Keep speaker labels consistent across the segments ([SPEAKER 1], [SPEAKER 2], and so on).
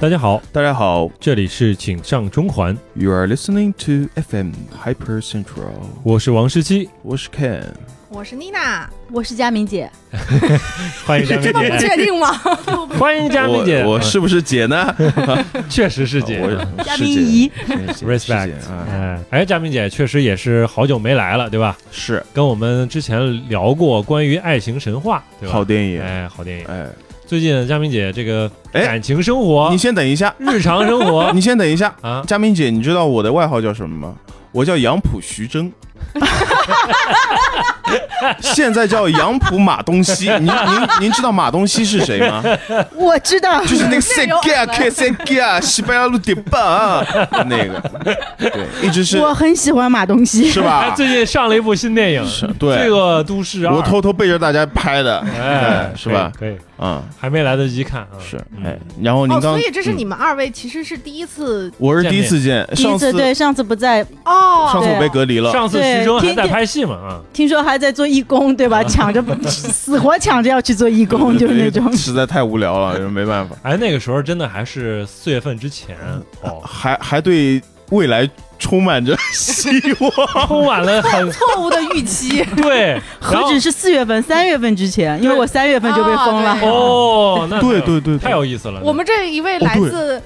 [SPEAKER 1] 大家好，
[SPEAKER 2] 大家好
[SPEAKER 1] 这里是请上中环，
[SPEAKER 2] ，You are listening to FM Hyper Central，
[SPEAKER 1] 我是王十七，
[SPEAKER 2] 我是 Ken。
[SPEAKER 3] 我是妮娜，
[SPEAKER 4] 我是佳明姐，
[SPEAKER 1] 欢迎佳明
[SPEAKER 3] 这么不
[SPEAKER 1] 姐，
[SPEAKER 3] 确定吗？
[SPEAKER 1] 欢迎佳明姐，
[SPEAKER 2] 我我是不是姐呢？
[SPEAKER 1] 嗯确实是姐。
[SPEAKER 2] 我
[SPEAKER 4] 佳
[SPEAKER 2] 是
[SPEAKER 4] 明
[SPEAKER 2] 姐，
[SPEAKER 4] 姨，
[SPEAKER 2] 是姐
[SPEAKER 1] Respect
[SPEAKER 2] 是姐啊
[SPEAKER 1] 哎，哎，佳明姐确实也是好久没来了，对吧？
[SPEAKER 2] 是
[SPEAKER 1] 跟我们之前聊过关于爱情神话，对吧？
[SPEAKER 2] 好电影。
[SPEAKER 1] 哎，好电影。
[SPEAKER 2] 哎，
[SPEAKER 1] 最近佳明姐这个
[SPEAKER 2] 哎
[SPEAKER 1] 感情生活
[SPEAKER 2] 你、先等一下，
[SPEAKER 1] 日常生 活
[SPEAKER 2] 你先等一下，
[SPEAKER 1] 啊，
[SPEAKER 2] 佳明姐，你知道我的外号叫什么吗？我叫杨浦 徐峥，现在叫杨浦马东锡。您您您知道马东锡是谁 吗？
[SPEAKER 4] 我知道，
[SPEAKER 2] 就是那个 s e
[SPEAKER 3] 有
[SPEAKER 2] g a k s e g a 西班牙路迪巴啊，那个，对，一直是
[SPEAKER 4] 我很喜欢马 东锡，
[SPEAKER 2] 是
[SPEAKER 1] 她
[SPEAKER 2] 吧？
[SPEAKER 1] 最近上了一部新电影
[SPEAKER 2] 是
[SPEAKER 1] 《
[SPEAKER 2] 对
[SPEAKER 1] 罪恶都市二》，
[SPEAKER 2] 我偷偷背着大家拍的，
[SPEAKER 1] 哎
[SPEAKER 2] 哎，是吧？
[SPEAKER 1] 可以，可以
[SPEAKER 2] 啊，
[SPEAKER 1] 还没来得及看啊，
[SPEAKER 2] 是
[SPEAKER 1] 嗯，
[SPEAKER 2] 哎，然后您
[SPEAKER 3] 哦，
[SPEAKER 2] 刚
[SPEAKER 3] 所以这是
[SPEAKER 2] 嗯
[SPEAKER 3] 你们二位其实是第一次
[SPEAKER 2] 我是第一次见，
[SPEAKER 4] 第一
[SPEAKER 2] 上
[SPEAKER 4] 次
[SPEAKER 2] 次
[SPEAKER 4] 对上次不在，
[SPEAKER 3] 哦，
[SPEAKER 2] 上次我
[SPEAKER 4] 对
[SPEAKER 2] 被隔离 了，。
[SPEAKER 1] 上次
[SPEAKER 4] 对
[SPEAKER 1] 徐峥还
[SPEAKER 4] 听
[SPEAKER 1] 在
[SPEAKER 4] 听
[SPEAKER 1] 拍戏嘛啊，
[SPEAKER 4] 听说还在做义工，对吧？抢着死活抢着要去做义工，就是那 种
[SPEAKER 2] 实在太无聊了，就是没办法，
[SPEAKER 1] 哎，那个时候真的还是四月份之前
[SPEAKER 2] 嗯
[SPEAKER 1] 哦，
[SPEAKER 2] 还还对未来充满着希 望。
[SPEAKER 1] 充满了很
[SPEAKER 3] 错误的预期，
[SPEAKER 1] 对，然
[SPEAKER 4] 何
[SPEAKER 1] 后
[SPEAKER 4] 止是四月份，三月份之前，因为我三月份就被封
[SPEAKER 3] 啊
[SPEAKER 4] 了。
[SPEAKER 3] 对
[SPEAKER 1] 哦，那
[SPEAKER 2] 对
[SPEAKER 1] 太有
[SPEAKER 2] 对对，
[SPEAKER 1] 太有意思了。
[SPEAKER 3] 我们这一位来
[SPEAKER 2] 哦
[SPEAKER 3] 自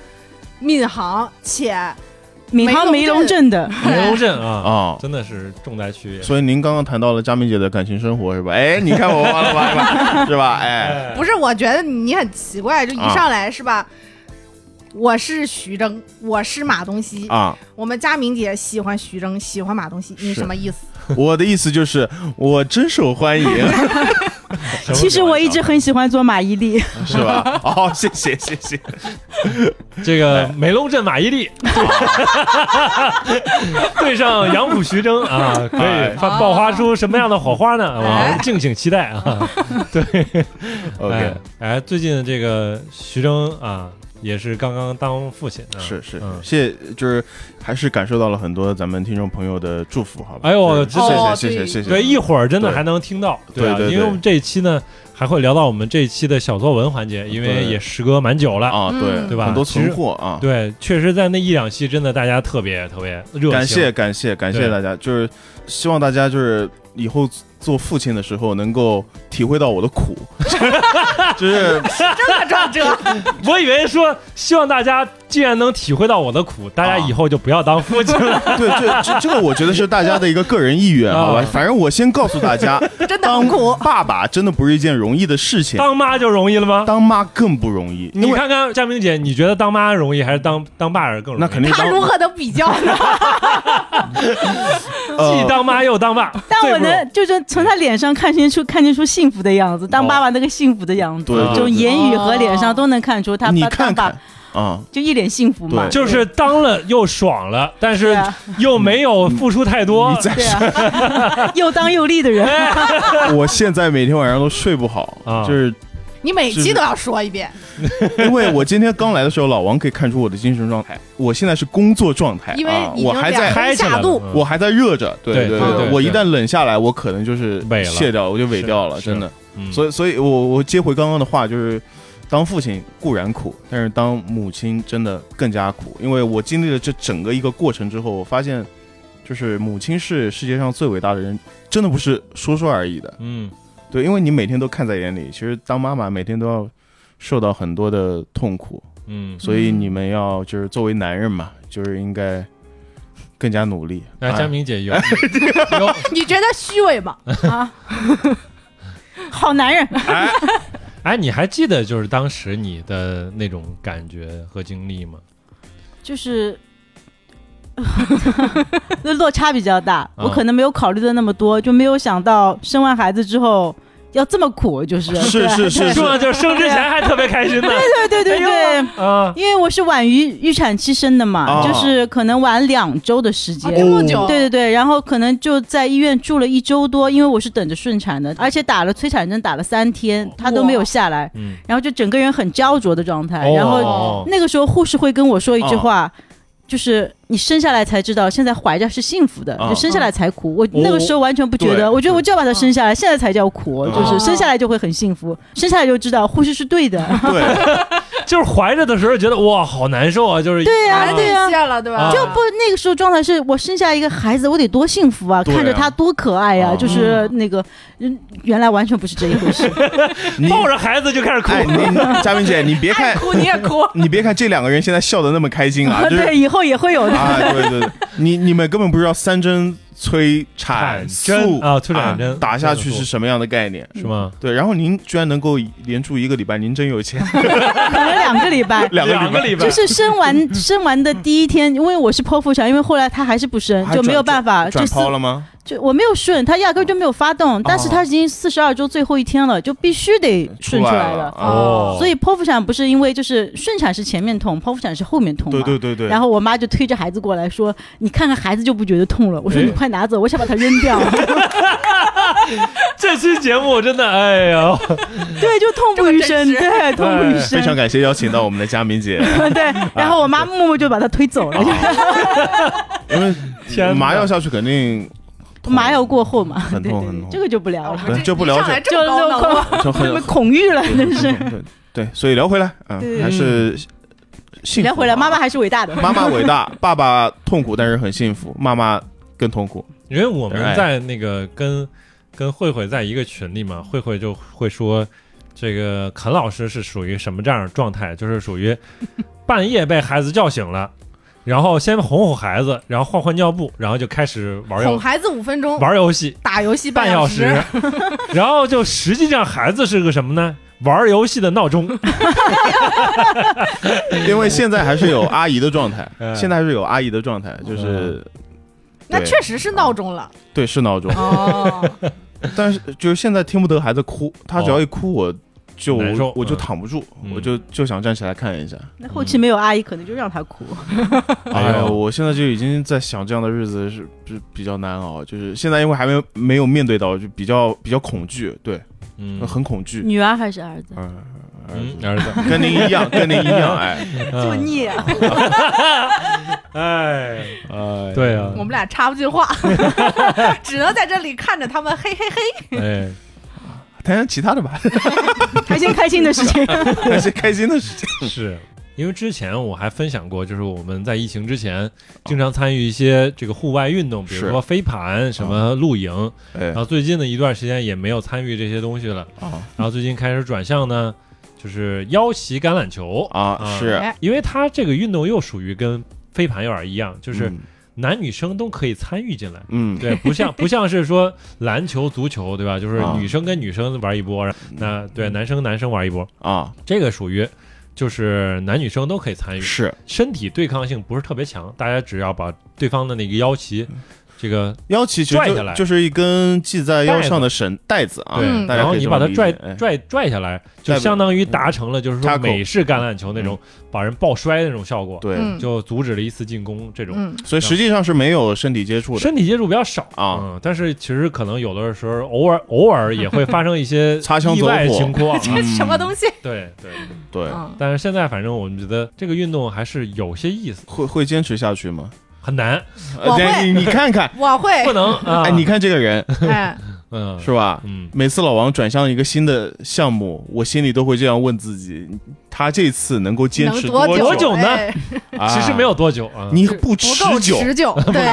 [SPEAKER 3] 闵行，且
[SPEAKER 2] 哎
[SPEAKER 4] 闵行梅龙镇的，
[SPEAKER 1] 梅龙镇啊，
[SPEAKER 2] 啊。
[SPEAKER 1] 真的是重灾区。
[SPEAKER 2] 所以您刚刚谈到了佳明姐的感情生活是吧？哎，你看我忘了吧，是 吧是吧？哎，
[SPEAKER 1] 哎
[SPEAKER 3] 不是，我觉得你很奇怪，就一
[SPEAKER 2] 啊
[SPEAKER 3] 上来是吧？我是徐峥，我是马东
[SPEAKER 1] 哎
[SPEAKER 3] 锡。
[SPEAKER 2] 啊，
[SPEAKER 3] 我们佳明姐喜欢徐峥，喜欢马东锡，你
[SPEAKER 2] 是
[SPEAKER 3] 什么意思？
[SPEAKER 2] 我的意思就是我真受欢迎，
[SPEAKER 1] 什么
[SPEAKER 4] 其实
[SPEAKER 1] 鬼
[SPEAKER 4] 我一直很喜欢做马伊琍，
[SPEAKER 2] 是吧？哦，谢谢谢谢，
[SPEAKER 1] 这
[SPEAKER 2] 哎
[SPEAKER 1] 个梅龙镇马伊 琍对上杨浦徐峥啊，可
[SPEAKER 2] 哎
[SPEAKER 1] 以发爆发出什么样的火花呢？啊，我们敬请期待啊。
[SPEAKER 2] OK，
[SPEAKER 1] 哎哎，最近这个徐峥啊，也是刚刚当父亲啊，
[SPEAKER 2] 是是
[SPEAKER 1] 嗯，
[SPEAKER 2] 谢谢，就是还是感受到了很多咱们听众朋友的祝福，好吧？
[SPEAKER 1] 哎呦
[SPEAKER 2] 就是
[SPEAKER 3] 哦
[SPEAKER 2] 谢谢谢谢谢谢，
[SPEAKER 1] 对，一会儿真的
[SPEAKER 2] 对
[SPEAKER 1] 还能听到，吧？
[SPEAKER 2] 对对对
[SPEAKER 1] 因为我们这一期呢，还会聊到我们这一期的小作文环节，因为
[SPEAKER 2] 啊对
[SPEAKER 1] 也时隔蛮久了。
[SPEAKER 2] 啊，对
[SPEAKER 3] 嗯
[SPEAKER 1] 对吧
[SPEAKER 2] 很多存货啊，
[SPEAKER 1] 对，确实，在那一两期，真的大家特别特别热情。
[SPEAKER 2] 感谢感谢感谢
[SPEAKER 1] 对
[SPEAKER 2] 大家，就是希望大家就是以后做父亲的时候能够体会到我的苦， 就是
[SPEAKER 1] 我以为说，希望大家既然能体会到我的
[SPEAKER 2] 啊
[SPEAKER 1] 苦，大家以后就不要当 父亲了。
[SPEAKER 2] 对这这这个我觉得是大家的一个个人意愿，
[SPEAKER 1] 啊
[SPEAKER 2] 好吧？反正我先告诉大 家，
[SPEAKER 3] 真的
[SPEAKER 2] 当
[SPEAKER 3] 很苦。
[SPEAKER 2] 爸爸真的不是一件容易的事情，
[SPEAKER 1] 当妈就容易了吗？
[SPEAKER 2] 当妈更不容易，因
[SPEAKER 1] 你
[SPEAKER 2] 为
[SPEAKER 1] 看看佳明姐，你觉得当妈容易还是当当爸更容易？
[SPEAKER 2] 那肯定
[SPEAKER 3] 他
[SPEAKER 2] 当
[SPEAKER 3] 如何能比较 呢？
[SPEAKER 1] 既
[SPEAKER 2] 呃
[SPEAKER 1] 当妈又当爸，
[SPEAKER 4] 但
[SPEAKER 1] 最
[SPEAKER 4] 我
[SPEAKER 1] 不容易
[SPEAKER 4] 能就是从他脸上看清楚看清楚幸福的样子，当爸爸那个幸福的样子，
[SPEAKER 2] 对对
[SPEAKER 4] 从
[SPEAKER 2] 对
[SPEAKER 4] 言语和脸
[SPEAKER 3] 哦
[SPEAKER 4] 上都能看出他
[SPEAKER 2] 你
[SPEAKER 4] 爸
[SPEAKER 2] 看
[SPEAKER 4] 当爸
[SPEAKER 2] 看啊。
[SPEAKER 4] 就一脸幸福嘛，
[SPEAKER 2] 对
[SPEAKER 1] 就是当了又爽了，但
[SPEAKER 4] 对
[SPEAKER 1] 是
[SPEAKER 4] 啊
[SPEAKER 1] 又没有付出太多
[SPEAKER 2] 嗯你。在
[SPEAKER 4] 对啊，又当又立的人，
[SPEAKER 2] 我现在每天晚上都睡不好，
[SPEAKER 1] 啊
[SPEAKER 2] 就是
[SPEAKER 3] 你每期都要说一遍，
[SPEAKER 2] 因为我今天刚来的时候，老王可以看出我的精神状态，我现在是工作状态，
[SPEAKER 3] 因为
[SPEAKER 2] 啊、
[SPEAKER 3] 已
[SPEAKER 2] 我
[SPEAKER 3] 经
[SPEAKER 2] 还
[SPEAKER 3] 两
[SPEAKER 4] 哎
[SPEAKER 2] 在。
[SPEAKER 1] 嗨起来了
[SPEAKER 3] 下肚
[SPEAKER 1] 嗯
[SPEAKER 2] 我还在热着，对
[SPEAKER 1] 对
[SPEAKER 2] 对
[SPEAKER 3] 对对
[SPEAKER 2] 我一
[SPEAKER 1] 对
[SPEAKER 2] 旦冷下来，我可能就是
[SPEAKER 1] 萎了
[SPEAKER 2] 卸掉，我就萎掉了，
[SPEAKER 1] 是
[SPEAKER 2] 真的。
[SPEAKER 1] 嗯
[SPEAKER 2] 所以，所以我我接回刚刚的话，就是当父亲固然苦，但是当母亲真的更加苦，因为我经历了这整个一个过程之后，我发现，就是母亲是世界上最伟大的人，真的不是说说而已的。
[SPEAKER 1] 嗯，
[SPEAKER 2] 对，因为你每天都看在眼里，其实当妈妈每天都要受到很多的痛苦，
[SPEAKER 1] 嗯，
[SPEAKER 2] 所以你们要就是作为男人嘛，就是应该更加努力。
[SPEAKER 1] 那佳
[SPEAKER 2] 哎
[SPEAKER 1] 明 姐有有
[SPEAKER 3] 你觉得虚伪吗？
[SPEAKER 4] 啊，好男人，
[SPEAKER 1] 哎，你还记得就是当时你的那种感觉和经历吗？
[SPEAKER 4] 就是。 那落差比较大，
[SPEAKER 1] 嗯
[SPEAKER 4] 我可能没有考虑的那么多，就没有想到生完孩子之后要这么苦，就是
[SPEAKER 2] 是是是
[SPEAKER 1] 是吧？就是生之前还特别开心 呢
[SPEAKER 4] 对对对对
[SPEAKER 1] 哎
[SPEAKER 4] 对，
[SPEAKER 1] 啊！
[SPEAKER 4] 因为我是晚于预产期生的嘛，
[SPEAKER 2] 哦
[SPEAKER 4] 就是可能晚两周的时间，
[SPEAKER 3] 啊这
[SPEAKER 1] 哦
[SPEAKER 3] 么久，
[SPEAKER 4] 对对对，然后可能就在医院住了一周多，因为我是等着顺产的，而且打了催产针打了三天，它都没有下来，
[SPEAKER 1] 嗯，
[SPEAKER 4] 然后就整个人很焦灼的状态。
[SPEAKER 1] 哦
[SPEAKER 4] 然后那个时候护士会跟我说一句话，
[SPEAKER 2] 哦
[SPEAKER 4] 就是你生下来才知道，现在怀着是幸福的，
[SPEAKER 2] 哦
[SPEAKER 4] 就生下来才苦。我那个时候完全不觉
[SPEAKER 2] 对
[SPEAKER 4] 得，我觉得我就要把它生下来，现在才叫苦，
[SPEAKER 2] 嗯
[SPEAKER 4] 就是
[SPEAKER 3] 哦
[SPEAKER 2] 啊
[SPEAKER 4] 生下来就会很幸福，生下来就知道护士是对的。
[SPEAKER 2] 对，
[SPEAKER 1] 就是怀着的时候觉得哇好难受啊，就是
[SPEAKER 4] 对呀、
[SPEAKER 1] 啊
[SPEAKER 4] 对呀、
[SPEAKER 3] 谢了，对吧？
[SPEAKER 1] 啊
[SPEAKER 4] 就不那个时候状态是我生下一个孩子，我得多幸福啊！
[SPEAKER 2] 对啊
[SPEAKER 4] 看着他多可爱呀、
[SPEAKER 2] 啊
[SPEAKER 4] 就是那个，嗯原来完全不是这一回事。
[SPEAKER 2] 你
[SPEAKER 1] 抱着孩子就开始哭
[SPEAKER 2] 哎，，你嘉宾姐，你别看
[SPEAKER 3] 哭你也 哭，
[SPEAKER 2] 你别看这两个人现在笑的那么开心 啊，就是
[SPEAKER 4] 对，以后也会 有的。
[SPEAKER 2] 啊，对对，对，你你们根本不知道三针催产
[SPEAKER 1] 产
[SPEAKER 2] 素
[SPEAKER 1] 针啊催产针
[SPEAKER 2] 啊打下去是什么样的概念。
[SPEAKER 1] 是吗？
[SPEAKER 2] 对，然后您居然能够连住一个礼拜，您真有钱，，
[SPEAKER 4] 啊可能两个礼拜
[SPEAKER 2] 两个
[SPEAKER 1] 两个
[SPEAKER 2] 礼
[SPEAKER 1] 礼拜
[SPEAKER 4] 就。是生完生完的第一天，因为我是剖腹产，因为后来他还是不生，
[SPEAKER 2] 还
[SPEAKER 4] 就没有
[SPEAKER 2] 转
[SPEAKER 4] 办法，就
[SPEAKER 2] 转
[SPEAKER 4] 四
[SPEAKER 2] 抛了吗？
[SPEAKER 4] 就我没有顺，他压根儿就没有发
[SPEAKER 2] 哦
[SPEAKER 4] 动，但是他已经四十二周最后一天了，就必须得顺出来
[SPEAKER 2] 了啊
[SPEAKER 4] 了。
[SPEAKER 1] 哦，
[SPEAKER 4] 所以剖腹产不是因为就是顺产是前面痛，剖腹产是后面痛嘛？
[SPEAKER 2] 对对对对，
[SPEAKER 4] 然后我妈就推着孩子过来说：“你看看孩子就不觉 得痛了。”我说：“
[SPEAKER 1] 哎
[SPEAKER 4] 你快拿走，我想把它扔掉。
[SPEAKER 1] 这期节目真的，哎呀，”
[SPEAKER 4] 对，就痛不欲生，
[SPEAKER 3] 这么真实
[SPEAKER 4] 对，痛不欲
[SPEAKER 2] 非常
[SPEAKER 4] 生。
[SPEAKER 2] 感谢啊邀请到我们的佳明 姐，
[SPEAKER 4] 对，然后我妈默默就把它推走了，
[SPEAKER 2] 啊 因为
[SPEAKER 1] 天哪
[SPEAKER 2] 麻药下去肯定
[SPEAKER 4] 就麻药过后嘛，
[SPEAKER 2] 很
[SPEAKER 4] 对
[SPEAKER 2] 痛
[SPEAKER 4] 对
[SPEAKER 2] 很
[SPEAKER 4] 对
[SPEAKER 2] 痛，哦
[SPEAKER 4] 这个就不聊了，
[SPEAKER 2] 对这不了解
[SPEAKER 3] 上来
[SPEAKER 4] 就
[SPEAKER 3] 啊这么高
[SPEAKER 4] 就
[SPEAKER 3] 冷啊，
[SPEAKER 2] 就很
[SPEAKER 4] 恐恐 惧了，真是。
[SPEAKER 2] 对对对，所以聊回来，嗯，还是幸福
[SPEAKER 4] 聊回来，
[SPEAKER 2] 啊
[SPEAKER 4] 妈妈还是伟大的。
[SPEAKER 2] 妈妈伟大，爸爸痛苦但是很幸福，妈妈更痛苦。
[SPEAKER 1] 因为我
[SPEAKER 2] 哎
[SPEAKER 1] 们在那个跟跟慧慧在一个群里嘛，慧慧就会说，这个肯老师是属于什么这样的状态？就是属于半夜被孩子叫醒了，然后先哄哄孩子，然后换换尿布，然后就开始玩
[SPEAKER 3] 哄
[SPEAKER 1] 游
[SPEAKER 3] 孩子五分钟，
[SPEAKER 1] 玩游戏
[SPEAKER 3] 打游戏
[SPEAKER 1] 半
[SPEAKER 3] 小
[SPEAKER 1] 小时，然后就实际上孩子是个什么呢？玩游戏的闹钟，
[SPEAKER 2] 因为现在还是有阿姨的状态，
[SPEAKER 1] 嗯
[SPEAKER 2] 现在还是有阿姨的状态，就是
[SPEAKER 3] 那
[SPEAKER 2] 对
[SPEAKER 3] 确实是闹钟了。
[SPEAKER 2] 对是闹钟，
[SPEAKER 3] 哦，
[SPEAKER 2] 但是就是现在听不得孩子哭，他只要一哭我就
[SPEAKER 1] 难受
[SPEAKER 2] 我就
[SPEAKER 1] 嗯
[SPEAKER 2] 躺不住，
[SPEAKER 1] 嗯
[SPEAKER 2] 我就就想站起来看一下。
[SPEAKER 4] 那后期没有阿姨，可能就让她哭。
[SPEAKER 1] 哎呦
[SPEAKER 2] 哎呀，我现在就已经在想这样的日子是是比较难熬，就是现在因为还没有没有面对到，就比较比较恐惧，对，
[SPEAKER 1] 嗯，
[SPEAKER 2] 很恐惧。
[SPEAKER 4] 女儿还是儿子？
[SPEAKER 2] 嗯，
[SPEAKER 1] 嗯，儿子，
[SPEAKER 2] 跟您一 样，跟您一样，哎，
[SPEAKER 4] 作孽啊！
[SPEAKER 1] 哎，
[SPEAKER 2] 哎
[SPEAKER 1] 对啊
[SPEAKER 3] 我们俩插不进话， 只能在这里看着他们，嘿嘿嘿。
[SPEAKER 1] 哎，
[SPEAKER 2] 谈谈其他的吧，
[SPEAKER 4] 开心开心的事情。
[SPEAKER 2] 那些开心的事 情。
[SPEAKER 1] 是因为之前我还分享过，就是我们在疫情之前经常参与一些这个户外运动，比如
[SPEAKER 2] 是
[SPEAKER 1] 说飞盘、什么露营，
[SPEAKER 2] 哎
[SPEAKER 1] 然，后最近的一段时间也没有参与这些东西了，
[SPEAKER 2] 啊
[SPEAKER 1] 然后最近开始转向呢，就是腰旗橄榄球，
[SPEAKER 2] 啊，是，
[SPEAKER 3] 哎
[SPEAKER 1] 因为它这个运动又属于跟飞盘有点一样，就
[SPEAKER 2] 就是
[SPEAKER 1] 男女生都可以参与进来。
[SPEAKER 2] 嗯，
[SPEAKER 1] 对，不像不像是说篮球、足球，对吧？就是
[SPEAKER 2] 啊嗯
[SPEAKER 1] 女生跟女生玩一波，然后那对男生男生玩一波，
[SPEAKER 2] 啊，
[SPEAKER 1] 这个属于就是男女生都可以参与，
[SPEAKER 2] 是
[SPEAKER 1] 身体对抗性不是特别强，大家只要把对方的那个腰旗，
[SPEAKER 2] 嗯
[SPEAKER 1] 这个
[SPEAKER 2] 腰旗其实
[SPEAKER 1] 拽下
[SPEAKER 2] 就
[SPEAKER 1] 来
[SPEAKER 2] 就是一根系在腰上的绳带子啊，
[SPEAKER 1] 对
[SPEAKER 3] 嗯
[SPEAKER 2] 大
[SPEAKER 1] 然
[SPEAKER 2] 家
[SPEAKER 1] 后
[SPEAKER 2] 可以
[SPEAKER 1] 你
[SPEAKER 2] 这
[SPEAKER 1] 把
[SPEAKER 2] 么
[SPEAKER 1] 它
[SPEAKER 2] 理解
[SPEAKER 1] 拽
[SPEAKER 2] 哎
[SPEAKER 1] 拽拽下来，就
[SPEAKER 2] 拽不
[SPEAKER 1] 相当于达成了就是
[SPEAKER 2] 插
[SPEAKER 1] 说
[SPEAKER 2] 口嗯
[SPEAKER 1] 美式橄榄球那种把人抱摔的那种效果，
[SPEAKER 2] 对，
[SPEAKER 3] 嗯
[SPEAKER 1] 就阻止了一次进攻这种。
[SPEAKER 3] 嗯，
[SPEAKER 2] 所以实际上是没有身体接触的，
[SPEAKER 1] 身体接触比较少
[SPEAKER 2] 啊
[SPEAKER 1] 嗯，但是其实可能有的时候偶尔偶尔也会发生一些
[SPEAKER 2] 擦枪
[SPEAKER 1] 意
[SPEAKER 2] 走
[SPEAKER 1] 外
[SPEAKER 2] 火
[SPEAKER 1] 情 况啊，
[SPEAKER 3] 这什么东西？
[SPEAKER 1] 对对。
[SPEAKER 2] 对，
[SPEAKER 3] 嗯，
[SPEAKER 1] 但是现在反正我们觉得这个运动还是有些意思，
[SPEAKER 2] 会会坚持下去吗？
[SPEAKER 1] 很难，
[SPEAKER 2] 呃
[SPEAKER 3] 我会
[SPEAKER 2] 对你你看看，
[SPEAKER 3] 我会，
[SPEAKER 1] 不能啊，
[SPEAKER 2] 哎，你看这个人
[SPEAKER 3] 哎，
[SPEAKER 1] 嗯
[SPEAKER 2] 是吧？
[SPEAKER 1] 嗯，
[SPEAKER 2] 每次老王转向一个新的项目，我心里都会这样问自己：他这次能够坚
[SPEAKER 3] 能
[SPEAKER 2] 持
[SPEAKER 3] 久
[SPEAKER 1] 多久呢
[SPEAKER 3] 哎
[SPEAKER 2] 啊
[SPEAKER 1] 其实没有多久啊，
[SPEAKER 2] 你不持
[SPEAKER 3] 不够
[SPEAKER 2] 久，
[SPEAKER 3] 持久， 对，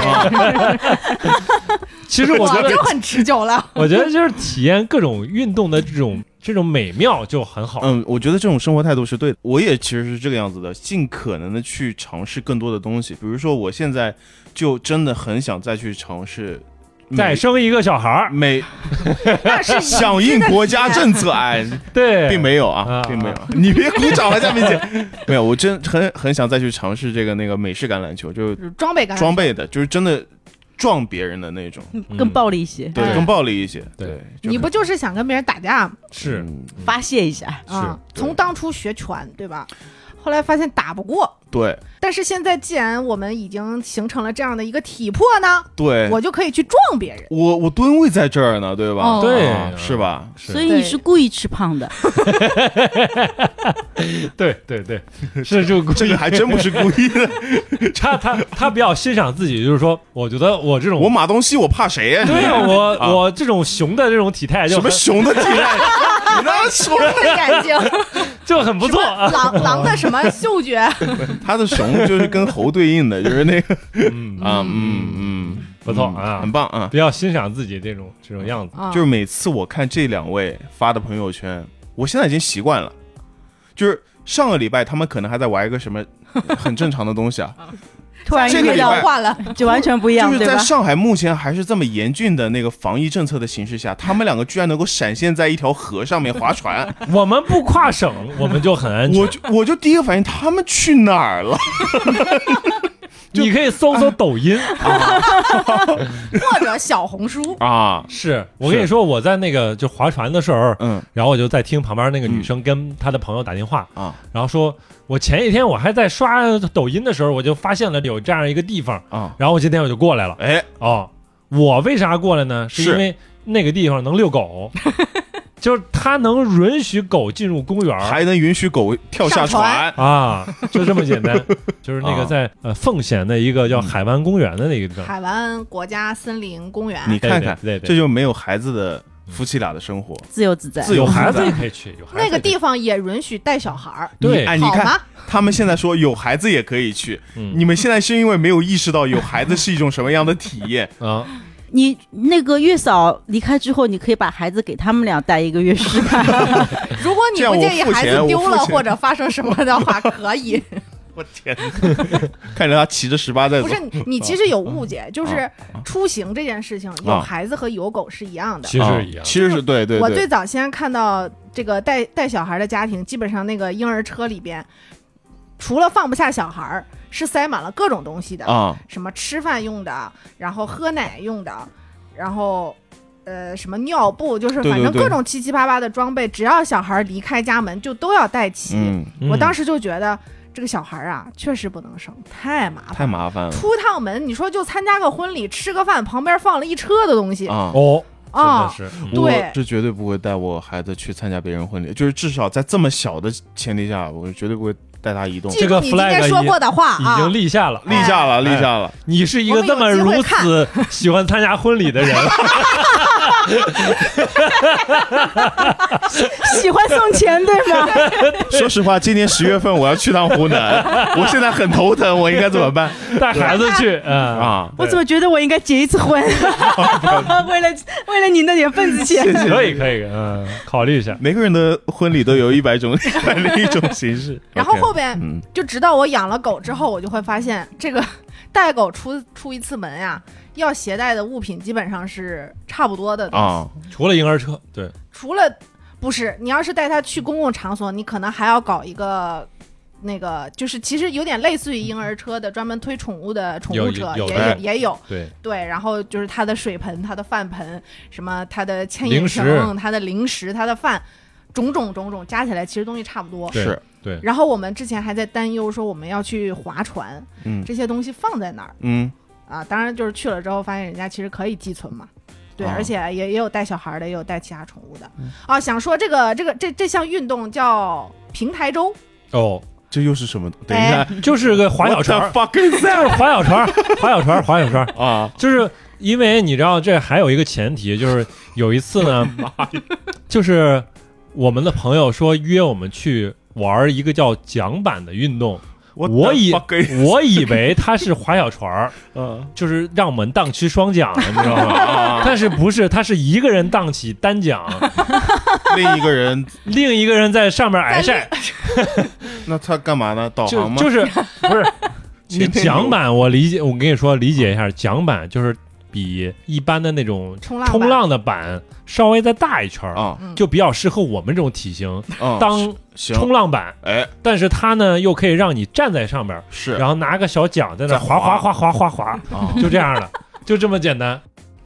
[SPEAKER 1] 其实我觉
[SPEAKER 3] 我
[SPEAKER 1] 得
[SPEAKER 3] 就很持 久了。
[SPEAKER 1] 我觉得就是体验各种运动的这种这种美妙就很好。
[SPEAKER 2] 嗯，我觉得这种生活态度是对的。我也其实是这个样子的，尽可能的去尝试更多的东西。比如说，我现在就真的很想再去尝试美
[SPEAKER 1] 再生一个小孩儿，
[SPEAKER 2] 美
[SPEAKER 3] 那是你
[SPEAKER 2] 响应国家政策，哎，
[SPEAKER 1] 对，
[SPEAKER 2] 并没有
[SPEAKER 1] 啊
[SPEAKER 2] 啊，并没有。 你别鼓掌了，佳明姐，没有，我真很很想再去尝试这个那个美式橄榄球，就
[SPEAKER 3] 装备感，
[SPEAKER 2] 装备的，就是真的撞别人的那种，
[SPEAKER 4] 更暴力一些，
[SPEAKER 2] 对，
[SPEAKER 3] 哎
[SPEAKER 2] 更暴力一些。
[SPEAKER 1] 对
[SPEAKER 2] 对，就
[SPEAKER 3] 你不
[SPEAKER 2] 很
[SPEAKER 3] 就是想跟别人打架吗？
[SPEAKER 1] 是
[SPEAKER 2] 嗯
[SPEAKER 4] 发泄一下。
[SPEAKER 3] 啊，
[SPEAKER 2] 对
[SPEAKER 3] 从当初学拳，对吧？后来发现打不过，
[SPEAKER 2] 对
[SPEAKER 3] 但是现在既然我们已经形成了这样的一个体魄呢，
[SPEAKER 2] 对，
[SPEAKER 3] 我就可以去撞别人。
[SPEAKER 2] 我我蹲位在这儿呢，对吧？
[SPEAKER 3] 哦
[SPEAKER 1] 对
[SPEAKER 2] 啊是吧？
[SPEAKER 1] 是
[SPEAKER 4] 所以你是故意吃胖的，
[SPEAKER 1] 对对对， 是就
[SPEAKER 2] 这个还真不是故意 的。
[SPEAKER 1] 他他他比较欣赏自己，就是说，我觉得我这种
[SPEAKER 2] 我马东锡，我怕谁呀、
[SPEAKER 1] 对呀，
[SPEAKER 2] 啊
[SPEAKER 1] 我我这种熊的这种体态
[SPEAKER 2] 你
[SPEAKER 1] 就
[SPEAKER 2] 什么
[SPEAKER 1] 很
[SPEAKER 2] 熊的体态？你那说
[SPEAKER 3] 对，眼睛，
[SPEAKER 1] 这很不错
[SPEAKER 3] 什么
[SPEAKER 2] 嗯
[SPEAKER 1] 啊。
[SPEAKER 3] 狼狼的什么 嗅觉？
[SPEAKER 2] 他的熊就是跟猴对应的，就是那个
[SPEAKER 1] 嗯，
[SPEAKER 2] 啊，嗯嗯，
[SPEAKER 1] 不错
[SPEAKER 2] 嗯
[SPEAKER 1] 啊
[SPEAKER 2] 很棒啊！
[SPEAKER 1] 比较欣赏自己这种这种样子。
[SPEAKER 3] 啊
[SPEAKER 2] 就是每次我看这两位发的朋友圈，我现在已经习惯了，就是上个礼拜他们可能还在玩一个什么很正常的东西啊，
[SPEAKER 4] 突然
[SPEAKER 2] 这个
[SPEAKER 4] 遇
[SPEAKER 2] 礼
[SPEAKER 4] 到
[SPEAKER 2] 拜
[SPEAKER 3] 换了，
[SPEAKER 4] 就完全不一样
[SPEAKER 2] 就，是
[SPEAKER 4] 对
[SPEAKER 2] 在
[SPEAKER 4] 吧？
[SPEAKER 2] 上海目前还是这么严峻的那个防疫政策的形势下，他们两个居然能够闪现在一条河上面划船，
[SPEAKER 1] 我们不跨 省，我们就 很安全。
[SPEAKER 2] 我就我就第一个反应，他们去哪儿了？就，
[SPEAKER 1] 你可以搜搜抖音，
[SPEAKER 3] 或者小红书
[SPEAKER 2] 啊，
[SPEAKER 1] 是我跟你说，我在那个就划船的时候，
[SPEAKER 2] 嗯
[SPEAKER 1] 然后我就在听旁边那个女生跟她的朋友打电话，
[SPEAKER 2] 啊
[SPEAKER 1] 然后说，我前几天我还在刷抖音的时候，我就发现了有这样一个地方，
[SPEAKER 2] 啊，
[SPEAKER 1] 然后我今天我就过来了。
[SPEAKER 2] 哎，
[SPEAKER 1] 哦，我为啥过来呢？是
[SPEAKER 2] 是
[SPEAKER 1] 因为那个地方能遛 狗，就是它能允许狗进入公园儿
[SPEAKER 2] 还能允许狗跳下
[SPEAKER 3] 上船
[SPEAKER 2] 船
[SPEAKER 1] 啊，就这么简 单。就是那个在呃奉贤的一个叫海湾公园的那个地方，
[SPEAKER 3] 海湾国家森林公园，
[SPEAKER 2] 你看看，
[SPEAKER 1] 对对对对
[SPEAKER 2] 这就没有孩子的夫妻俩的生活。
[SPEAKER 4] 自由自在，
[SPEAKER 2] 自由
[SPEAKER 1] 有
[SPEAKER 2] 自
[SPEAKER 1] 孩子啊
[SPEAKER 2] 在
[SPEAKER 1] 也可以去，有孩子
[SPEAKER 3] 那个
[SPEAKER 1] 也
[SPEAKER 3] 地方也允许带小孩儿，
[SPEAKER 1] 对
[SPEAKER 2] 你哎，你
[SPEAKER 3] 好
[SPEAKER 2] 看
[SPEAKER 3] 吗？
[SPEAKER 2] 他们现在说有孩子也可以去，
[SPEAKER 1] 可以嗯，
[SPEAKER 2] 你们现在是因为没有意识到有孩子是一种什么样的体验
[SPEAKER 1] 啊，
[SPEAKER 4] 你那个月嫂离开之后，你可以把孩子给他们俩带一个月试看。
[SPEAKER 3] 如果你
[SPEAKER 2] 这样
[SPEAKER 3] 不
[SPEAKER 2] 我
[SPEAKER 3] 介意
[SPEAKER 2] 付
[SPEAKER 3] 孩
[SPEAKER 2] 钱
[SPEAKER 3] 子
[SPEAKER 2] 我
[SPEAKER 3] 丢
[SPEAKER 2] 付
[SPEAKER 3] 了
[SPEAKER 2] 钱
[SPEAKER 3] 或者发生什么的 话，可以。
[SPEAKER 2] 我天， 看着他骑着十八在走
[SPEAKER 3] 不是，你
[SPEAKER 2] 啊
[SPEAKER 3] 你其实有误解，就是出行这件事情，有孩子和有狗是一样的。
[SPEAKER 1] 其
[SPEAKER 2] 啊
[SPEAKER 1] 实一样。
[SPEAKER 2] 其实是对对
[SPEAKER 3] 我
[SPEAKER 2] 对
[SPEAKER 3] 最早先看到这个带带小孩的家庭，基本上那个婴儿车里边，除了放不下小孩儿，是塞满了各种东西的，
[SPEAKER 2] 啊，
[SPEAKER 3] 什么吃饭用的，然后喝奶用的，然后。呃，什么尿布，就是
[SPEAKER 2] 对
[SPEAKER 3] 反
[SPEAKER 2] 对
[SPEAKER 3] 正
[SPEAKER 2] 对
[SPEAKER 3] 各种七七八八的装备，只要小孩离开家门，就都要带齐。
[SPEAKER 2] 嗯，
[SPEAKER 3] 我当
[SPEAKER 1] 时
[SPEAKER 3] 时就觉得这个小孩啊，确实不能生，太麻烦了。
[SPEAKER 2] 太麻烦了
[SPEAKER 3] 出趟门，你说就参加个婚礼，吃个饭，旁边放了一车的东西
[SPEAKER 2] 啊。
[SPEAKER 1] 哦，真的
[SPEAKER 3] 啊，
[SPEAKER 1] 是
[SPEAKER 2] 我
[SPEAKER 3] 对
[SPEAKER 2] 是绝对不会带我孩子去参加别人婚礼，就是至少在这么小的前提下，我是绝对不会带他移动。
[SPEAKER 3] 记住你今天说过的话
[SPEAKER 1] 已
[SPEAKER 3] 啊
[SPEAKER 1] 经，立下了。
[SPEAKER 2] 立下了，立
[SPEAKER 1] 哎
[SPEAKER 2] 下了，
[SPEAKER 1] 你是一个这么
[SPEAKER 3] 我们
[SPEAKER 1] 如
[SPEAKER 3] 有机
[SPEAKER 1] 此喜欢参加婚礼 的人，
[SPEAKER 4] 喜欢送钱对吧？
[SPEAKER 3] 哎
[SPEAKER 2] 说实话，今年十月份我要去趟湖南， 我现在很头疼，我应该怎么办
[SPEAKER 1] 带孩子去，嗯
[SPEAKER 2] 啊？
[SPEAKER 4] 我怎么觉得我应该结一次婚？ 为了为了你那点份子钱
[SPEAKER 2] 谢，谢，
[SPEAKER 1] 可以可以，嗯，考虑一下。
[SPEAKER 2] 每个人的婚礼都有一百种、 一百零一种形式。
[SPEAKER 3] 然后
[SPEAKER 2] OK
[SPEAKER 3] 后边
[SPEAKER 2] 嗯，
[SPEAKER 3] 就直到我养了狗之后，我就会发现这个带狗出出一次门呀、要携带的物品基本上是差不多的东西，
[SPEAKER 2] 啊，
[SPEAKER 1] 除了婴儿车，对，
[SPEAKER 3] 除了不是你要是带它去公共场所，你可能还要搞一个。那个就是其实有点类似于婴儿车的，专门推宠物的宠
[SPEAKER 1] 有
[SPEAKER 3] 物车
[SPEAKER 1] 有哎
[SPEAKER 3] 也
[SPEAKER 2] 的
[SPEAKER 3] 有也有，
[SPEAKER 1] 对，
[SPEAKER 3] 对，然后就是他的水盆、他的饭盆，什么他的牵
[SPEAKER 1] 零
[SPEAKER 3] 引
[SPEAKER 1] 食
[SPEAKER 3] 绳、他的零食、他的饭，种种种种加起来，其实东西差不多。
[SPEAKER 1] 对
[SPEAKER 2] 是，
[SPEAKER 1] 对，
[SPEAKER 3] 然后我们之前还在担忧说我们要去划船，
[SPEAKER 2] 嗯
[SPEAKER 3] 这些东西放在哪儿
[SPEAKER 2] 嗯，
[SPEAKER 3] 啊？当然就是去了之后发现人家其实可以寄存嘛。对，
[SPEAKER 2] 啊嗯
[SPEAKER 3] 而且也也有带小孩儿的，也有带其他宠物的。啊，想说这个这个这这项运动叫平台舟，
[SPEAKER 1] 哦，
[SPEAKER 2] 这又是什么？等一下，
[SPEAKER 3] 哎
[SPEAKER 1] 就是个划小船儿，
[SPEAKER 2] ，fuck is
[SPEAKER 1] 就是
[SPEAKER 2] that
[SPEAKER 1] 划小船儿，划小船儿，划小船儿，
[SPEAKER 2] 啊？
[SPEAKER 1] 就是因为你知道，这还有一个前提，就是有一次呢，就是我们的朋友说约我们去玩一个叫桨板的运动，我以 我以为他是划小船儿，
[SPEAKER 2] 嗯
[SPEAKER 1] 就是让我们荡起双桨，你知道吗？
[SPEAKER 2] 啊，
[SPEAKER 1] 但是不是，他是一个人荡起单 桨，
[SPEAKER 2] 另一个人，
[SPEAKER 1] 另一个人在上面挨
[SPEAKER 3] 在
[SPEAKER 1] 晒，
[SPEAKER 2] 那他干嘛呢？导
[SPEAKER 1] 就
[SPEAKER 2] 航吗？
[SPEAKER 1] 就是不是你
[SPEAKER 2] 前面有
[SPEAKER 1] 桨板，我理解，我跟你说理解一下，桨板就是比一般的那种
[SPEAKER 3] 冲浪
[SPEAKER 1] 冲
[SPEAKER 3] 板
[SPEAKER 1] 浪的板稍微再大一圈儿，
[SPEAKER 2] 啊
[SPEAKER 3] 嗯
[SPEAKER 1] 就比较适合我们这种体型
[SPEAKER 2] 啊，
[SPEAKER 1] 当
[SPEAKER 2] 行，
[SPEAKER 1] 冲浪板，
[SPEAKER 2] 哎，
[SPEAKER 1] 但是它呢又可以让你站在上面，
[SPEAKER 2] 是
[SPEAKER 1] 然后拿个小桨在那
[SPEAKER 2] 在
[SPEAKER 1] 划
[SPEAKER 2] 划
[SPEAKER 1] 划划划划划，
[SPEAKER 2] 啊，
[SPEAKER 1] 就这样了，就这么简单。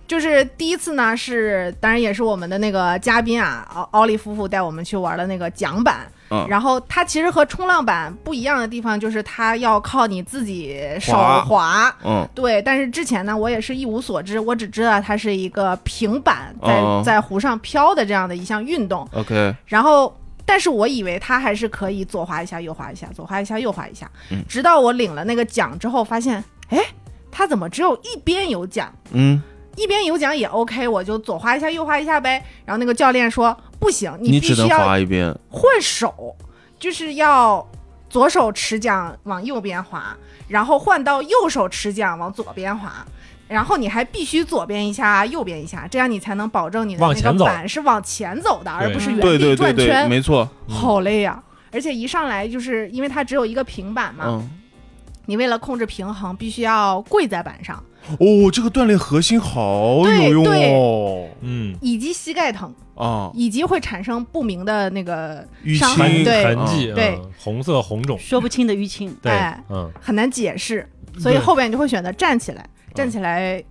[SPEAKER 3] 就是第一次呢，是当然也是我们的那个嘉宾啊，奥奥利夫妇带我们去玩的那个桨板。
[SPEAKER 2] 嗯
[SPEAKER 3] 然后它其实和冲浪板不一样的地方，就是它要靠你自己手
[SPEAKER 2] 滑
[SPEAKER 3] 滑。
[SPEAKER 2] 嗯
[SPEAKER 3] 对，但是之前呢，我也是一无所知，我只知道它是一个平板在、
[SPEAKER 2] 哦
[SPEAKER 3] 在湖上飘的这样的一项运动。
[SPEAKER 2] ，OK，
[SPEAKER 3] 然后，但是我以为它还是可以左滑一下，右滑一下，左滑一下，右滑一下。
[SPEAKER 2] 嗯
[SPEAKER 3] 直到我领了那个奖之后，发现，哎，它怎么只有一边有奖？
[SPEAKER 2] 嗯，
[SPEAKER 3] 一边有奖也 OK，我就左滑一下右滑一下呗。然后那个教练说不行，
[SPEAKER 2] 你
[SPEAKER 3] 必
[SPEAKER 2] 只
[SPEAKER 3] 须
[SPEAKER 2] 能
[SPEAKER 3] 要
[SPEAKER 2] 划一边
[SPEAKER 3] 混手，就是要左手持桨往右边滑，然后换到右手持桨往左边滑。然后你还必须左边一下，右边一下，这样你才能保证你的
[SPEAKER 1] 往
[SPEAKER 3] 那
[SPEAKER 1] 前
[SPEAKER 3] 个
[SPEAKER 1] 走
[SPEAKER 3] 板是往前走的，而
[SPEAKER 1] 对
[SPEAKER 3] 不是
[SPEAKER 2] 对对
[SPEAKER 3] 原地
[SPEAKER 2] 对
[SPEAKER 3] 转
[SPEAKER 2] 对，
[SPEAKER 3] 圈。
[SPEAKER 2] 没错，
[SPEAKER 1] 嗯
[SPEAKER 3] 好累呀、而且一上来就是因为它只有一个平板嘛，
[SPEAKER 2] 嗯，
[SPEAKER 3] 你为了控制平衡，必须要跪在板上，
[SPEAKER 2] 哦，这个锻炼核心好
[SPEAKER 3] 对
[SPEAKER 2] 有用哦，
[SPEAKER 1] 嗯，
[SPEAKER 3] 以及膝盖疼，
[SPEAKER 2] 啊，
[SPEAKER 3] 以及会产生不明的那个
[SPEAKER 2] 淤
[SPEAKER 3] 伤
[SPEAKER 1] 痕
[SPEAKER 3] 痕
[SPEAKER 2] 青
[SPEAKER 3] 对
[SPEAKER 1] 痕迹，
[SPEAKER 3] 对
[SPEAKER 1] 嗯红色红肿，
[SPEAKER 4] 说不清的淤青。
[SPEAKER 1] 对
[SPEAKER 3] 哎，
[SPEAKER 1] 嗯，
[SPEAKER 3] 很难解释，所以后边你就会选择站起来，站起来。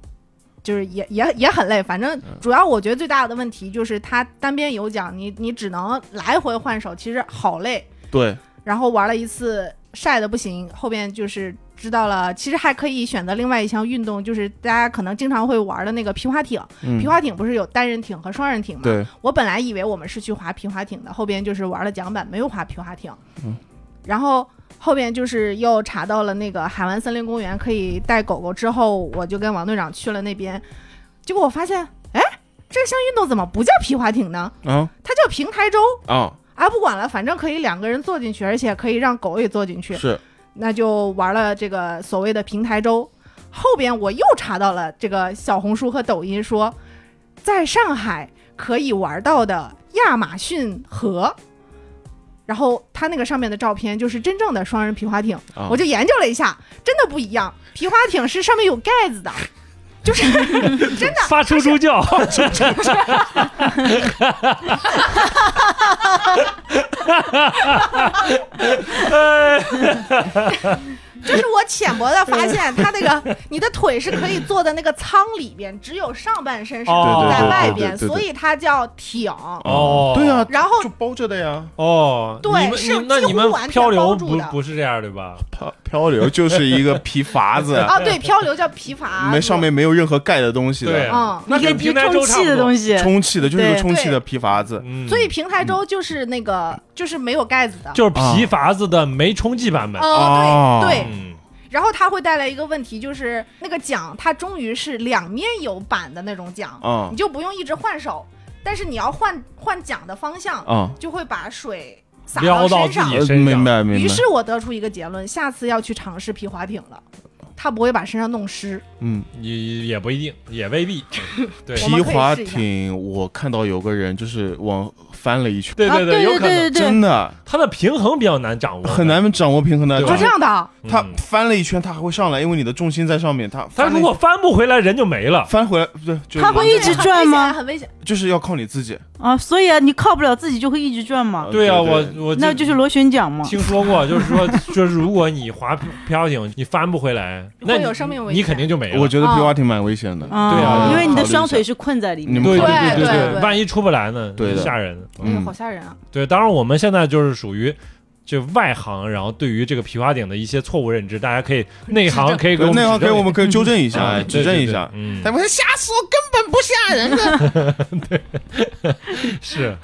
[SPEAKER 3] 就是也也也很累，反正主要我觉得最大的问题就是它单边有桨，你你只能来回换手，其实好累。
[SPEAKER 2] 对，
[SPEAKER 3] 然后玩了一次晒的不行，后边就是知道了，其实还可以选择另外一项运动，就是大家可能经常会玩的那个皮划艇。
[SPEAKER 2] 嗯
[SPEAKER 3] 皮，划艇不是有单人艇和双人艇吗？
[SPEAKER 2] 对，
[SPEAKER 3] 我本来以为我们是去滑皮划艇的，后边就是玩了桨板，没有滑皮划艇。
[SPEAKER 2] 嗯，
[SPEAKER 3] 然后后边就是又查到了那个海湾森林公园可以带狗狗，之后我就跟王队长去了那边，结果我发现，哎，这项运动怎么不叫皮划艇呢？
[SPEAKER 2] 啊
[SPEAKER 3] 它叫平台舟
[SPEAKER 2] 啊，
[SPEAKER 3] 啊！不管了，反正可以两个人坐进去，而且可以让狗也坐进去，
[SPEAKER 2] 是，
[SPEAKER 3] 那就玩了这个所谓的平台舟。后边我又查到了这个小红书和抖音说，在上海可以玩到的亚马逊河，然后它那个上面的照片就是真正的双人皮划艇，
[SPEAKER 2] 啊
[SPEAKER 3] 我就研究了一下，真的不一样。皮划艇是上面有盖子 的，就是真的
[SPEAKER 1] 发出猪 叫，
[SPEAKER 3] 就是我浅薄的发现，它那个你的腿是可以坐在那个舱里边，只有上半身是
[SPEAKER 1] 哦
[SPEAKER 3] 在外
[SPEAKER 2] 对对对
[SPEAKER 3] 边，
[SPEAKER 2] 对对对
[SPEAKER 3] 所以它叫艇。
[SPEAKER 1] 哦
[SPEAKER 2] 对啊，
[SPEAKER 3] 然后
[SPEAKER 2] 就包着的呀，
[SPEAKER 1] 哦，
[SPEAKER 3] 对
[SPEAKER 1] 你们
[SPEAKER 3] 是
[SPEAKER 1] 你那
[SPEAKER 3] 几
[SPEAKER 1] 你
[SPEAKER 3] 乎
[SPEAKER 1] 们
[SPEAKER 3] 完全
[SPEAKER 1] 漂流
[SPEAKER 3] 包住
[SPEAKER 1] 不
[SPEAKER 3] 的
[SPEAKER 1] 不是这样对吧？
[SPEAKER 2] 漂漂流就是一个皮筏子，
[SPEAKER 3] 哦，对，漂流叫皮筏，
[SPEAKER 2] 没上。面没有任何盖的东西
[SPEAKER 1] 对
[SPEAKER 2] 的，
[SPEAKER 3] 嗯，
[SPEAKER 1] 那
[SPEAKER 4] 一个
[SPEAKER 1] 跟
[SPEAKER 4] 一
[SPEAKER 1] 平
[SPEAKER 4] 个
[SPEAKER 1] 台
[SPEAKER 4] 充
[SPEAKER 1] 舟差
[SPEAKER 4] 气
[SPEAKER 1] 不
[SPEAKER 4] 的
[SPEAKER 1] 多
[SPEAKER 4] 东，西，
[SPEAKER 2] 充气的，就是一个
[SPEAKER 4] 对
[SPEAKER 2] 充气的皮筏子，
[SPEAKER 1] 嗯，
[SPEAKER 3] 所以平台舟就是那个，就是没有盖子的。
[SPEAKER 1] 就是
[SPEAKER 2] 啊
[SPEAKER 1] 皮筏子的没冲击版本，
[SPEAKER 3] 哦，
[SPEAKER 2] 哦
[SPEAKER 3] 对对。
[SPEAKER 1] 嗯，
[SPEAKER 3] 然后它会带来一个问题，就是那个桨，它终于是两面有板的那种桨，
[SPEAKER 1] 哦
[SPEAKER 2] 啊
[SPEAKER 3] 你就不用一直换手，但是你要换换桨的方向，
[SPEAKER 2] 啊，
[SPEAKER 3] 就会把水洒
[SPEAKER 1] 哦撩到自
[SPEAKER 3] 身
[SPEAKER 1] 己
[SPEAKER 3] 上。
[SPEAKER 1] 也
[SPEAKER 2] 呃
[SPEAKER 1] 身上
[SPEAKER 2] 明白明白，
[SPEAKER 3] 于是我得出一个结论：下次要去尝试皮划艇了，它不会把身上弄湿。
[SPEAKER 2] 嗯。
[SPEAKER 1] 也也不一定，也未必，嗯对
[SPEAKER 3] 我们
[SPEAKER 2] 皮
[SPEAKER 3] 可以
[SPEAKER 2] 划
[SPEAKER 3] 试一下
[SPEAKER 2] 艇，我看到有个人就是往翻了一圈，
[SPEAKER 1] 对
[SPEAKER 4] 啊，
[SPEAKER 1] 对，
[SPEAKER 4] 对
[SPEAKER 1] 有可能
[SPEAKER 4] 对对对，
[SPEAKER 2] 真的
[SPEAKER 1] 它的平衡比较难掌握，
[SPEAKER 2] 很难掌握平衡的。
[SPEAKER 1] 对
[SPEAKER 2] 就
[SPEAKER 1] 吧
[SPEAKER 3] 哦，这
[SPEAKER 2] 是
[SPEAKER 3] 样的啊，
[SPEAKER 1] 嗯。
[SPEAKER 2] 他翻了一圈，他还会上来，因为你的重心在上面。他
[SPEAKER 1] 他
[SPEAKER 2] 翻了
[SPEAKER 1] 如果翻不回来，人就没了。
[SPEAKER 2] 翻回来，不对，就
[SPEAKER 4] 他会一直转吗？
[SPEAKER 3] 很危险，
[SPEAKER 2] 就是要靠你自己。呃
[SPEAKER 4] 啊，所以啊，你靠不了自己就会一直转嘛，
[SPEAKER 1] 啊对呀、
[SPEAKER 2] 对对
[SPEAKER 1] 我我
[SPEAKER 4] 那
[SPEAKER 1] 呃就
[SPEAKER 4] 就是螺旋桨嘛。
[SPEAKER 1] 听说过，就是说，就是如果你划漂艇，你翻不回来，那
[SPEAKER 3] 会
[SPEAKER 1] 你
[SPEAKER 3] 有生命危险
[SPEAKER 1] 你肯定就没了。
[SPEAKER 2] 我觉得
[SPEAKER 3] 啊
[SPEAKER 2] 皮划艇蛮危险的。
[SPEAKER 4] 啊，
[SPEAKER 1] 对啊
[SPEAKER 4] 哦因为你
[SPEAKER 2] 考虑
[SPEAKER 4] 的
[SPEAKER 2] 一下
[SPEAKER 4] 双腿是困在里
[SPEAKER 2] 你
[SPEAKER 4] 面
[SPEAKER 2] 们。
[SPEAKER 1] 对
[SPEAKER 3] 对
[SPEAKER 1] 对
[SPEAKER 3] 对
[SPEAKER 1] 对
[SPEAKER 3] 对
[SPEAKER 1] 万一出不来呢？
[SPEAKER 2] 对的
[SPEAKER 1] 吓人的。
[SPEAKER 3] 哎呦，
[SPEAKER 2] 嗯
[SPEAKER 3] 好吓人啊！
[SPEAKER 1] 对，当然我们现在就是属于这外行，然后对于这个皮划艇的一些错误认知，大家可以内行可以给
[SPEAKER 2] 对
[SPEAKER 1] 我们
[SPEAKER 2] 那样可
[SPEAKER 1] 指
[SPEAKER 2] 以，
[SPEAKER 1] 正
[SPEAKER 2] 我们可以纠正一下，
[SPEAKER 1] 啊
[SPEAKER 2] 哎
[SPEAKER 1] 对
[SPEAKER 2] 指正一下
[SPEAKER 1] 对。对嗯，
[SPEAKER 2] 他们瞎说，根本不吓人的。
[SPEAKER 1] 是。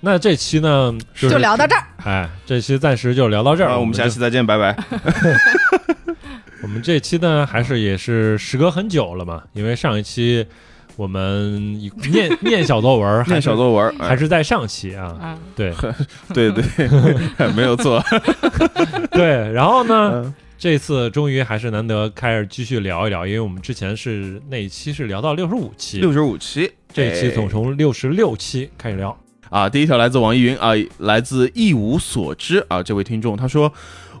[SPEAKER 1] 那这期呢，就
[SPEAKER 3] 就是聊到这儿，
[SPEAKER 1] 哎，这期暂时就聊到这儿。
[SPEAKER 2] 啊，我们
[SPEAKER 1] 就
[SPEAKER 2] 下期再见，拜拜。
[SPEAKER 1] 我们这期呢，还是也是时隔很久了嘛，因为上一期我们一念念小作文儿，还
[SPEAKER 2] 念
[SPEAKER 1] 是
[SPEAKER 2] 小作文，
[SPEAKER 1] 还
[SPEAKER 2] 哎，
[SPEAKER 1] 是在上期啊，
[SPEAKER 4] 啊，
[SPEAKER 1] 对
[SPEAKER 2] 对对， 没有错。
[SPEAKER 1] 对。然后呢，
[SPEAKER 2] 嗯
[SPEAKER 1] 这次终于还是难得开始继续聊一聊，因为我们之前是那一期是聊到六十五期，
[SPEAKER 2] 六十五期，
[SPEAKER 1] 这一期
[SPEAKER 2] 哎
[SPEAKER 1] 总从六十六期开始聊。
[SPEAKER 2] 啊，第一条来自网易云啊，来自一无所知啊，这位听众他说，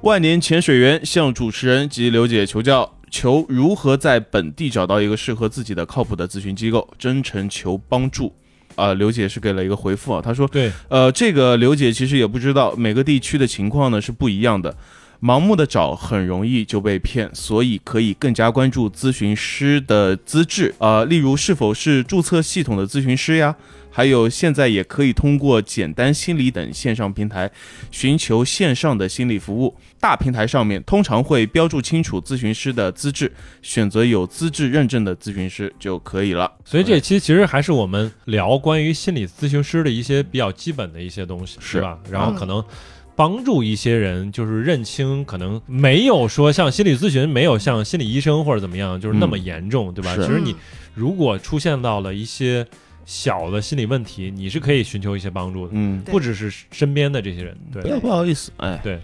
[SPEAKER 2] 万年潜水员向主持人及刘姐求教，求如何在本地找到一个适合自己的靠谱的咨询机构，真诚求帮助。啊，刘姐是给了一个回复啊，她说，
[SPEAKER 1] 对，
[SPEAKER 2] 呃，这个刘姐其实也不知道每个地区的情况呢是不一样的，盲目的找很容易就被骗，所以可以更加关注咨询师的资质，呃，例如是否是注册系统的咨询师呀，还有现在也可以通过简单心理等线上平台寻求线上的心理服务。大平台上面通常会标注清楚咨询师的资质，选择有资质认证的咨询师就可以了。
[SPEAKER 1] 所以这期其实还是我们聊关于心理咨询师的一些比较基本的一些东西，
[SPEAKER 2] 是
[SPEAKER 1] 吧？然后可能帮助一些人，就是认清可能没有说像心理咨询，没有像嗯
[SPEAKER 3] 嗯
[SPEAKER 1] 心理医生或者怎么样，就是那么严重，对吧？
[SPEAKER 2] 是
[SPEAKER 1] 其实你如果出现到了一些小的心理问题，你是可以寻求一些帮助的，
[SPEAKER 2] 嗯，
[SPEAKER 3] 对
[SPEAKER 1] 不只是身边的这些人。对
[SPEAKER 2] 不，要不好意思，哎，
[SPEAKER 1] 对，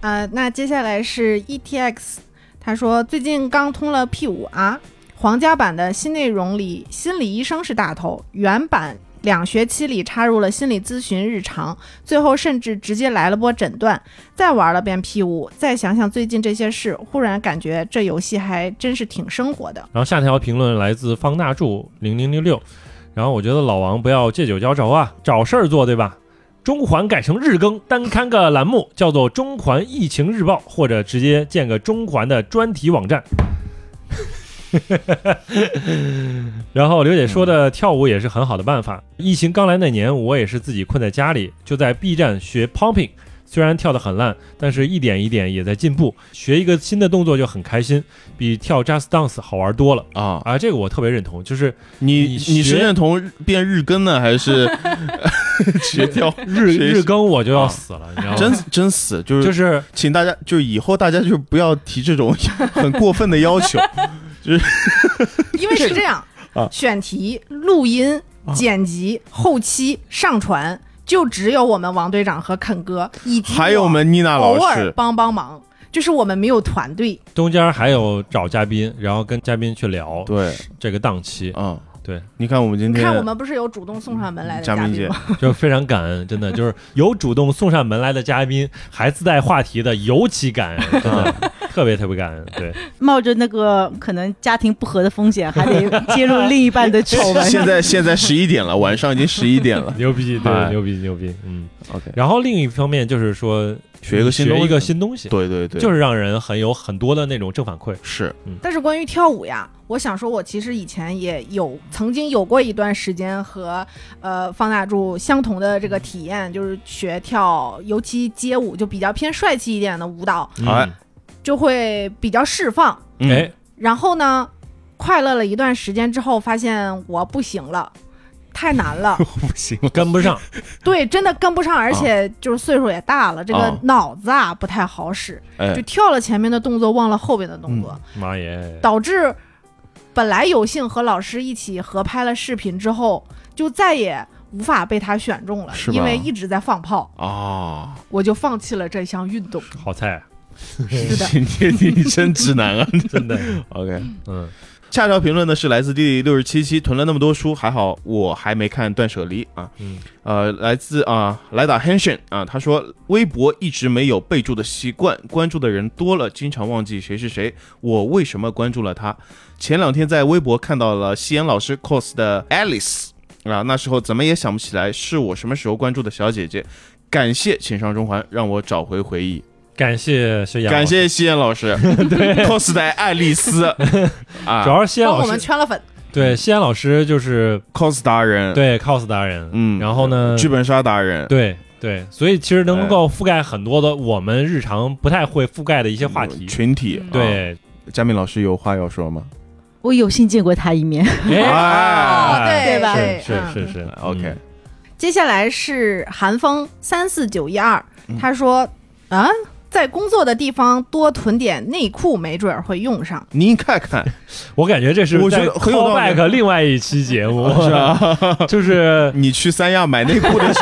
[SPEAKER 3] 呃，那接下来是 ETX，他说最近刚通了 P 五 R 皇家版的新内容里，心理医生是大头，原版两学期里插入了心理咨询日常，最后甚至直接来了波诊断。再玩了遍 P 五，再想想最近这些事，忽然感觉这游戏还真是挺生活的。
[SPEAKER 1] 然后下条评论来自方大柱零零六六，然后我觉得老王不要借酒浇愁啊，找事儿做对吧？中环改成日更，单刊个栏目叫做《中环疫情日报》，或者直接建个中环的专题网站。 然后刘姐说的跳舞也是很好的办法。疫情刚来那年，我也是自己困在家里，就在 B 站学 popping，虽然跳得很烂，但是一点一点也在进步，学一个新的动作就很开心，比跳 Just Dance 好玩多了。
[SPEAKER 2] 啊，
[SPEAKER 1] 啊，这个我特别认同，就是
[SPEAKER 2] 你
[SPEAKER 1] 你
[SPEAKER 2] 你是
[SPEAKER 1] 学
[SPEAKER 2] 认同日变日更呢，还是学跳？
[SPEAKER 1] 日
[SPEAKER 2] 学
[SPEAKER 1] 日更我就要
[SPEAKER 2] 啊
[SPEAKER 1] 死了，你知道吗？
[SPEAKER 2] 真真死，就是
[SPEAKER 1] 就是
[SPEAKER 2] 请大家，就是以后大家就不要提这种 很过分的要求。
[SPEAKER 3] 因为是这样，
[SPEAKER 2] 啊
[SPEAKER 3] 选题、录音、剪辑、后期、上传，就只有我们王队长和肯哥，以及
[SPEAKER 2] 还有我们妮娜
[SPEAKER 3] 偶
[SPEAKER 2] 老
[SPEAKER 3] 尔
[SPEAKER 2] 师，
[SPEAKER 3] 帮帮忙，就是我们没有团队。
[SPEAKER 1] 中间还有找嘉宾，然后跟嘉宾去聊
[SPEAKER 2] 对，
[SPEAKER 1] 这个档期，
[SPEAKER 2] 嗯，
[SPEAKER 1] 对，
[SPEAKER 2] 你看我们今
[SPEAKER 3] 你
[SPEAKER 2] 天
[SPEAKER 3] 看，我们不是有主动送上门来的
[SPEAKER 2] 嘉
[SPEAKER 3] 嘉
[SPEAKER 2] 宾
[SPEAKER 3] 宾
[SPEAKER 2] 姐
[SPEAKER 3] 吗？
[SPEAKER 1] 就非常感恩，真的就是有主动送上门来的嘉宾，还自带话题的，尤其感 恩，真的特别特别感恩。对，。
[SPEAKER 4] 冒着那个可能家庭不和的风险，还得揭露另一半的丑
[SPEAKER 3] 啊
[SPEAKER 4] 闻。
[SPEAKER 2] 现在现在十一点了，晚上已经十一点了
[SPEAKER 1] 牛逼，对，
[SPEAKER 2] 哎
[SPEAKER 1] 牛逼，牛逼，嗯。
[SPEAKER 2] OK，
[SPEAKER 1] 然后另一方面就是说，
[SPEAKER 2] 学一个新
[SPEAKER 1] 学
[SPEAKER 2] 东
[SPEAKER 1] 一个
[SPEAKER 2] 西
[SPEAKER 1] 新东西，
[SPEAKER 2] 对对对，
[SPEAKER 1] 就是让人很有很多的那种正反馈。
[SPEAKER 2] 是
[SPEAKER 3] 但是关于跳舞呀，我想说，我其实以前也有曾经有过一段时间和呃方大柱相同的这个体验，就是学跳，尤其街舞，就比较偏帅气一点的舞蹈，
[SPEAKER 2] 哎
[SPEAKER 3] 就会比较释放。
[SPEAKER 1] 嗯，
[SPEAKER 2] 嗯
[SPEAKER 1] 哎，
[SPEAKER 3] 然后呢，快乐了一段时间之后，发现我不行了，太难了。
[SPEAKER 2] 不行，
[SPEAKER 1] 跟不上，
[SPEAKER 3] 对，真的跟不上，而且就是岁数也大了，这个
[SPEAKER 2] 啊
[SPEAKER 3] 脑子啊不太好使，
[SPEAKER 2] 哎
[SPEAKER 3] 就，跳了前面的动作，忘了后边的动作，
[SPEAKER 1] 妈耶！
[SPEAKER 3] 导致本来有幸和老师一起合拍了视频之后，就再也无法被他选中了
[SPEAKER 2] 是，吧
[SPEAKER 3] 因为一直在放炮，
[SPEAKER 2] 啊，
[SPEAKER 3] 我就放弃了这项运动。
[SPEAKER 1] 好菜，
[SPEAKER 3] 是的
[SPEAKER 2] 你你你真直男啊
[SPEAKER 1] 真 的，
[SPEAKER 2] ！OK，
[SPEAKER 1] 嗯，
[SPEAKER 2] 下条评论呢是来自第六十七期，囤了那么多书，还好我还没看《断舍离》啊。
[SPEAKER 1] 嗯，
[SPEAKER 2] 呃，来自啊莱达 Henson 啊，他说微博一直没有备注的习惯，关注的人多了，经常忘记谁是谁，我为什么关注了他？前两天在微博看到了西安老师 cos 的 Alice 啊，那时候怎么也想不起来是我什么时候关注的小姐姐。感谢请上中环，让我找回回忆。
[SPEAKER 1] 感谢薛洋，
[SPEAKER 2] 感谢西安老师，cos 的爱丽丝啊，
[SPEAKER 1] 主要是谢
[SPEAKER 3] 帮
[SPEAKER 1] 老
[SPEAKER 3] 我
[SPEAKER 1] 师
[SPEAKER 3] 们圈了粉，
[SPEAKER 1] 对，西安老师就是、
[SPEAKER 2] cos 达人，，
[SPEAKER 1] 对 cos 达人，
[SPEAKER 2] 嗯
[SPEAKER 1] 然后呢，
[SPEAKER 2] 剧本杀达人，
[SPEAKER 1] 对对，所以其实能够覆盖很多的我们日常不太会覆盖的一些话题。
[SPEAKER 2] 群体，
[SPEAKER 1] 嗯
[SPEAKER 2] 啊，
[SPEAKER 1] 对，
[SPEAKER 2] 佳敏老师有话要说吗
[SPEAKER 4] 我有幸见过他一面，
[SPEAKER 3] 哦
[SPEAKER 1] 哎，
[SPEAKER 3] 对
[SPEAKER 4] 对吧
[SPEAKER 3] 对
[SPEAKER 1] 是
[SPEAKER 3] 嗯
[SPEAKER 1] 是是是
[SPEAKER 2] 啊？OK，
[SPEAKER 3] 接下来是韩风三四九一二，他说啊，在工作的地方多囤点内裤，没准儿会用上。
[SPEAKER 2] 您看看，
[SPEAKER 1] 我感觉这是
[SPEAKER 2] 我觉
[SPEAKER 1] 在
[SPEAKER 2] 得很有道理
[SPEAKER 1] callback 另外一期节目，
[SPEAKER 2] 是吧？
[SPEAKER 1] 就是
[SPEAKER 2] 你去三亚买内裤的事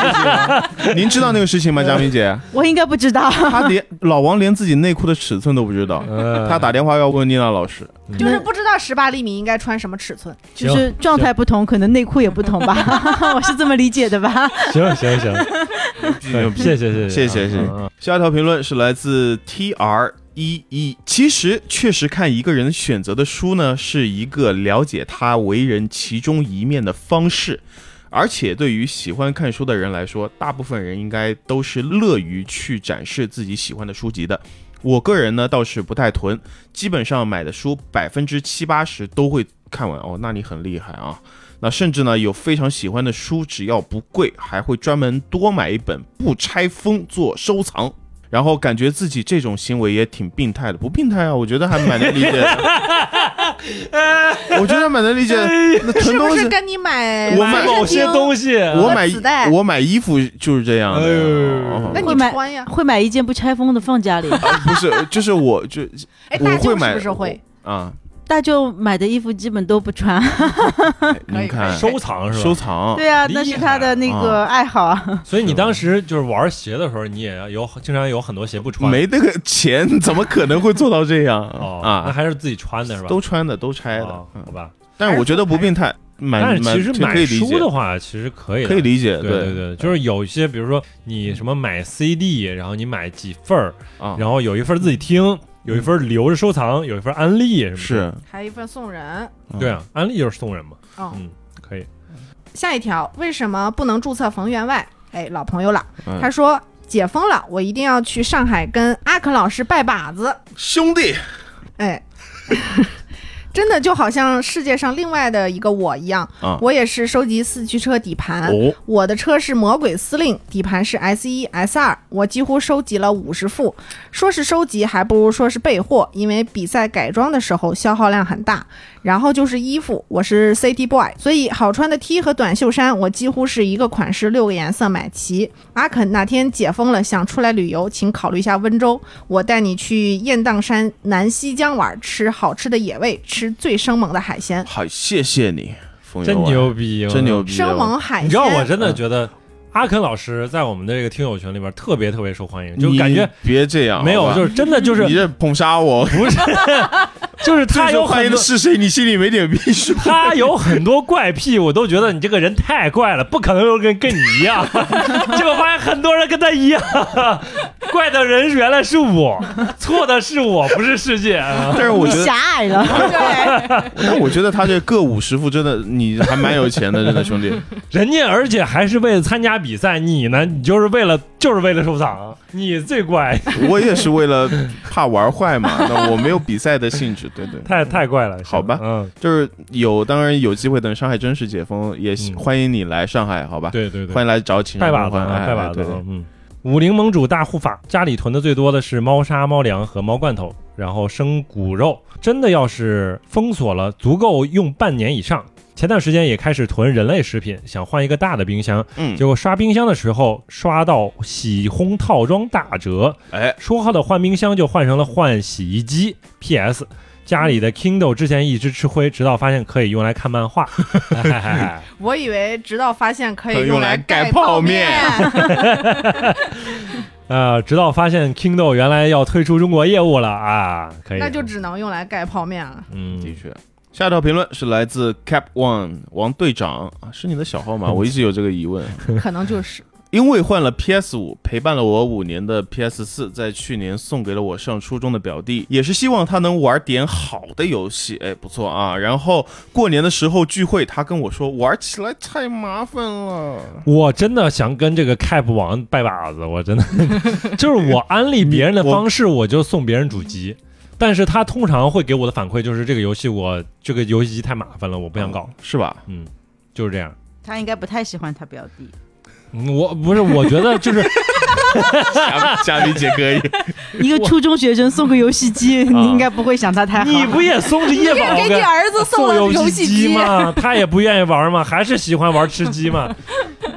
[SPEAKER 2] 情，您知道那个事情吗？佳敏姐，
[SPEAKER 4] 我应该不知道。
[SPEAKER 2] 他连老王连自己内裤的尺寸都不知道，
[SPEAKER 1] 呃，
[SPEAKER 2] 他打电话要问妮娜老师，
[SPEAKER 3] 就是不知道十八厘米应该穿什么尺寸，
[SPEAKER 4] 就是状态不同，可能内裤也不同吧， 我是这么理解的吧？
[SPEAKER 1] 行行行，谢谢谢
[SPEAKER 2] 嗯谢谢
[SPEAKER 1] 谢
[SPEAKER 2] 谢
[SPEAKER 1] 嗯
[SPEAKER 2] 谢
[SPEAKER 1] 嗯嗯
[SPEAKER 2] 下一条评论是来自 T R 一一。其实，确实看一个人选择的书呢，是一个了解他为人其中一面的方式。而且，对于喜欢看书的人来说，大部分人应该都是乐于去展示自己喜欢的书籍的。我个人呢，倒是不太囤，基本上买的书百分之七八十都会看完。哦，那你很厉害啊！那甚至呢，有非常喜欢的书，只要不贵，还会专门多买一本，不拆封做收藏。然后感觉自己这种行为也挺病态的，不病态啊？我觉得还蛮能理解的。 我觉得蛮能理解的。那囤
[SPEAKER 3] 是不
[SPEAKER 2] 东
[SPEAKER 3] 是
[SPEAKER 2] 西，
[SPEAKER 3] 跟你买
[SPEAKER 2] 我买
[SPEAKER 3] 随身
[SPEAKER 1] 某些
[SPEAKER 3] 听
[SPEAKER 1] 东西，
[SPEAKER 2] 我
[SPEAKER 3] 和子
[SPEAKER 2] 买
[SPEAKER 3] 弹
[SPEAKER 2] 我买衣服就是这样的。
[SPEAKER 1] 哎呦
[SPEAKER 2] 哦
[SPEAKER 3] 那
[SPEAKER 4] 会
[SPEAKER 3] 你
[SPEAKER 4] 买
[SPEAKER 3] 穿呀？
[SPEAKER 4] 会买一 件不拆封的放家里，
[SPEAKER 2] 不是，就是我就
[SPEAKER 3] 哎，
[SPEAKER 2] 我
[SPEAKER 3] 大
[SPEAKER 2] 会
[SPEAKER 3] 舅是
[SPEAKER 2] 买
[SPEAKER 3] 不是会？
[SPEAKER 2] 啊，
[SPEAKER 4] 大舅买的衣服基本都不穿。
[SPEAKER 2] 哎你们看
[SPEAKER 1] 收藏是吧？
[SPEAKER 2] 收藏，
[SPEAKER 4] 对啊，
[SPEAKER 1] 厉
[SPEAKER 4] 那是他的那
[SPEAKER 2] 害
[SPEAKER 4] 个爱好啊。
[SPEAKER 1] 所以你当时就是玩鞋的时候，你也有经常有很多鞋不穿，
[SPEAKER 2] 没那个钱怎么可能会做到这样
[SPEAKER 1] 哦那
[SPEAKER 2] 啊？
[SPEAKER 1] 还是自己穿的是吧？
[SPEAKER 2] 都穿的，都拆的
[SPEAKER 1] 哦，
[SPEAKER 2] 嗯
[SPEAKER 1] 好吧。
[SPEAKER 2] 但是我觉得不病态，
[SPEAKER 1] 但
[SPEAKER 2] 买
[SPEAKER 1] 是其实
[SPEAKER 2] 买可
[SPEAKER 1] 买
[SPEAKER 2] 以理
[SPEAKER 1] 书
[SPEAKER 2] 解
[SPEAKER 1] 的，话，其实可以的
[SPEAKER 2] 可以理解，
[SPEAKER 1] 对对对，就是有一些，比如说你什么买 CD，然后你买几份儿，
[SPEAKER 2] 啊，
[SPEAKER 1] 然后有一份儿自己听，有一份儿留着收藏，有一份儿安利什么的。
[SPEAKER 2] 是，
[SPEAKER 3] 还有一份送人。
[SPEAKER 2] 嗯
[SPEAKER 1] 对啊，安利就是送人嘛。
[SPEAKER 3] 哦
[SPEAKER 1] 嗯，可以。
[SPEAKER 3] 下一条，为什么不能注册冯员外？哎，老朋友了，
[SPEAKER 2] 嗯
[SPEAKER 3] 他说解封了，我一定要去上海跟阿肯老师拜把子。
[SPEAKER 2] 兄弟，
[SPEAKER 3] 哎， 真的就好像世界上另外的一个我一样，
[SPEAKER 2] 啊
[SPEAKER 3] 我也是收集四驱车底盘。
[SPEAKER 2] 哦，
[SPEAKER 3] 我的车是魔鬼司令，底盘是 S 一、S 二，我几乎收集了五十副。说是收集，还不如说是备货，因为比赛改装的时候消耗量很大。然后就是衣服，我是 City Boy，所以好穿的 T 和短袖衫，我几乎是一个款式六个颜色买齐。阿肯哪天解封了，想出来旅游，请考虑一下温州，我带你去雁荡山南溪江玩，吃好吃的野味，吃最生猛的海鲜，
[SPEAKER 2] 好，谢谢你，冯
[SPEAKER 1] 真
[SPEAKER 2] 友啊
[SPEAKER 1] 牛逼，
[SPEAKER 2] 真牛！逼，
[SPEAKER 3] 生猛海鲜。
[SPEAKER 1] 你知道我真的
[SPEAKER 2] 嗯
[SPEAKER 1] 觉得阿肯老师在我们的这个听友群里边特别特别受欢迎，
[SPEAKER 2] 你啊
[SPEAKER 1] 就感觉
[SPEAKER 2] 别这样，
[SPEAKER 1] 没有，就是是真的就是
[SPEAKER 2] 你这捧杀我，
[SPEAKER 1] 不是， 就是他
[SPEAKER 2] 最
[SPEAKER 1] 有
[SPEAKER 2] 受欢
[SPEAKER 1] 很
[SPEAKER 2] 迎的
[SPEAKER 1] 多。
[SPEAKER 2] 是谁？你心里没点逼是吧？
[SPEAKER 1] 他有很多怪癖，我都觉得你这个人太怪了，不可能有跟跟你一样。 结果发现很多人跟他一样，怪的人原来是我，错的是我，不是世界啊！
[SPEAKER 2] 但是我觉得，
[SPEAKER 4] 狭隘了，对，
[SPEAKER 2] 但我觉得他这各五十副真的，你还蛮有钱的，真的 兄弟。
[SPEAKER 1] 人家而且还是为了参加比赛，你呢？你就是为了就是为了收藏，你最怪，
[SPEAKER 2] 我也是为了怕玩坏嘛，那我没有比赛的兴致，对 对。
[SPEAKER 1] 太太怪了。
[SPEAKER 2] 好吧
[SPEAKER 1] 嗯，
[SPEAKER 2] 就是有，当然有机会等上海真实解封，也
[SPEAKER 1] 嗯
[SPEAKER 2] 欢迎你来上海，好吧？
[SPEAKER 1] 对对对，
[SPEAKER 2] 欢迎来找秦
[SPEAKER 1] 拜
[SPEAKER 2] 始
[SPEAKER 1] 把
[SPEAKER 2] 皇，
[SPEAKER 1] 子啊，
[SPEAKER 2] 哎
[SPEAKER 1] 拜把
[SPEAKER 2] 哎
[SPEAKER 1] 子
[SPEAKER 2] 对
[SPEAKER 1] 啊
[SPEAKER 2] 对，
[SPEAKER 1] 嗯。武林盟主大护法，家里囤的最多的是猫砂、猫粮和猫罐头，然后生骨肉。真的要是封锁了，足够用半年以上。前段时间也开始囤人类食品，想换一个大的冰箱，
[SPEAKER 2] 嗯，
[SPEAKER 1] 结果刷冰箱的时候刷到洗烘套装打折，
[SPEAKER 2] 哎，
[SPEAKER 1] 说好的换冰箱就换成了换洗衣机。P.S. 家里的 Kindle 之前一直吃灰，直到发现可以用来看漫 画。哎哎哎哎
[SPEAKER 3] 我以为直到发现可
[SPEAKER 2] 可以
[SPEAKER 3] 以
[SPEAKER 2] 用来
[SPEAKER 3] 来
[SPEAKER 2] 盖
[SPEAKER 3] 盖
[SPEAKER 2] 泡哎
[SPEAKER 3] 面，
[SPEAKER 1] 呃，直到发现 Kindle 原来要退出中国业务了啊，可以，
[SPEAKER 3] 那就只能用来盖泡面了。
[SPEAKER 1] 嗯，
[SPEAKER 2] 的确。下一条评论是来自 Cap One 王队长啊，是你的 小号吗？我一直有这个疑问。
[SPEAKER 3] 可能 就是
[SPEAKER 2] 因为换了 PS 五，陪伴了我五年的 PS 四，在去年送给了我上初中的表弟，也是希望他能玩点好的游戏，哎，不错啊。然后过年的时候聚会，他跟我说玩起来太麻烦了。
[SPEAKER 1] 我真的想跟这个 Cap 王拜把子，我真的 就是我安利别人的方式，我就送别人主机，但是他通常会给我的反馈就是这个游戏我这个游戏机太麻烦了，我不想搞，
[SPEAKER 2] 是吧？
[SPEAKER 1] 嗯，就是这样。
[SPEAKER 4] 他应该不太喜欢他表弟。
[SPEAKER 1] 嗯我不是，我觉得就是
[SPEAKER 2] 嘉嘉宾姐可以，
[SPEAKER 4] 一个初中学生送个游戏机，你应该不会想他太好。
[SPEAKER 1] 你不也送着叶宝
[SPEAKER 3] 给你
[SPEAKER 1] 跟
[SPEAKER 3] 儿子送
[SPEAKER 1] 啊送
[SPEAKER 3] 了
[SPEAKER 1] 游
[SPEAKER 3] 戏
[SPEAKER 1] 机？吗？他也不愿意玩嘛，还是喜欢玩吃鸡嘛？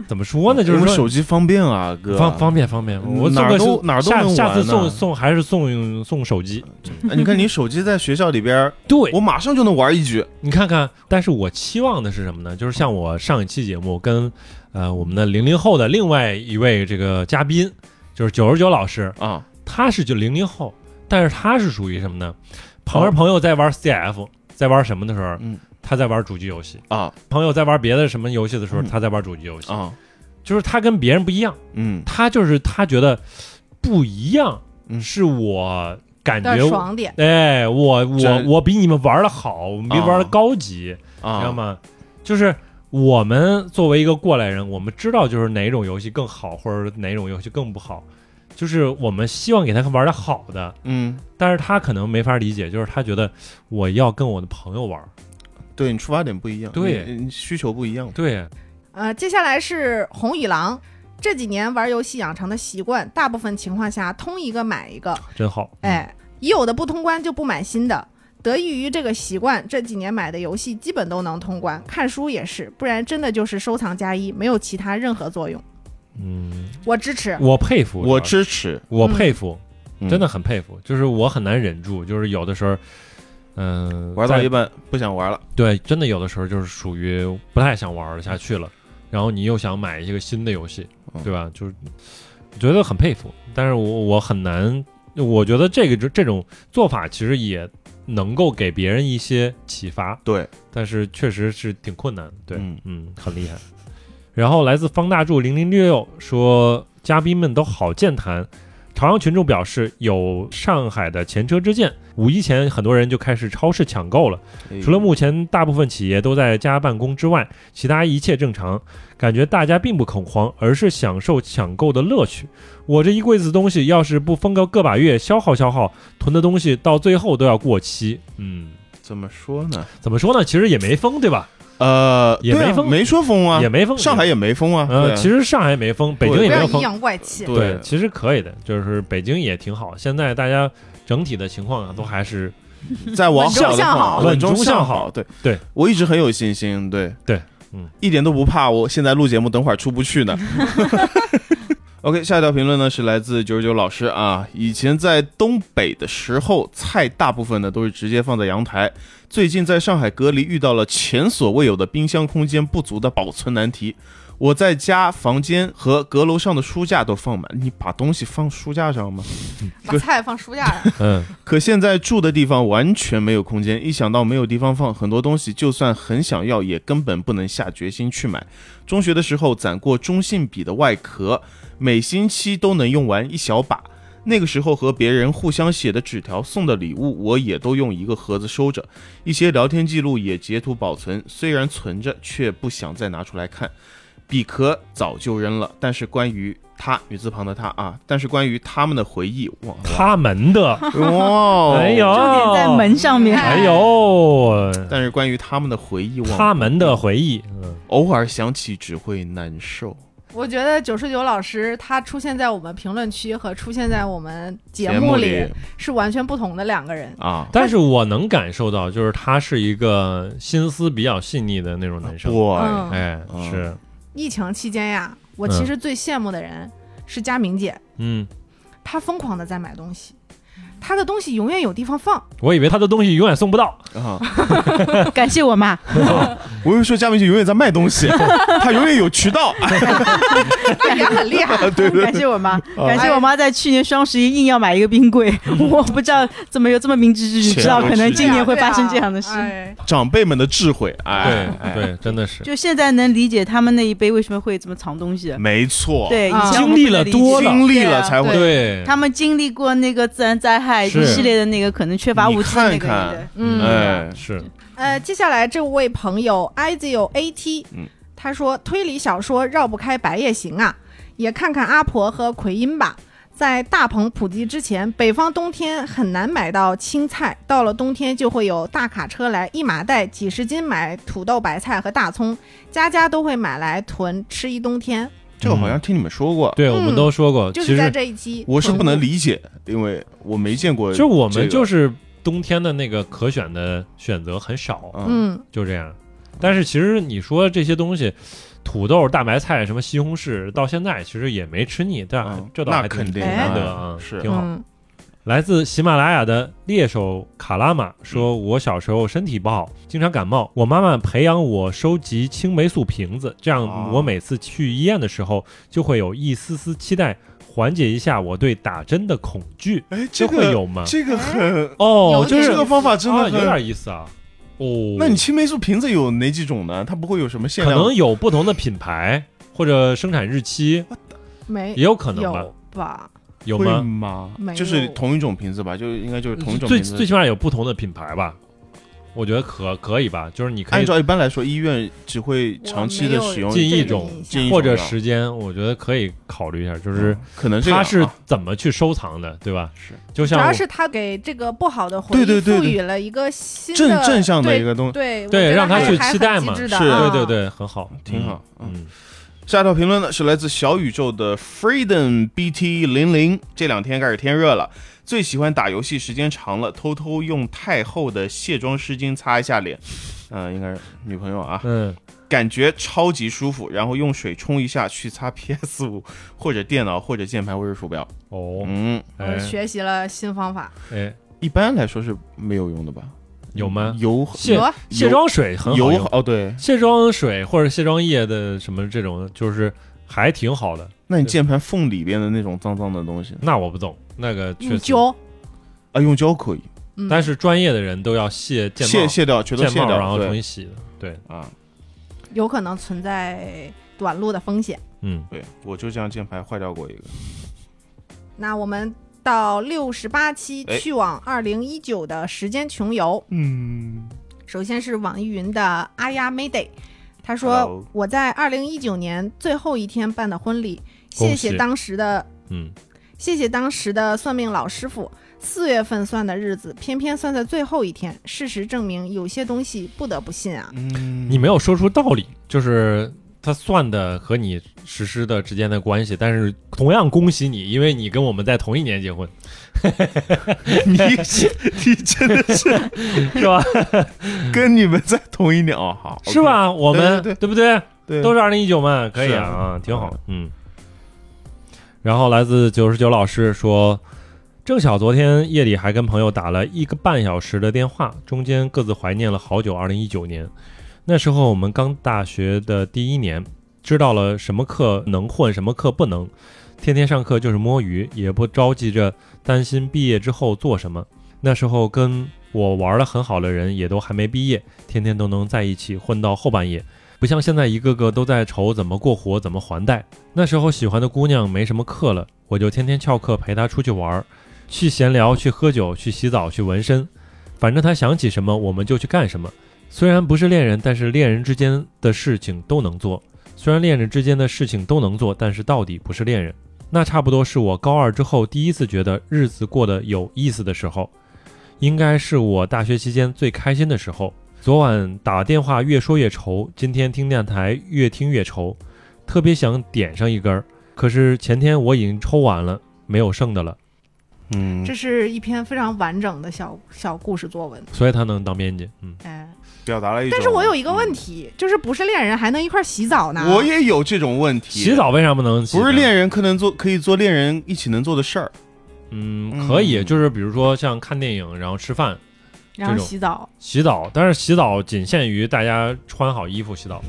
[SPEAKER 1] 怎么说呢？就
[SPEAKER 2] 我
[SPEAKER 1] 是
[SPEAKER 2] 们
[SPEAKER 1] 说
[SPEAKER 2] 手机方便啊，哥。
[SPEAKER 1] 方方便方便，我送
[SPEAKER 2] 哪儿
[SPEAKER 1] 个
[SPEAKER 2] 都
[SPEAKER 1] 手
[SPEAKER 2] 哪儿都
[SPEAKER 1] 下
[SPEAKER 2] 能
[SPEAKER 1] 下次
[SPEAKER 2] 玩呢
[SPEAKER 1] 送送还是送送手机。
[SPEAKER 2] 哎你看你手机在学校里边儿，
[SPEAKER 1] 对
[SPEAKER 2] 我马上就能玩一局。
[SPEAKER 1] 你看看，但是我期望的是什么呢？就是像我上一期节目跟呃我们的零零后的另外一位这个嘉宾，就是九十九老师，
[SPEAKER 2] 啊，
[SPEAKER 1] 他是就零零后，但是他是属于什么呢？旁边朋友在玩 CF，在玩什么的时候，
[SPEAKER 2] 嗯
[SPEAKER 1] 他在玩主机游戏；
[SPEAKER 2] 啊
[SPEAKER 1] 朋友在玩别的什么游戏的时候，
[SPEAKER 2] 嗯
[SPEAKER 1] 他在玩主机游戏。
[SPEAKER 2] 啊，
[SPEAKER 1] 就是他跟别人不一样，
[SPEAKER 2] 嗯
[SPEAKER 1] 他就是他觉得不一样，
[SPEAKER 2] 嗯
[SPEAKER 1] 是我感
[SPEAKER 3] 的
[SPEAKER 1] 觉我
[SPEAKER 3] 爽点，
[SPEAKER 1] 哎，我我
[SPEAKER 2] 真
[SPEAKER 1] 我比你们玩的好，我们比
[SPEAKER 2] 啊
[SPEAKER 1] 玩的高级，
[SPEAKER 2] 啊，
[SPEAKER 1] 知道吗？就是我们作为一个过来人，我们知道就是哪种游戏更好，或者哪种游戏更不好，就是我们希望给他玩的好的，
[SPEAKER 2] 嗯，
[SPEAKER 1] 但是他可能没法理解，就是他觉得我要跟我的朋友玩，
[SPEAKER 2] 对你出发点不一样，
[SPEAKER 1] 对
[SPEAKER 2] 你你需求不一样。
[SPEAKER 1] 对，
[SPEAKER 3] 呃，接下来是红与狼。这几年玩游戏养成的习惯，大部分情况下通一个买一个，
[SPEAKER 1] 真好，
[SPEAKER 2] 嗯
[SPEAKER 3] 哎，已有的不通关就不买新的。得益于这个习惯，这几年买的游戏基本都能通关，看书也是，不然真的就是收藏加一，没有其他任何作用。
[SPEAKER 1] 嗯，
[SPEAKER 3] 我支持，
[SPEAKER 1] 我佩服，
[SPEAKER 2] 我支持，
[SPEAKER 1] 我佩服，
[SPEAKER 2] 嗯
[SPEAKER 1] 真的很佩服，就是我很难忍住，就是有的时候。嗯，
[SPEAKER 2] 玩到
[SPEAKER 1] 在
[SPEAKER 2] 一半不想玩了，
[SPEAKER 1] 对，真的有的时候就是属于不太想玩得下去了，然后你又想买一个新的游戏，
[SPEAKER 2] 嗯
[SPEAKER 1] 对吧？就是我觉得很佩服，但是我我很难，我觉得这个这种做法其实也能够给别人一些启发，
[SPEAKER 2] 对，
[SPEAKER 1] 但是确实是挺困难的，对，
[SPEAKER 2] 嗯
[SPEAKER 1] 嗯，很厉害。 然后来自方大柱零零六六说，嘉宾们都好健谈。朝阳群众表示，有上海的前车之鉴，五一前很多人就开始超市抢购了。
[SPEAKER 2] 哎
[SPEAKER 1] 除了目前大部分企业都在家办公之外，其他一切正常，感觉大家并不恐慌，而是享受抢购的乐趣。我这一柜子东西要是不封个个把月，消耗消耗，囤的东西到最后都要过期。嗯，
[SPEAKER 2] 怎么说呢？
[SPEAKER 1] 怎么说呢？其实也没封，对吧？
[SPEAKER 2] 呃，
[SPEAKER 1] 也
[SPEAKER 2] 对啊
[SPEAKER 1] 没封
[SPEAKER 2] 没说封啊
[SPEAKER 1] 也，没封。
[SPEAKER 2] 上海也没封啊。对
[SPEAKER 1] 呃，
[SPEAKER 2] 啊
[SPEAKER 1] 其实上海没封，北京
[SPEAKER 2] 对
[SPEAKER 1] 也没
[SPEAKER 3] 不要
[SPEAKER 1] 有
[SPEAKER 3] 阴
[SPEAKER 1] 封。
[SPEAKER 3] 阳怪气。
[SPEAKER 1] 对，
[SPEAKER 2] 对
[SPEAKER 1] 其实可以的，就是北京也挺好。现在大家整体的情况啊，都还 是
[SPEAKER 2] 再往
[SPEAKER 3] 稳中
[SPEAKER 2] 好的
[SPEAKER 3] 向
[SPEAKER 2] 放
[SPEAKER 3] 好
[SPEAKER 1] 稳
[SPEAKER 2] 稳
[SPEAKER 1] 中
[SPEAKER 2] 中
[SPEAKER 1] 向
[SPEAKER 2] 向
[SPEAKER 1] 好
[SPEAKER 2] 好。对
[SPEAKER 1] 对，
[SPEAKER 2] 我一直很有信心。对
[SPEAKER 1] 对，嗯，
[SPEAKER 2] 一点都不怕。我现在录节目，等会儿出不去呢。OK，下一条评论呢是来自九十九老师啊。以前在东北的时候，菜大部分呢都是直接放在阳台。最近在上海隔离，遇到了前所未有的冰箱空间不足的保存难题。我在家房间和阁楼上的书架都放满，你把东西放书架上吗？
[SPEAKER 3] 把菜放书架上，
[SPEAKER 1] 嗯，
[SPEAKER 2] 可现在住的地方完全没有空间，一想到没有地方放，很多东西就算很想要，也根本不能下决心去买。中学的时候攒过中性笔的外壳，每星期都能用完一小把。那个时候和别人互相写的纸条、送的礼物，我也都用一个盒子收着。一些聊天记录也截图保存，虽然存着，却不想再拿出来看。笔壳早就扔了，但是关于他女字旁的他啊，但是关于他们的回忆，哇，
[SPEAKER 1] 他们的，
[SPEAKER 2] 哇，
[SPEAKER 1] 哎呦，
[SPEAKER 4] 重点在门上面。
[SPEAKER 1] 哎呦，
[SPEAKER 2] 但是关于他们的回忆，忘
[SPEAKER 1] 他们的回忆，嗯。
[SPEAKER 2] 偶尔想起只会难受。
[SPEAKER 3] 我觉得九十九老师他出现在我们评论区和出现在我们节
[SPEAKER 2] 目
[SPEAKER 3] 里是完全不同的两个人。
[SPEAKER 2] 啊，
[SPEAKER 1] 但是我能感受到，就是他是一个心思比较细腻的那种男生。
[SPEAKER 2] 我
[SPEAKER 3] 嗯，
[SPEAKER 1] 哎，
[SPEAKER 2] 嗯
[SPEAKER 1] 是，
[SPEAKER 3] 疫情期间呀，
[SPEAKER 4] 嗯
[SPEAKER 3] 我其实最羡慕的人是佳明姐，
[SPEAKER 1] 嗯，
[SPEAKER 3] 她疯狂的在买东西，她的东西永远有地方放。
[SPEAKER 1] 我以为他的东西永远送不到，
[SPEAKER 2] 啊，
[SPEAKER 4] 感谢我妈，
[SPEAKER 2] 我就说嘉明姐永远在卖东西， 她永远有渠道。哎
[SPEAKER 3] 那也很厉害。
[SPEAKER 2] 对对
[SPEAKER 4] 感谢我妈，感谢我妈在去年双十一硬要买一个冰柜，我不知道怎么有这么明智之举，
[SPEAKER 2] 钱
[SPEAKER 4] 知道可能
[SPEAKER 2] 都是
[SPEAKER 4] 今年会发生这样的事。
[SPEAKER 3] 哎
[SPEAKER 2] 长辈们的智慧，哎，
[SPEAKER 1] 对
[SPEAKER 2] 哎，
[SPEAKER 1] 对，真的是，
[SPEAKER 4] 就现在能理解他们那一辈为什么会这么藏东西，
[SPEAKER 2] 没错，
[SPEAKER 4] 对，以
[SPEAKER 3] 啊
[SPEAKER 4] 前我们不能
[SPEAKER 1] 经历了多
[SPEAKER 4] 理解
[SPEAKER 1] 了
[SPEAKER 2] 嗯经历了才会。
[SPEAKER 1] 对，
[SPEAKER 4] 他们经历过那个自然灾害一
[SPEAKER 1] 是
[SPEAKER 4] 系列的那个可能缺乏
[SPEAKER 2] 你
[SPEAKER 4] 物资的那
[SPEAKER 2] 看
[SPEAKER 4] 个
[SPEAKER 2] 看
[SPEAKER 4] 年代
[SPEAKER 3] 嗯，
[SPEAKER 2] 哎，
[SPEAKER 1] 是，
[SPEAKER 3] 呃，接下来这位朋友 i z o a t，
[SPEAKER 2] 嗯
[SPEAKER 3] 他说推理小说绕不开《白夜行》啊，也看看阿婆和奎因吧。在大棚普及之前，北方冬天很难买到青菜，到了冬天就会有大卡车来一麻袋几十斤买土豆、白菜和大葱，家家都会买来囤吃一冬天。
[SPEAKER 2] 这个好像听你们说过，
[SPEAKER 1] 对
[SPEAKER 3] 嗯
[SPEAKER 1] 我们都说过，
[SPEAKER 3] 就
[SPEAKER 1] 其
[SPEAKER 3] 是在
[SPEAKER 1] 实
[SPEAKER 3] 这一期，
[SPEAKER 2] 呃我是不
[SPEAKER 3] 嗯
[SPEAKER 2] 能理解，因为我没见过
[SPEAKER 1] 就。是我
[SPEAKER 2] 这
[SPEAKER 1] 们
[SPEAKER 2] 个
[SPEAKER 1] 就是冬天的那个可选的选择很少，
[SPEAKER 2] 嗯，
[SPEAKER 3] 嗯，
[SPEAKER 1] 就这样。但是其实你说这些东西，土豆、大白菜、什么西红柿，到现在其实也没吃腻，但
[SPEAKER 2] 嗯
[SPEAKER 1] 啊这倒
[SPEAKER 2] 那
[SPEAKER 1] 还挺
[SPEAKER 2] 肯定
[SPEAKER 1] 难得
[SPEAKER 2] 的
[SPEAKER 1] 啊，
[SPEAKER 2] 是
[SPEAKER 1] 挺好。
[SPEAKER 3] 嗯
[SPEAKER 1] 来自喜马拉雅的猎手卡拉玛说：“
[SPEAKER 2] 嗯
[SPEAKER 1] 我小时候身体不好，经常感冒。我妈妈培养我收集青霉素瓶子，这样
[SPEAKER 2] 哦
[SPEAKER 1] 我每次去医院的时候，就会有一丝丝期待，缓解一下我对打针的恐惧。
[SPEAKER 2] 哎，
[SPEAKER 1] 这
[SPEAKER 2] 这
[SPEAKER 1] 会
[SPEAKER 2] 个
[SPEAKER 1] 有吗？
[SPEAKER 2] 这个很，
[SPEAKER 1] 哦
[SPEAKER 3] 有，
[SPEAKER 1] 就
[SPEAKER 3] 点
[SPEAKER 1] 是
[SPEAKER 2] 这个方法真的
[SPEAKER 1] 啊，有
[SPEAKER 2] 很。
[SPEAKER 1] 点意思啊。哦，
[SPEAKER 2] 那你青霉素瓶子有哪几种呢？它不会有什么限
[SPEAKER 1] 可
[SPEAKER 2] 量？
[SPEAKER 1] 能有不同的品牌或者生产日期，
[SPEAKER 3] 没
[SPEAKER 1] 也有可能吧
[SPEAKER 3] 哎有？吧？
[SPEAKER 1] 有
[SPEAKER 2] 会
[SPEAKER 1] 吗？
[SPEAKER 2] 吗
[SPEAKER 3] 没有
[SPEAKER 2] 就是同一种瓶子吧，就应该就是同一种
[SPEAKER 1] 最
[SPEAKER 2] 瓶子。
[SPEAKER 1] 最起码有不同的品牌吧？我觉得可可以吧，就是你可
[SPEAKER 2] 按
[SPEAKER 1] 以
[SPEAKER 2] 照一般来说，医院只会长期的使用
[SPEAKER 1] 我没有进一
[SPEAKER 2] 这
[SPEAKER 1] 种
[SPEAKER 2] 进一
[SPEAKER 1] 或者
[SPEAKER 2] 种药
[SPEAKER 1] 时间，我觉得可以考虑一下，就
[SPEAKER 2] 嗯
[SPEAKER 1] 是
[SPEAKER 2] 可能这
[SPEAKER 1] 它
[SPEAKER 2] 样
[SPEAKER 1] 是
[SPEAKER 2] 啊
[SPEAKER 1] 怎么去收藏的，对吧？
[SPEAKER 2] 是
[SPEAKER 1] 就
[SPEAKER 3] 主
[SPEAKER 1] 像
[SPEAKER 3] 要
[SPEAKER 1] 我
[SPEAKER 3] 是他给这个不好的回
[SPEAKER 2] 对
[SPEAKER 3] 忆
[SPEAKER 2] 对对
[SPEAKER 3] 赋
[SPEAKER 2] 对
[SPEAKER 3] 予了一个新的
[SPEAKER 2] 正正向的
[SPEAKER 3] 对
[SPEAKER 2] 一个东西，
[SPEAKER 1] 对
[SPEAKER 3] 对我觉得
[SPEAKER 1] 让他
[SPEAKER 3] 还
[SPEAKER 1] 去
[SPEAKER 3] 还
[SPEAKER 1] 期
[SPEAKER 3] 很
[SPEAKER 1] 待
[SPEAKER 3] 机
[SPEAKER 1] 嘛
[SPEAKER 3] 智的
[SPEAKER 2] 是
[SPEAKER 3] 啊
[SPEAKER 1] 对对对，很好，
[SPEAKER 2] 挺好。嗯，
[SPEAKER 1] 嗯，
[SPEAKER 2] 下一条评论呢是来自小宇宙的 Freedom BT 零零，这两天开始天热了，最喜欢打游戏时间长了，偷偷用太厚的卸妆湿巾擦一下脸，嗯、应该是女朋友啊，
[SPEAKER 1] 嗯
[SPEAKER 2] 感觉超级舒服，然后用水冲一下去擦 PS 五或者电脑或者键盘或者鼠标，
[SPEAKER 1] 哦，
[SPEAKER 2] 嗯，
[SPEAKER 3] 我
[SPEAKER 1] 哎
[SPEAKER 3] 学习了新方法，
[SPEAKER 1] 哎，
[SPEAKER 2] 一般来说是没有用的吧？
[SPEAKER 1] 有吗？
[SPEAKER 2] 油
[SPEAKER 1] 卸
[SPEAKER 3] 有啊
[SPEAKER 1] 卸妆水很好
[SPEAKER 2] 油
[SPEAKER 1] 用，
[SPEAKER 2] 哦，对，
[SPEAKER 1] 卸妆水或者卸妆液的什么这种，就是还挺好的。
[SPEAKER 2] 那你
[SPEAKER 1] 对
[SPEAKER 2] 键盘缝里边的那种脏脏的东西
[SPEAKER 1] 那我不懂，那个确
[SPEAKER 3] 用
[SPEAKER 1] 实，
[SPEAKER 3] 胶，
[SPEAKER 2] 啊，用胶可以
[SPEAKER 3] 嗯
[SPEAKER 1] 但是专业的人都要卸键帽
[SPEAKER 2] 卸卸掉，全都
[SPEAKER 1] 键
[SPEAKER 2] 卸
[SPEAKER 1] 帽，
[SPEAKER 2] 掉，
[SPEAKER 1] 然后重
[SPEAKER 2] 对
[SPEAKER 1] 新洗的。对，
[SPEAKER 2] 啊，
[SPEAKER 3] 有可能存在短路的风险。
[SPEAKER 1] 嗯，
[SPEAKER 2] 对，我就这样键盘坏掉过一个，
[SPEAKER 3] 那我们到六十八期
[SPEAKER 2] 哎
[SPEAKER 3] 去往二零一九的时间穷游，
[SPEAKER 2] 嗯，
[SPEAKER 3] 首先是网易云的阿呀 Mayday，他说
[SPEAKER 2] Hello
[SPEAKER 3] 我在二零一九年最后一天办的婚礼，
[SPEAKER 1] 恭
[SPEAKER 3] 谢谢
[SPEAKER 1] 喜
[SPEAKER 3] 当时的
[SPEAKER 1] 嗯，
[SPEAKER 3] 谢谢当时的算命老师傅，四月份算的日子，偏偏算在最后一天。事实证明，有些东西不得不信啊。
[SPEAKER 2] 嗯
[SPEAKER 1] 你 没有说出道理，就是他算的和你实施的之间的关系。但是同样恭喜你，因为你跟我们在同一年结婚，
[SPEAKER 2] 你你真的是
[SPEAKER 1] 是 吧？
[SPEAKER 2] 跟你们在同一年哦，好，
[SPEAKER 1] 是？吧？我们
[SPEAKER 2] 对对对
[SPEAKER 1] 不对？
[SPEAKER 2] 对，
[SPEAKER 1] 都
[SPEAKER 2] 是
[SPEAKER 1] 是二零一九嘛，可以
[SPEAKER 2] 是
[SPEAKER 1] 啊，
[SPEAKER 2] 啊
[SPEAKER 1] 啊挺好，嗯。然后来自九十九老师说，正巧昨天夜里还跟朋友打了一个半小时的电话，中间各自怀念了好久二零一九年。那时候我们刚大学的第一年，知道了什么课能混，什么课不能，天天上课就是摸鱼，也不着急着担心毕业之后做什么。那时候跟我玩的很好的人也都还没毕业，天天都能在一起混到后半夜。不像现在一个个都在愁怎么过活，怎么还贷。那时候喜欢的姑娘没什么课了，我就天天翘课陪她出去玩儿，去闲聊，去喝酒，去洗澡，去纹身，反正她想起什么我们就去干什么。虽然不是恋人，但是恋人之间的事情都能做。虽然恋人之间的事情都能做，但是到底不是恋人。那差不多是我高二之后第一次觉得日子过得有意思的时候，应该是我大学期间最开心的时候。昨晚打电话越说越愁，今天听电台越听越愁，特别想点上一根儿，可是前天我已经抽完了，没有剩的了，
[SPEAKER 2] 嗯
[SPEAKER 3] 这是一篇非常完整的小小故事作文。
[SPEAKER 1] 所以他能当编辑。嗯，
[SPEAKER 3] 哎，
[SPEAKER 2] 表达了一种，
[SPEAKER 3] 但是我有一个问题，就是不是恋人还能一块儿洗澡呢？
[SPEAKER 2] 我也有这种问题，
[SPEAKER 1] 洗澡为啥不能洗？
[SPEAKER 2] 不是，恋人可能做可以做恋人一起能做的事 儿，
[SPEAKER 1] 嗯，
[SPEAKER 2] 嗯
[SPEAKER 1] 可以，就是比如说像看电影，然后吃饭、
[SPEAKER 3] 然后
[SPEAKER 1] 这种
[SPEAKER 3] 洗澡。
[SPEAKER 1] 洗澡，但是洗澡仅限于大家穿好衣服洗澡，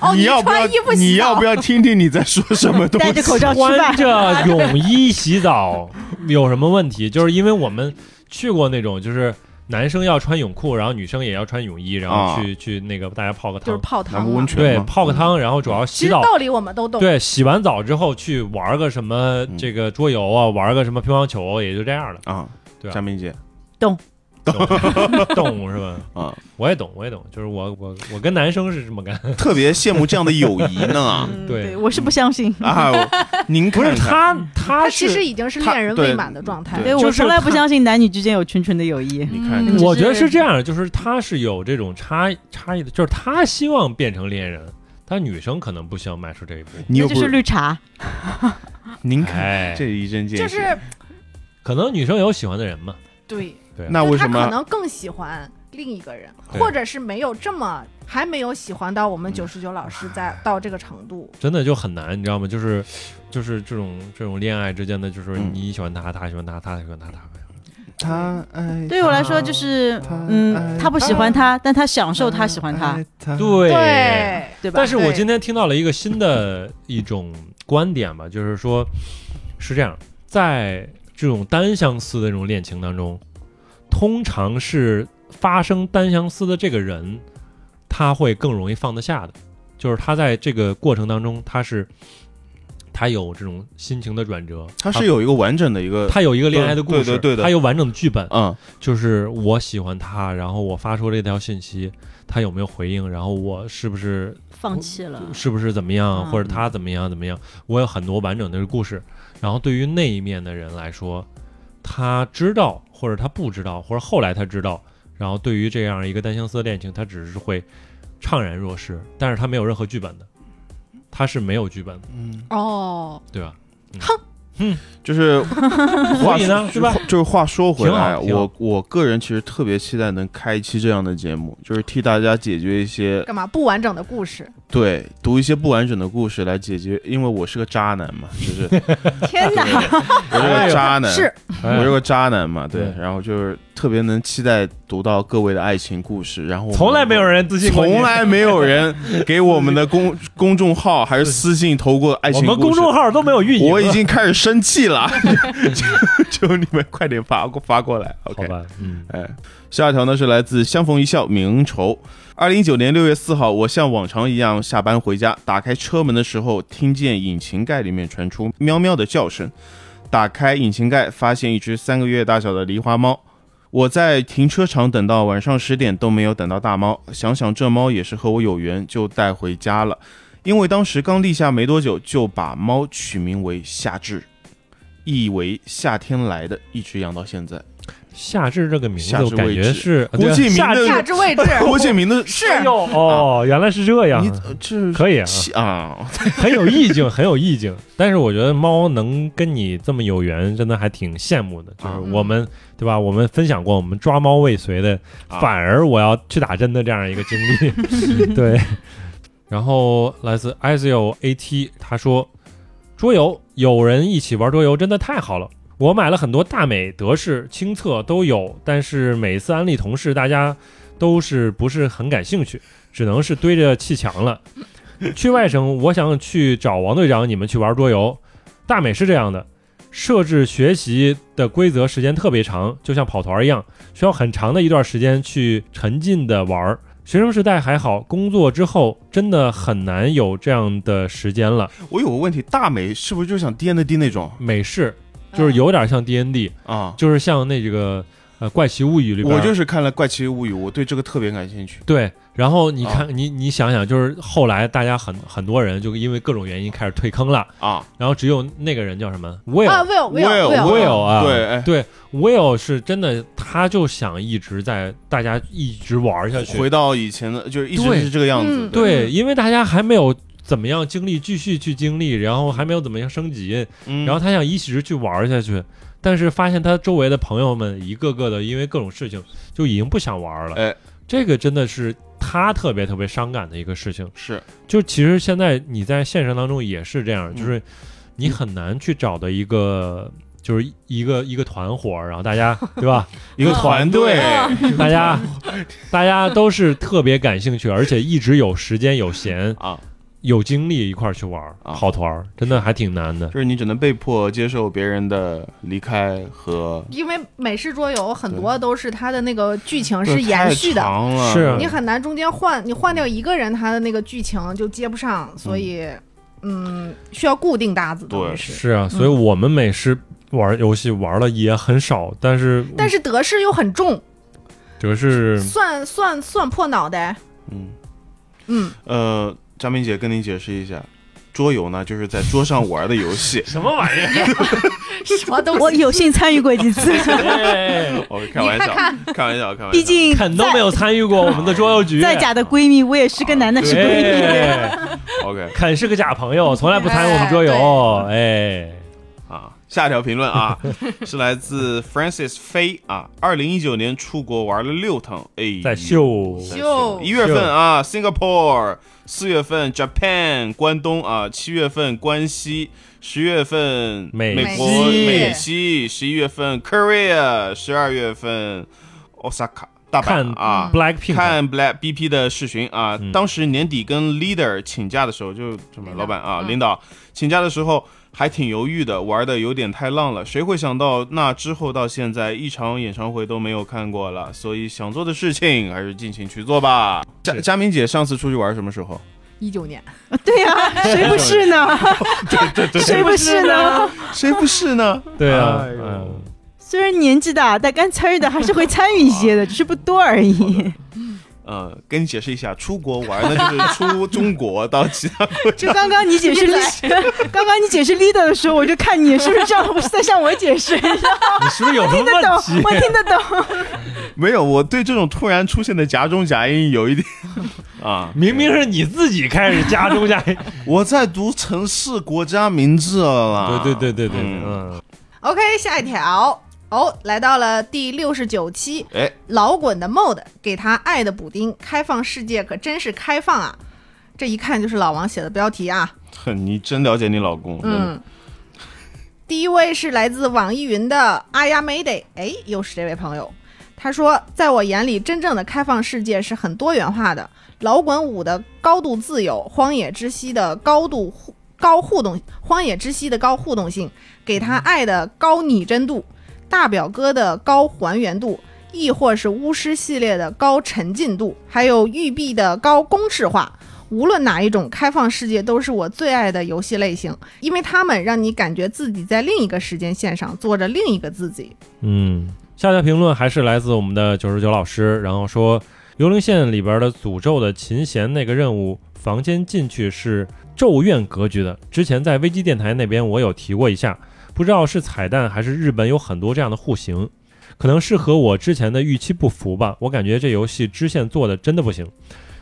[SPEAKER 3] 哦，
[SPEAKER 2] 你要不要
[SPEAKER 3] 穿衣服
[SPEAKER 2] 你
[SPEAKER 3] 洗
[SPEAKER 2] 要
[SPEAKER 3] 澡
[SPEAKER 2] 不要听听你在说什么东
[SPEAKER 4] 戴着
[SPEAKER 2] 西？
[SPEAKER 4] 口罩啊吃
[SPEAKER 1] 穿
[SPEAKER 4] 饭。
[SPEAKER 1] 着泳衣洗澡有什么问 题？就是因为我们去过那种就是。男生要穿泳裤，然后女生也要穿泳衣，然后
[SPEAKER 2] 啊
[SPEAKER 1] 去、去那个大家泡个
[SPEAKER 3] 就
[SPEAKER 1] 汤
[SPEAKER 3] 是，泡
[SPEAKER 2] 拿
[SPEAKER 3] 汤
[SPEAKER 2] 个
[SPEAKER 3] 嘛
[SPEAKER 2] 温泉
[SPEAKER 1] 对，
[SPEAKER 2] 吗嗯
[SPEAKER 1] 泡个汤，然后主要
[SPEAKER 3] 其
[SPEAKER 1] 洗
[SPEAKER 3] 实
[SPEAKER 1] 澡。
[SPEAKER 3] 道理我们都懂。
[SPEAKER 1] 对，洗完澡之后去玩个什么
[SPEAKER 2] 嗯
[SPEAKER 1] 这个桌游啊，玩个什么乒乓球，也就这 样了。
[SPEAKER 2] 啊，
[SPEAKER 1] 对啊
[SPEAKER 2] 夏明姐
[SPEAKER 1] 懂是吧？
[SPEAKER 2] 啊，
[SPEAKER 1] 我也懂，我也懂，就是我我我跟男生是这 么干，
[SPEAKER 2] 特别羡慕这样的友谊 呢
[SPEAKER 4] 嗯
[SPEAKER 1] 对
[SPEAKER 4] 我是不相信，
[SPEAKER 2] 啊！我您
[SPEAKER 1] 不是
[SPEAKER 2] 看看
[SPEAKER 1] 他他
[SPEAKER 3] 他其实
[SPEAKER 1] 是，
[SPEAKER 3] 已经是
[SPEAKER 2] 他
[SPEAKER 3] 恋人
[SPEAKER 2] 对
[SPEAKER 3] 未满的状态
[SPEAKER 2] 对。
[SPEAKER 4] 对
[SPEAKER 1] 就
[SPEAKER 4] 我
[SPEAKER 1] 是
[SPEAKER 4] 从来不
[SPEAKER 1] 看
[SPEAKER 4] 相信男女之间有纯纯的友谊。
[SPEAKER 2] 你看
[SPEAKER 3] 嗯
[SPEAKER 1] 我觉得
[SPEAKER 3] 就是
[SPEAKER 1] 是这样，就是他是有这种差差异的，就是他希望变成恋人，但女生可能不希望迈出这一步。
[SPEAKER 2] 你又
[SPEAKER 4] 那
[SPEAKER 2] 不
[SPEAKER 4] 就是绿茶，
[SPEAKER 2] 您看
[SPEAKER 1] 哎，
[SPEAKER 2] 这一针见血，
[SPEAKER 3] 就是
[SPEAKER 1] 可能女生有喜欢的人嘛？
[SPEAKER 3] 对，
[SPEAKER 1] 对啊，
[SPEAKER 2] 那
[SPEAKER 3] 就
[SPEAKER 2] 为
[SPEAKER 3] 他
[SPEAKER 2] 什
[SPEAKER 3] 可
[SPEAKER 2] 么
[SPEAKER 3] 能更喜欢另一个人，
[SPEAKER 1] 对嗯
[SPEAKER 3] 或者是没有这么还没有喜欢到我们九十九老师在到这个程度。
[SPEAKER 1] 真的就很难，你知道吗？就是就是这种这种恋爱之间的，就是
[SPEAKER 2] 嗯
[SPEAKER 1] 你喜欢他，他喜欢他，他喜欢他，他
[SPEAKER 2] 他爱
[SPEAKER 4] 对我来说就是，
[SPEAKER 2] 他
[SPEAKER 4] 嗯，他不喜欢他，但他享受他喜欢他，
[SPEAKER 2] 他
[SPEAKER 1] 对
[SPEAKER 3] 对，
[SPEAKER 4] 对吧？
[SPEAKER 1] 但是我
[SPEAKER 3] 对
[SPEAKER 1] 今天听到了一个新的一种观点吧，就是说，是这样，在这种单相思的这种恋情当中，通常是发生单相思的这个人，他会更容易放得下的，就是他在这个过程当中，他是他有这种心情的转折，
[SPEAKER 2] 他是有一个完整的一个，
[SPEAKER 1] 他有一个恋爱的故事，
[SPEAKER 2] 对对对的
[SPEAKER 1] 他有完整的剧本，
[SPEAKER 2] 嗯，
[SPEAKER 1] 就是我喜欢他，然后我发出这条信息，他有没有回应，然后我是不是
[SPEAKER 4] 放弃了，
[SPEAKER 1] 是不是怎么样，
[SPEAKER 4] 嗯
[SPEAKER 1] 或者他怎么样怎么样，我有很多完整的故事。然后对于那一面的人来说，他知道或者他不知道，或者后来他知道，然后对于这样一个单相思的恋情，他只是会怅然若失，但是他没有任何剧本的，他是没有剧本的，
[SPEAKER 2] 嗯，
[SPEAKER 3] 哦，
[SPEAKER 1] 对 吧？
[SPEAKER 2] 就是
[SPEAKER 1] 所以呢，是吧？
[SPEAKER 2] 就是话说回来，啊
[SPEAKER 1] 挺好挺好
[SPEAKER 2] 我我个人其实特别期待能开一期这样的节目，就是替大家解决一些
[SPEAKER 3] 干嘛不完整的故事？
[SPEAKER 2] 对读一些不完整的故事来解决，因为我是个渣男嘛，就是
[SPEAKER 4] 天哪！
[SPEAKER 2] 我是个渣男，
[SPEAKER 3] 是
[SPEAKER 2] 我是
[SPEAKER 1] 哎
[SPEAKER 2] 个渣男嘛，对
[SPEAKER 1] 对，
[SPEAKER 2] 然后就是特别能期待读到各位的爱情故事，然后我们
[SPEAKER 1] 从来没有人自信过你
[SPEAKER 2] 从来没有人给我们的公公众号还是私信投过爱
[SPEAKER 1] 我
[SPEAKER 2] 情故事。
[SPEAKER 1] 们公众号都没有运营，
[SPEAKER 2] 我已经开始生气了， 就就就你们快点发过发过来
[SPEAKER 1] 好
[SPEAKER 2] ，OK？
[SPEAKER 1] 吧，嗯，
[SPEAKER 2] 哎，下一条呢是来自相逢一笑泯仇。二零一九年六月四号，我像往常一样下班回家，打开车门的时候，听见引擎盖里面传出喵喵的叫声。打开引擎盖，发现一只三个月大小的狸花猫。我在停车场等到晚上十点都没有等到大猫，想想这猫也是和我有缘，就带回家了。因为当时刚立夏没多久，就把猫取名为夏至，意为夏天来的，一直养到现在。
[SPEAKER 1] 夏至这个名字
[SPEAKER 2] 夏至
[SPEAKER 1] 我感
[SPEAKER 2] 位置
[SPEAKER 1] 觉是啊
[SPEAKER 2] 估计名
[SPEAKER 1] 夏
[SPEAKER 2] 字
[SPEAKER 3] 价值 位置
[SPEAKER 2] 郭敬明的
[SPEAKER 3] 是啊
[SPEAKER 1] 哎呦哦，原来是这样
[SPEAKER 2] 你，呃这
[SPEAKER 1] 可以啊，
[SPEAKER 2] 气啊，
[SPEAKER 1] 很有意境，很有意境。但是我觉得猫能跟你这么有缘，真的还挺羡慕的。就是
[SPEAKER 2] 啊
[SPEAKER 1] 我们、对吧？我们分享过我们抓猫未遂的，
[SPEAKER 2] 啊
[SPEAKER 1] 反而我要去打针的这样一个经 历。对。然后来自 i s i o AT，他说：“桌游有人一起玩桌游真的太好了。我买了很多大美、德式、清测都有，但是每次安利同事，大家都是不是很感兴趣，只能是堆着砌墙了。去外省，我想去找王队长，你们去玩桌游。大美是这样的，设置学习的规则时间特别长，就像跑团儿一样，需要很长的一段时间去沉浸的玩儿。学生时代还好，工作之后真的很难有这样的时间了。
[SPEAKER 2] 我有个问题，大美是不是就像 D N D 那种
[SPEAKER 1] 美式
[SPEAKER 3] 嗯
[SPEAKER 2] 嗯
[SPEAKER 1] 就是有点像 D N D，
[SPEAKER 2] 啊？
[SPEAKER 1] 就是像那个呃《怪奇物语》里边儿，
[SPEAKER 2] 我就是看了《怪奇物语》，我对这个特别感兴趣。
[SPEAKER 1] 对。然后你
[SPEAKER 2] 啊
[SPEAKER 1] 看，你你想想，就是后来大家很很多人就因为各种原因开始退坑了，
[SPEAKER 2] 啊
[SPEAKER 1] 然后只有那个人叫什么 Will，、
[SPEAKER 3] 啊，Will
[SPEAKER 2] Will，
[SPEAKER 3] Will
[SPEAKER 1] Will 啊，
[SPEAKER 2] 对哎
[SPEAKER 1] 对，Will 是真的，他就想一直在大家一直玩下去，
[SPEAKER 2] 回到以前的，就是一直
[SPEAKER 1] 对
[SPEAKER 2] 是这个样子。
[SPEAKER 3] 嗯
[SPEAKER 1] 对，因为大家还没有怎么样经历，继续去经历，然后还没有怎么样升级，
[SPEAKER 2] 嗯
[SPEAKER 1] 然后他想一直去玩下去，但是发现他周围的朋友们一个个的因为各种事情就已经不想玩了，
[SPEAKER 2] 哎
[SPEAKER 1] 这个真的是他特别特别伤感的一个事情。
[SPEAKER 2] 是
[SPEAKER 1] 就其实现在你在现实当中也是这样，
[SPEAKER 2] 嗯
[SPEAKER 1] 就是你很难去找到一个。就是一个一个团伙，然后大家对吧？
[SPEAKER 2] 一个嗯团队，
[SPEAKER 3] 哦
[SPEAKER 1] 大家大家都是特别感兴趣，而且一直有时间、有闲、
[SPEAKER 2] 啊，
[SPEAKER 1] 有精力一块儿去玩儿，
[SPEAKER 2] 啊
[SPEAKER 1] 跑团儿真的还挺难的。
[SPEAKER 2] 就是你只能被迫接受别人的离开和
[SPEAKER 3] 因为美式桌游很多都是它的那个剧情是
[SPEAKER 2] 对
[SPEAKER 3] 延续
[SPEAKER 2] 太
[SPEAKER 3] 的，
[SPEAKER 2] 长了嗯
[SPEAKER 1] 是啊
[SPEAKER 3] 你很难中间换，你换掉一个人，他的那个剧情就接不上，所以嗯，需要固定搭子。
[SPEAKER 2] 对
[SPEAKER 3] 等于是，
[SPEAKER 1] 是啊，所以我们美食玩儿游戏玩儿了也很少，但是
[SPEAKER 3] 但是德式又很重，
[SPEAKER 1] 主要是。
[SPEAKER 3] 算算算破脑袋，
[SPEAKER 2] 嗯
[SPEAKER 3] 嗯，
[SPEAKER 2] 呃，张明姐跟您解释一下，桌游呢就是在桌上玩的游戏
[SPEAKER 1] 什么玩意儿？
[SPEAKER 3] 什么东
[SPEAKER 4] 我
[SPEAKER 3] 西？
[SPEAKER 4] 有幸参与过 几次，
[SPEAKER 2] 我开玩笑，开玩笑，开玩笑。
[SPEAKER 4] 毕竟
[SPEAKER 1] 肯都没有参与过我们的桌游局。
[SPEAKER 4] 在假的闺蜜，我也是跟男的是闺蜜。
[SPEAKER 1] 对，
[SPEAKER 2] OK，
[SPEAKER 1] 肯是个假朋友，从来不参与我们桌游。哎，
[SPEAKER 2] 啊，下一条评 论啊，是来自 Francis 飞啊，二零一九年出国玩了六趟，哎，
[SPEAKER 1] 在秀
[SPEAKER 2] 在
[SPEAKER 3] 秀
[SPEAKER 2] 秀，一月份啊，Singapore，四月份 Japan 关东啊，七月份关西，十月份
[SPEAKER 1] 美
[SPEAKER 2] 美国
[SPEAKER 1] 西
[SPEAKER 2] 美西，十一月份 Korea，十二月份 Osaka 大
[SPEAKER 1] 看
[SPEAKER 2] 阪啊，
[SPEAKER 1] Blackpink，
[SPEAKER 2] 看 Black BP 的视频啊，
[SPEAKER 1] 嗯
[SPEAKER 2] 当时年底跟 leader 请假的时候，就是什么
[SPEAKER 3] 领导
[SPEAKER 2] 老板啊，
[SPEAKER 3] 嗯
[SPEAKER 2] 领导请假的时候还挺犹豫的，玩的有点太浪了。谁会想到那之后到现在一场演唱会都没有看过了？所以想做的事情还是尽情去做吧。佳
[SPEAKER 1] 是
[SPEAKER 2] 佳明姐上次出去玩什么时候？
[SPEAKER 3] 一九年，
[SPEAKER 4] 对呀、谁不是呢？谁不是呢？
[SPEAKER 2] 谁不是呢？
[SPEAKER 1] 对啊
[SPEAKER 2] 哎，呦
[SPEAKER 1] 嗯
[SPEAKER 4] 虽然年纪大，但该参与的还是会参与一些的，只是不多而 已。
[SPEAKER 2] 呃，跟你解释一下，出国玩那就是出中国到其他 国
[SPEAKER 4] 就
[SPEAKER 2] 家。
[SPEAKER 4] 刚刚你解释 刚刚你解释 leader 的时候，我就看你是不是这样在向我解释，
[SPEAKER 1] 你是不是有什么
[SPEAKER 4] 听得懂
[SPEAKER 1] 问，题？
[SPEAKER 4] 我听得懂。
[SPEAKER 2] 没有，我对这种突然出现的夹中夹音有一点 啊，
[SPEAKER 1] 明明是你自己开始加中加，对
[SPEAKER 2] 我在读城市国家名字了。
[SPEAKER 1] 对对对对，
[SPEAKER 2] 啊嗯，
[SPEAKER 1] 嗯，
[SPEAKER 3] OK，下一条哦，来到了第六十九期，
[SPEAKER 2] 哎，
[SPEAKER 3] 老滚的 mod 给他爱的补丁，开放世界可真是开放啊！这一看就是老王写的标题啊。
[SPEAKER 2] 哼，你真了解你老公。
[SPEAKER 3] 嗯，第一位是来自网易云的阿呀 Mayday，哎，又是这位朋友，他说，在我眼里，真正的开放世界是很多元化的，老滚五的高度自由，荒野之息的高度互高互动，荒野之息的高互动性，给他爱的高拟真度，大表哥的高还原度。亦或是巫师系列的高沉浸度，还有育碧的高公式化，无论哪一种开放世界，都是我最爱的游戏类型，因为它们让你感觉自己在另一个时间线上做着另一个自己。
[SPEAKER 1] 嗯，下条评论还是来自我们的九十九老师，然后说《幽灵线》里边的诅咒的琴弦那个任务房间进去是咒怨格局的，之前在危机电台那边我有提过一下，不知道是彩蛋还是日本有很多这样的户型，可能是和我之前的预期不符吧，我感觉这游戏支线做的真的不行。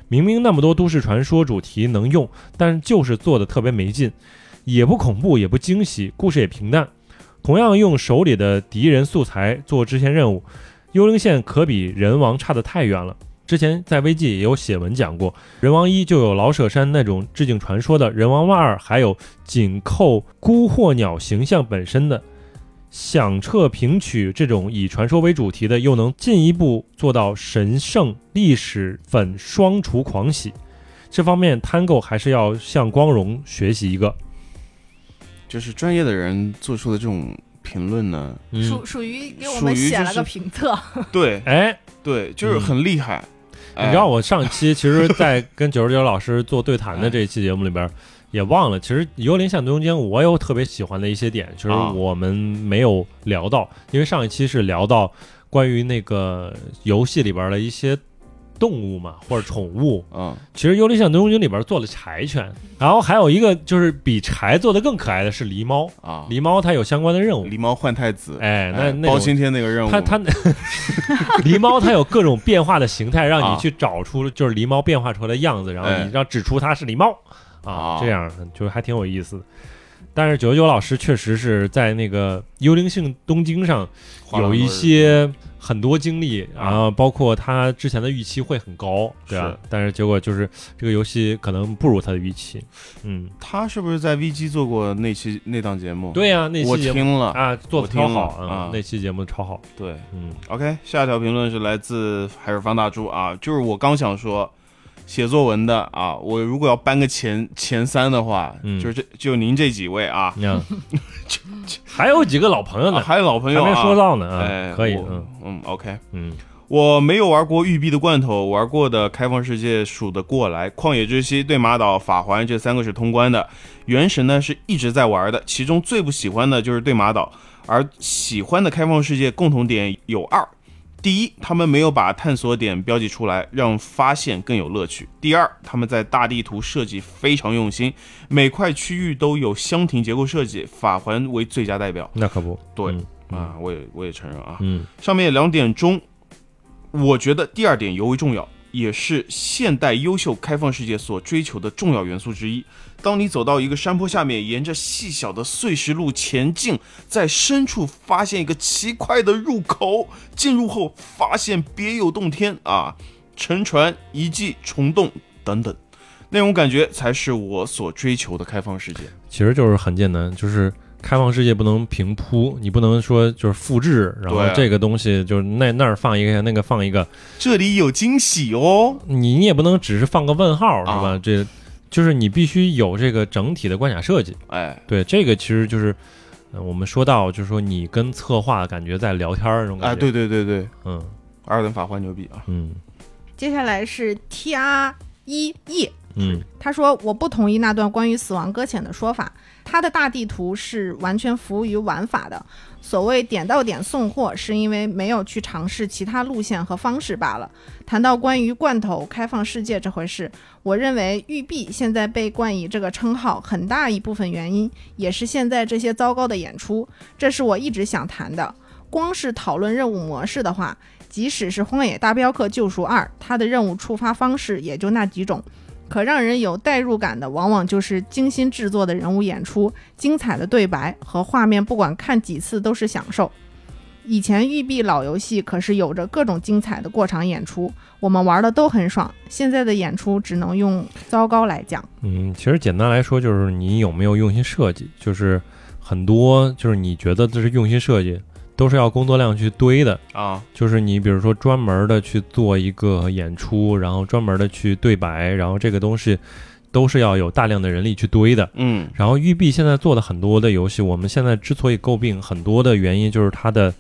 [SPEAKER 1] 明明那么多都市传说主题能用，但是就是做的特别没劲，也不恐怖，也不惊喜，故事也平淡。同样用手里的敌人素材做支线任务，幽灵线可比人王差得太远了。之前在危记也有写文讲过，人王一就有老舍山那种致敬传说的，人王二还有紧扣孤惑鸟形象本身的响彻评曲这种以传说为主题的，又能进一步做到神圣历史粉双除狂喜。这方面，Tango 还是要向光荣学习一个。
[SPEAKER 2] 就是专业的人做出的这种评论 呢，
[SPEAKER 1] 嗯，
[SPEAKER 3] 属属于
[SPEAKER 2] 给我们属于写了就是个
[SPEAKER 3] 评测，
[SPEAKER 2] 对
[SPEAKER 1] 哎，嗯
[SPEAKER 2] 对，就是很厉害。哎
[SPEAKER 1] 你知道我上期其实，在跟九十九老师做对谈
[SPEAKER 2] 哎
[SPEAKER 1] 的这一期节目里边，也忘了，其实《幽灵线：中间》我有特别喜欢的一些点，就是
[SPEAKER 2] 啊
[SPEAKER 1] 我们没有聊到，因为上一期是聊到关于那个游戏里边的一些动物嘛，或者宠物。
[SPEAKER 2] 啊，
[SPEAKER 1] 其实《幽灵线：中间》里边做了柴犬，然后还有一个就是比柴做的更可爱的是狸猫，
[SPEAKER 2] 嗯啊，
[SPEAKER 1] 狸猫它有相关的任务。
[SPEAKER 2] 狸猫换太子，
[SPEAKER 1] 哎，那那
[SPEAKER 2] 包
[SPEAKER 1] 种
[SPEAKER 2] 青天那个任务，
[SPEAKER 1] 它它 狸猫它有各种变化的形态，让
[SPEAKER 2] 啊
[SPEAKER 1] 你去找出就是狸猫变化出来的样子，然后
[SPEAKER 2] 哎
[SPEAKER 1] 你要指出它是狸猫啊
[SPEAKER 2] 啊，
[SPEAKER 1] 这样就还挺有意思的。但是九九老师确实是在那个幽灵性东京上
[SPEAKER 2] 花了
[SPEAKER 1] 有
[SPEAKER 2] 很多
[SPEAKER 1] 一
[SPEAKER 2] 人
[SPEAKER 1] 些很多经历，
[SPEAKER 2] 啊
[SPEAKER 1] 然后包括他之前的预期会很高，对吧
[SPEAKER 2] 是？
[SPEAKER 1] 但是结果就是这个游戏可能不如他的预期。嗯，
[SPEAKER 2] 他是不是在 VG 做过那期那档节目？，
[SPEAKER 1] 对呀、那
[SPEAKER 2] 我
[SPEAKER 1] 期节目
[SPEAKER 2] 听了。
[SPEAKER 1] 啊做的
[SPEAKER 2] 我听
[SPEAKER 1] 超好
[SPEAKER 2] 了
[SPEAKER 1] 啊
[SPEAKER 2] 啊，
[SPEAKER 1] 那期节目超好，
[SPEAKER 2] 对
[SPEAKER 1] 嗯
[SPEAKER 2] ，OK，下一条评论是来自海尔方大猪啊，就是我刚想说。写作文的啊，我如果要颁个前前三的话，
[SPEAKER 1] 嗯
[SPEAKER 2] 就是这就您这几位啊，
[SPEAKER 1] 你 看，还有几个老朋友
[SPEAKER 2] 啊
[SPEAKER 1] 呢，
[SPEAKER 2] 还有老朋友
[SPEAKER 1] 还
[SPEAKER 2] 啊，
[SPEAKER 1] 没说到呢
[SPEAKER 2] 哎
[SPEAKER 1] 啊，，可以，
[SPEAKER 2] 我
[SPEAKER 1] 嗯
[SPEAKER 2] 嗯，OK，
[SPEAKER 1] 嗯，
[SPEAKER 2] 我没有玩过育碧的罐头，玩过的开放世界数得过来，旷野之息、对马岛、法环这三个是通关的，原神呢是一直在玩的，其中最不喜欢的就是对马岛，而喜欢的开放世界共同点有二。第一，他们没有把探索点标记出来，让发现更有乐趣。第二，他们在大地图设计非常用心，每块区域都有箱庭结构设计，法环为最佳代表。
[SPEAKER 1] 那可不，
[SPEAKER 2] 对
[SPEAKER 1] 嗯
[SPEAKER 2] 啊，，我也我也承认啊，
[SPEAKER 1] 嗯
[SPEAKER 2] 上面两点中，我觉得第二点尤为重要，也是现代优秀开放世界所追求的重要元素之一。当你走到一个山坡下面，沿着细小的碎石路前进，在深处发现一个奇怪的入口，进入后发现别有洞天啊，沉船、遗迹、虫洞等等，那种感觉才是我所追求的开放世界。
[SPEAKER 1] 其实就是很简单，就是开放世界不能平铺，你不能说就是复制，然后
[SPEAKER 2] 对啊
[SPEAKER 1] 这个东西就是那那儿放一个，那个放一个，
[SPEAKER 2] 这里有惊喜哦！
[SPEAKER 1] 你你也不能只是放个问号，是吧？
[SPEAKER 2] 啊
[SPEAKER 1] 这就是你必须有这个整体的关卡设计，
[SPEAKER 2] 哎，
[SPEAKER 1] 对，这个其实就是。呃我们说到，就是说你跟策划感觉在聊天儿那种感
[SPEAKER 2] 啊，
[SPEAKER 1] 觉，
[SPEAKER 2] 对，对对对，
[SPEAKER 1] 嗯
[SPEAKER 2] 阿尔登法环牛逼啊！
[SPEAKER 1] 嗯
[SPEAKER 3] 接下来是 T R 一 E，
[SPEAKER 1] 嗯
[SPEAKER 3] 他说：“我不同意那段关于死亡搁浅的说法，它的大地图是完全服务于玩法的。所谓点到点送货，是因为没有去尝试其他路线和方式罢了。谈到关于罐头开放世界这回事，我认为育碧现在被冠以这个称号，很大一部分原因也是现在这些糟糕的演出，这是我一直想谈的。光是讨论任务模式的话，即使是《荒野大镖客：救赎二》，它的任务触发方式也就那几种。可让人有代入感的，往往就是精心制作的人物演出、精彩的对白和画面，不管看几次都是享受。以前育碧老游戏可是有着各种精彩的过场演出，我们玩的都很爽。现在的演出只能用糟糕来讲。
[SPEAKER 1] 嗯，其实简单来说，就是你有没有用心设计，就是很多就是你觉得这是用心设计，都是要工作量去堆的。
[SPEAKER 2] 啊，
[SPEAKER 1] 就是你比如说专门的去做一个演出，然后专门的去对白，然后这个东西都是要有大量的人力去堆的。
[SPEAKER 2] 嗯
[SPEAKER 1] 然后育碧现在做的很多的游戏，我们现在之所以诟病很多的原因，就是它的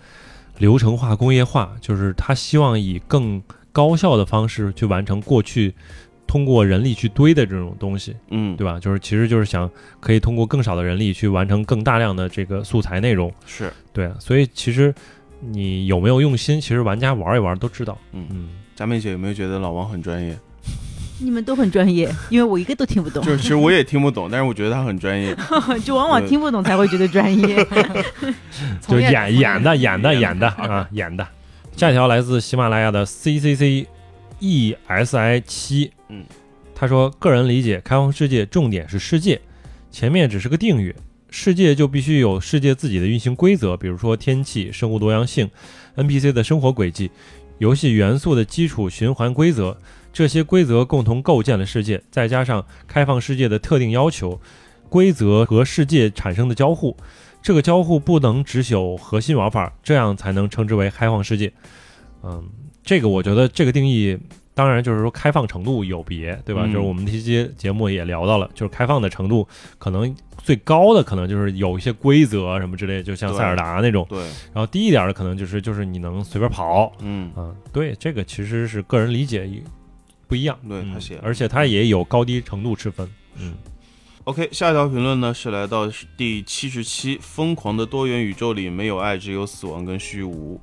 [SPEAKER 1] 流程化、工业化，就是它希望以更高效的方式去完成过去通过人力去堆的这种东西，
[SPEAKER 2] 嗯，
[SPEAKER 1] 对吧？就是其实就是想可以通过更少的人力去完成更大量的这个素材内容，
[SPEAKER 2] 是，
[SPEAKER 1] 对啊。所以其实你有没有用心，其实玩家玩一玩都知道。
[SPEAKER 2] 嗯，
[SPEAKER 1] 嗯，
[SPEAKER 2] 佳妹姐有没有觉得老王很专 业？
[SPEAKER 4] 你们都很专业，因为我一个都听不懂
[SPEAKER 2] 就，是其实我也听不懂，但是我觉得他很专业。
[SPEAKER 4] 就往往听不懂才会觉得专业。
[SPEAKER 1] 嗯就演演的演的
[SPEAKER 2] 演的
[SPEAKER 1] 演的啊演的。下一条来自喜马拉雅的 C C C E S I 七，
[SPEAKER 2] 嗯，
[SPEAKER 1] 他说个人理解，开放世界重点是世界，前面只是个定语，世界就必须有世界自己的运行规则，比如说天气、生物多样性、NPC 的生活轨迹、游戏元素的基础循环规则，这些规则共同构建了世界，再加上开放世界的特定要求，规则和世界产生的交互，这个交互不能只有核心玩法，这样才能称之为开放世界。嗯，这个我觉得这个定义，当然就是说开放程度有别，对吧？就
[SPEAKER 2] 嗯
[SPEAKER 1] 是我们这期节目也聊到了，就是开放的程度可能最高的可能就是有一些规则什么之类，就像
[SPEAKER 2] 对
[SPEAKER 1] 塞尔达那种，
[SPEAKER 2] 对，
[SPEAKER 1] 然后低一点的可能就是就是你能随便跑，
[SPEAKER 2] 嗯，
[SPEAKER 1] 啊，对，这个其实是个人理解也不一样，
[SPEAKER 2] 对
[SPEAKER 1] 嗯
[SPEAKER 2] 他写的
[SPEAKER 1] 而且它也有高低程度之分，嗯，
[SPEAKER 2] OK，下一条评论呢是来到第七十七，《疯狂的多元宇宙里没有爱，只有死亡跟虚无》。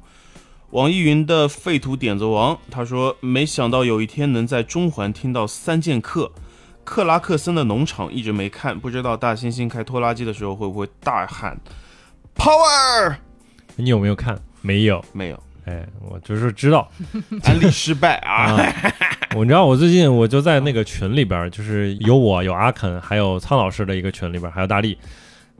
[SPEAKER 2] 网易云的废土点子王他说：“没想到有一天能在中环听到《三剑客》，克拉克森的农场一直没看，不知道大猩猩开拖拉机的时候会不会大喊 ‘power’？
[SPEAKER 1] 你有没有看？没有，
[SPEAKER 2] 没有，
[SPEAKER 1] 哎，我就是知道
[SPEAKER 2] 安利失败啊！
[SPEAKER 1] 啊，我你知道我最近我就在那个群里边儿，就是有我有阿肯，还有苍老师的一个群里边儿，还有大力。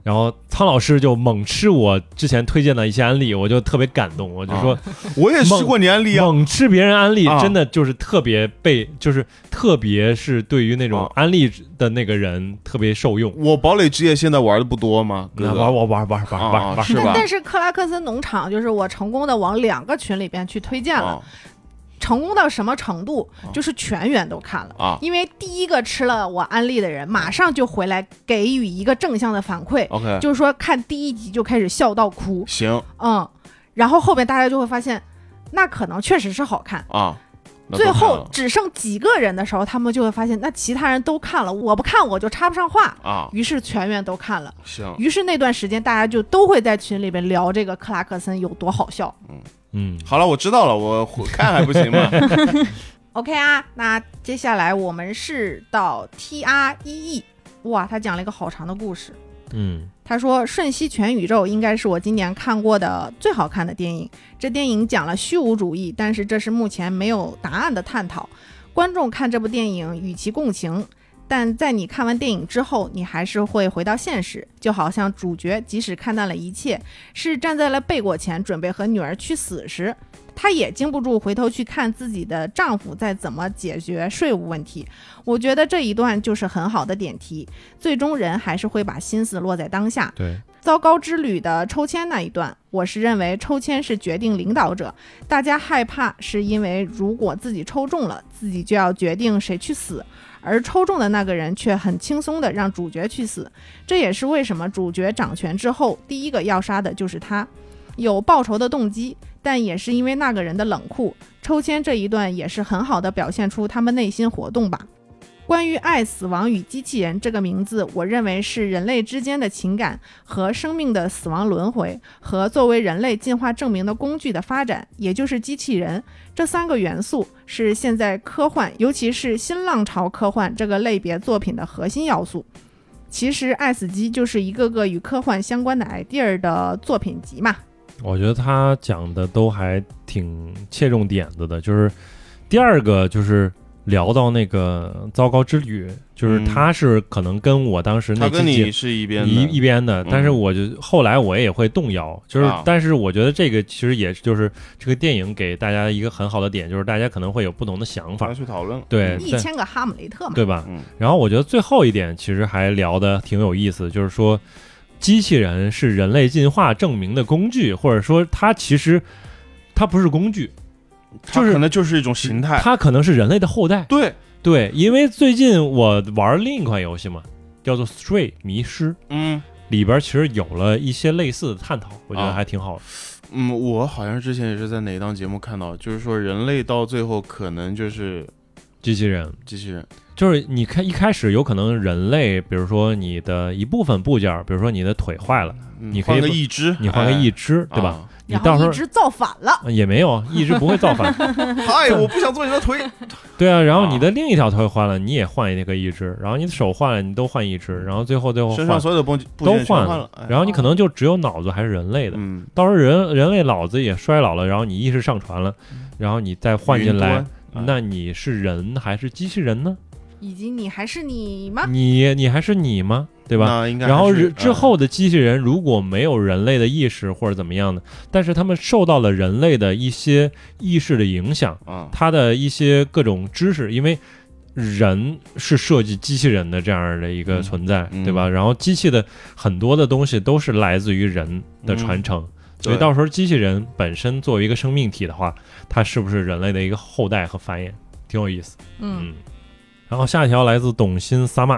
[SPEAKER 1] 然后苍老师就猛吃我之前推荐的一些案例，我就特别感动，我就说、
[SPEAKER 2] 我也吃
[SPEAKER 1] 猛
[SPEAKER 2] 过你安利啊，
[SPEAKER 1] 猛吃别人安利，
[SPEAKER 2] 啊
[SPEAKER 1] 真的就是特别被，就是特别是对于那种
[SPEAKER 2] 啊
[SPEAKER 1] 安利的那个人特别受用。
[SPEAKER 2] 我堡垒之夜现在玩的不多吗？哥
[SPEAKER 1] 那
[SPEAKER 2] 哥
[SPEAKER 1] 玩玩玩玩玩
[SPEAKER 2] 啊
[SPEAKER 1] 玩玩，
[SPEAKER 2] 是
[SPEAKER 3] 但
[SPEAKER 2] 吧
[SPEAKER 3] 但是克拉克森农场就是我成功的往两个群里边去推荐
[SPEAKER 1] 哦
[SPEAKER 3] 了，
[SPEAKER 2] 啊
[SPEAKER 3] 成功到什么程度
[SPEAKER 2] 哦？
[SPEAKER 3] 就是全员都看了。
[SPEAKER 1] 哦
[SPEAKER 2] 啊
[SPEAKER 3] 因为第一个吃了我安利的人，马上就回来给予一个正向的反馈，
[SPEAKER 2] ，OK，
[SPEAKER 3] 就是说看第一集就开始笑到哭，
[SPEAKER 2] 行
[SPEAKER 3] 嗯，然后后面大家就会发现，那可能确实是好看。
[SPEAKER 2] 啊，那
[SPEAKER 3] 最
[SPEAKER 2] 都看
[SPEAKER 3] 后
[SPEAKER 2] 了
[SPEAKER 3] 只剩几个人的时候，他们就会发现，那其他人都看了，我不看我就插不上话，
[SPEAKER 2] 啊，
[SPEAKER 3] 于是全员都看了。
[SPEAKER 2] 行，
[SPEAKER 3] 于是那段时间，大家就都会在群里边聊这个克拉克森有多好笑。
[SPEAKER 1] 嗯，
[SPEAKER 2] 好了，我知道了，我回看还不行吗？
[SPEAKER 3] OK 啊，那接下来我们是到 T R E E，哇，他讲了一个好长的故事。
[SPEAKER 1] 嗯，
[SPEAKER 3] 他说，《瞬息全宇宙》应该是我今年看过的最好看的电影。这电影讲了虚无主义，但是这是目前没有答案的探讨。观众看这部电影与其共情，但在你看完电影之后，你还是会回到现实，就好像主角即使看淡了一切，是站在了被裹前准备和女儿去死时，她也经不住回头去看自己的丈夫在怎么解决税务问题。我觉得这一段就是很好的点题，最终人还是会把心思落在当下。
[SPEAKER 1] 对，
[SPEAKER 3] 糟糕之旅的抽签那一段，我是认为抽签是决定领导者，大家害怕是因为如果自己抽中了，自己就要决定谁去死，而抽中的那个人却很轻松的让主角去死，这也是为什么主角掌权之后第一个要杀的就是他，有报仇的动机，但也是因为那个人的冷酷。抽签这一段也是很好的表现出他们内心活动吧。关于《爱、死亡与机器人》这个名字，我认为是人类之间的情感和生命的死亡轮回，和作为人类进化证明的工具的发展，也就是机器人这三个元素，是现在科幻，尤其是新浪潮科幻这个类别作品的核心要素。其实，《爱死机》就是一个个与科幻相关的 idea 的作品集嘛。
[SPEAKER 1] 我觉得他讲的都还挺切中点子的，就是第二个就是聊到那个糟糕之旅，就是
[SPEAKER 2] 嗯
[SPEAKER 1] 他是可能跟我当时
[SPEAKER 2] 他
[SPEAKER 1] 那期
[SPEAKER 2] 跟
[SPEAKER 1] 节
[SPEAKER 2] 你是一边的
[SPEAKER 1] 一一边的，但是
[SPEAKER 2] 嗯
[SPEAKER 1] 我就后来我也会动摇，就是
[SPEAKER 2] 啊，
[SPEAKER 1] 但是我觉得这个其实也是就是这个电影给大家一个很好的点，就是大家可能会有不同的想
[SPEAKER 2] 大
[SPEAKER 1] 法，
[SPEAKER 2] 家去讨论。
[SPEAKER 1] 对
[SPEAKER 3] 一
[SPEAKER 1] 但
[SPEAKER 3] 千个哈姆雷特嘛。
[SPEAKER 1] 对吧？
[SPEAKER 2] 嗯
[SPEAKER 1] 然后我觉得最后一点其实还聊的挺有意思，就是说机器人是人类进化证明的工具，或者说它其实它不是工具，
[SPEAKER 2] 它
[SPEAKER 1] 就是
[SPEAKER 2] 可能就是一种形态。
[SPEAKER 1] 它可能是人类的后代。
[SPEAKER 2] 对，
[SPEAKER 1] 对，因为最近我玩另一款游戏嘛，叫做《Stray 迷失》，
[SPEAKER 2] 嗯
[SPEAKER 1] 里边其实有了一些类似的探讨，我觉得
[SPEAKER 2] 啊
[SPEAKER 1] 还挺好的。
[SPEAKER 2] 嗯，我好像之前也是在哪一档节目看到，就是说人类到最后可能就是
[SPEAKER 1] 机器人
[SPEAKER 2] 机器人。
[SPEAKER 1] 就是你看一开始有可能人类，比如说你的一部分部件儿，比如说你的腿坏了，
[SPEAKER 2] 嗯
[SPEAKER 1] 你可以
[SPEAKER 2] 换个
[SPEAKER 1] 不
[SPEAKER 2] 义肢，
[SPEAKER 1] 你换个
[SPEAKER 2] 哎
[SPEAKER 1] 义，肢，对吧？
[SPEAKER 2] 啊？
[SPEAKER 1] 你
[SPEAKER 3] 然
[SPEAKER 1] 到时
[SPEAKER 3] 后
[SPEAKER 1] 候呃
[SPEAKER 3] 一直造反了，
[SPEAKER 1] 也没有，一直不会造反。
[SPEAKER 2] 嗨，我不想做你 的腿。
[SPEAKER 1] 对啊，然后你
[SPEAKER 2] 啊
[SPEAKER 1] 的另一条腿换了，你也换一个一只，然后你的手换了，你都换一只，然后最后最后
[SPEAKER 2] 嗯身
[SPEAKER 1] 换
[SPEAKER 2] 上，所有的部部
[SPEAKER 1] 都
[SPEAKER 2] 件全
[SPEAKER 1] 换
[SPEAKER 2] 换了，哎
[SPEAKER 1] 然后你可能就只有脑子还是人类的。
[SPEAKER 2] 嗯，
[SPEAKER 1] 到时候人人类脑子也衰老了，然后你意识上传了，然后你再换进来
[SPEAKER 2] 嗯云，端，哎
[SPEAKER 1] 那你是人还是机器人呢？
[SPEAKER 3] 以及你还是你吗？
[SPEAKER 1] 你你还是你吗？对吧？
[SPEAKER 2] 啊那应该还
[SPEAKER 1] 然后
[SPEAKER 2] 是啊
[SPEAKER 1] 人之后的机器人如果没有人类的意识或者怎么样的，但是他们受到了人类的一些意识的影响，
[SPEAKER 2] 啊，
[SPEAKER 1] 他的一些各种知识，因为人是设计机器人的这样的一个
[SPEAKER 2] 嗯
[SPEAKER 1] 存在，
[SPEAKER 2] 嗯
[SPEAKER 1] 对吧？然后机器的很多的东西都是来自于人的传承，所以
[SPEAKER 2] 对
[SPEAKER 1] 到时候机器人本身作为一个生命体的话，它是不是人类的一个后代和繁衍，挺有意思。
[SPEAKER 3] 嗯，
[SPEAKER 1] 然后下一条来自董欣萨玛，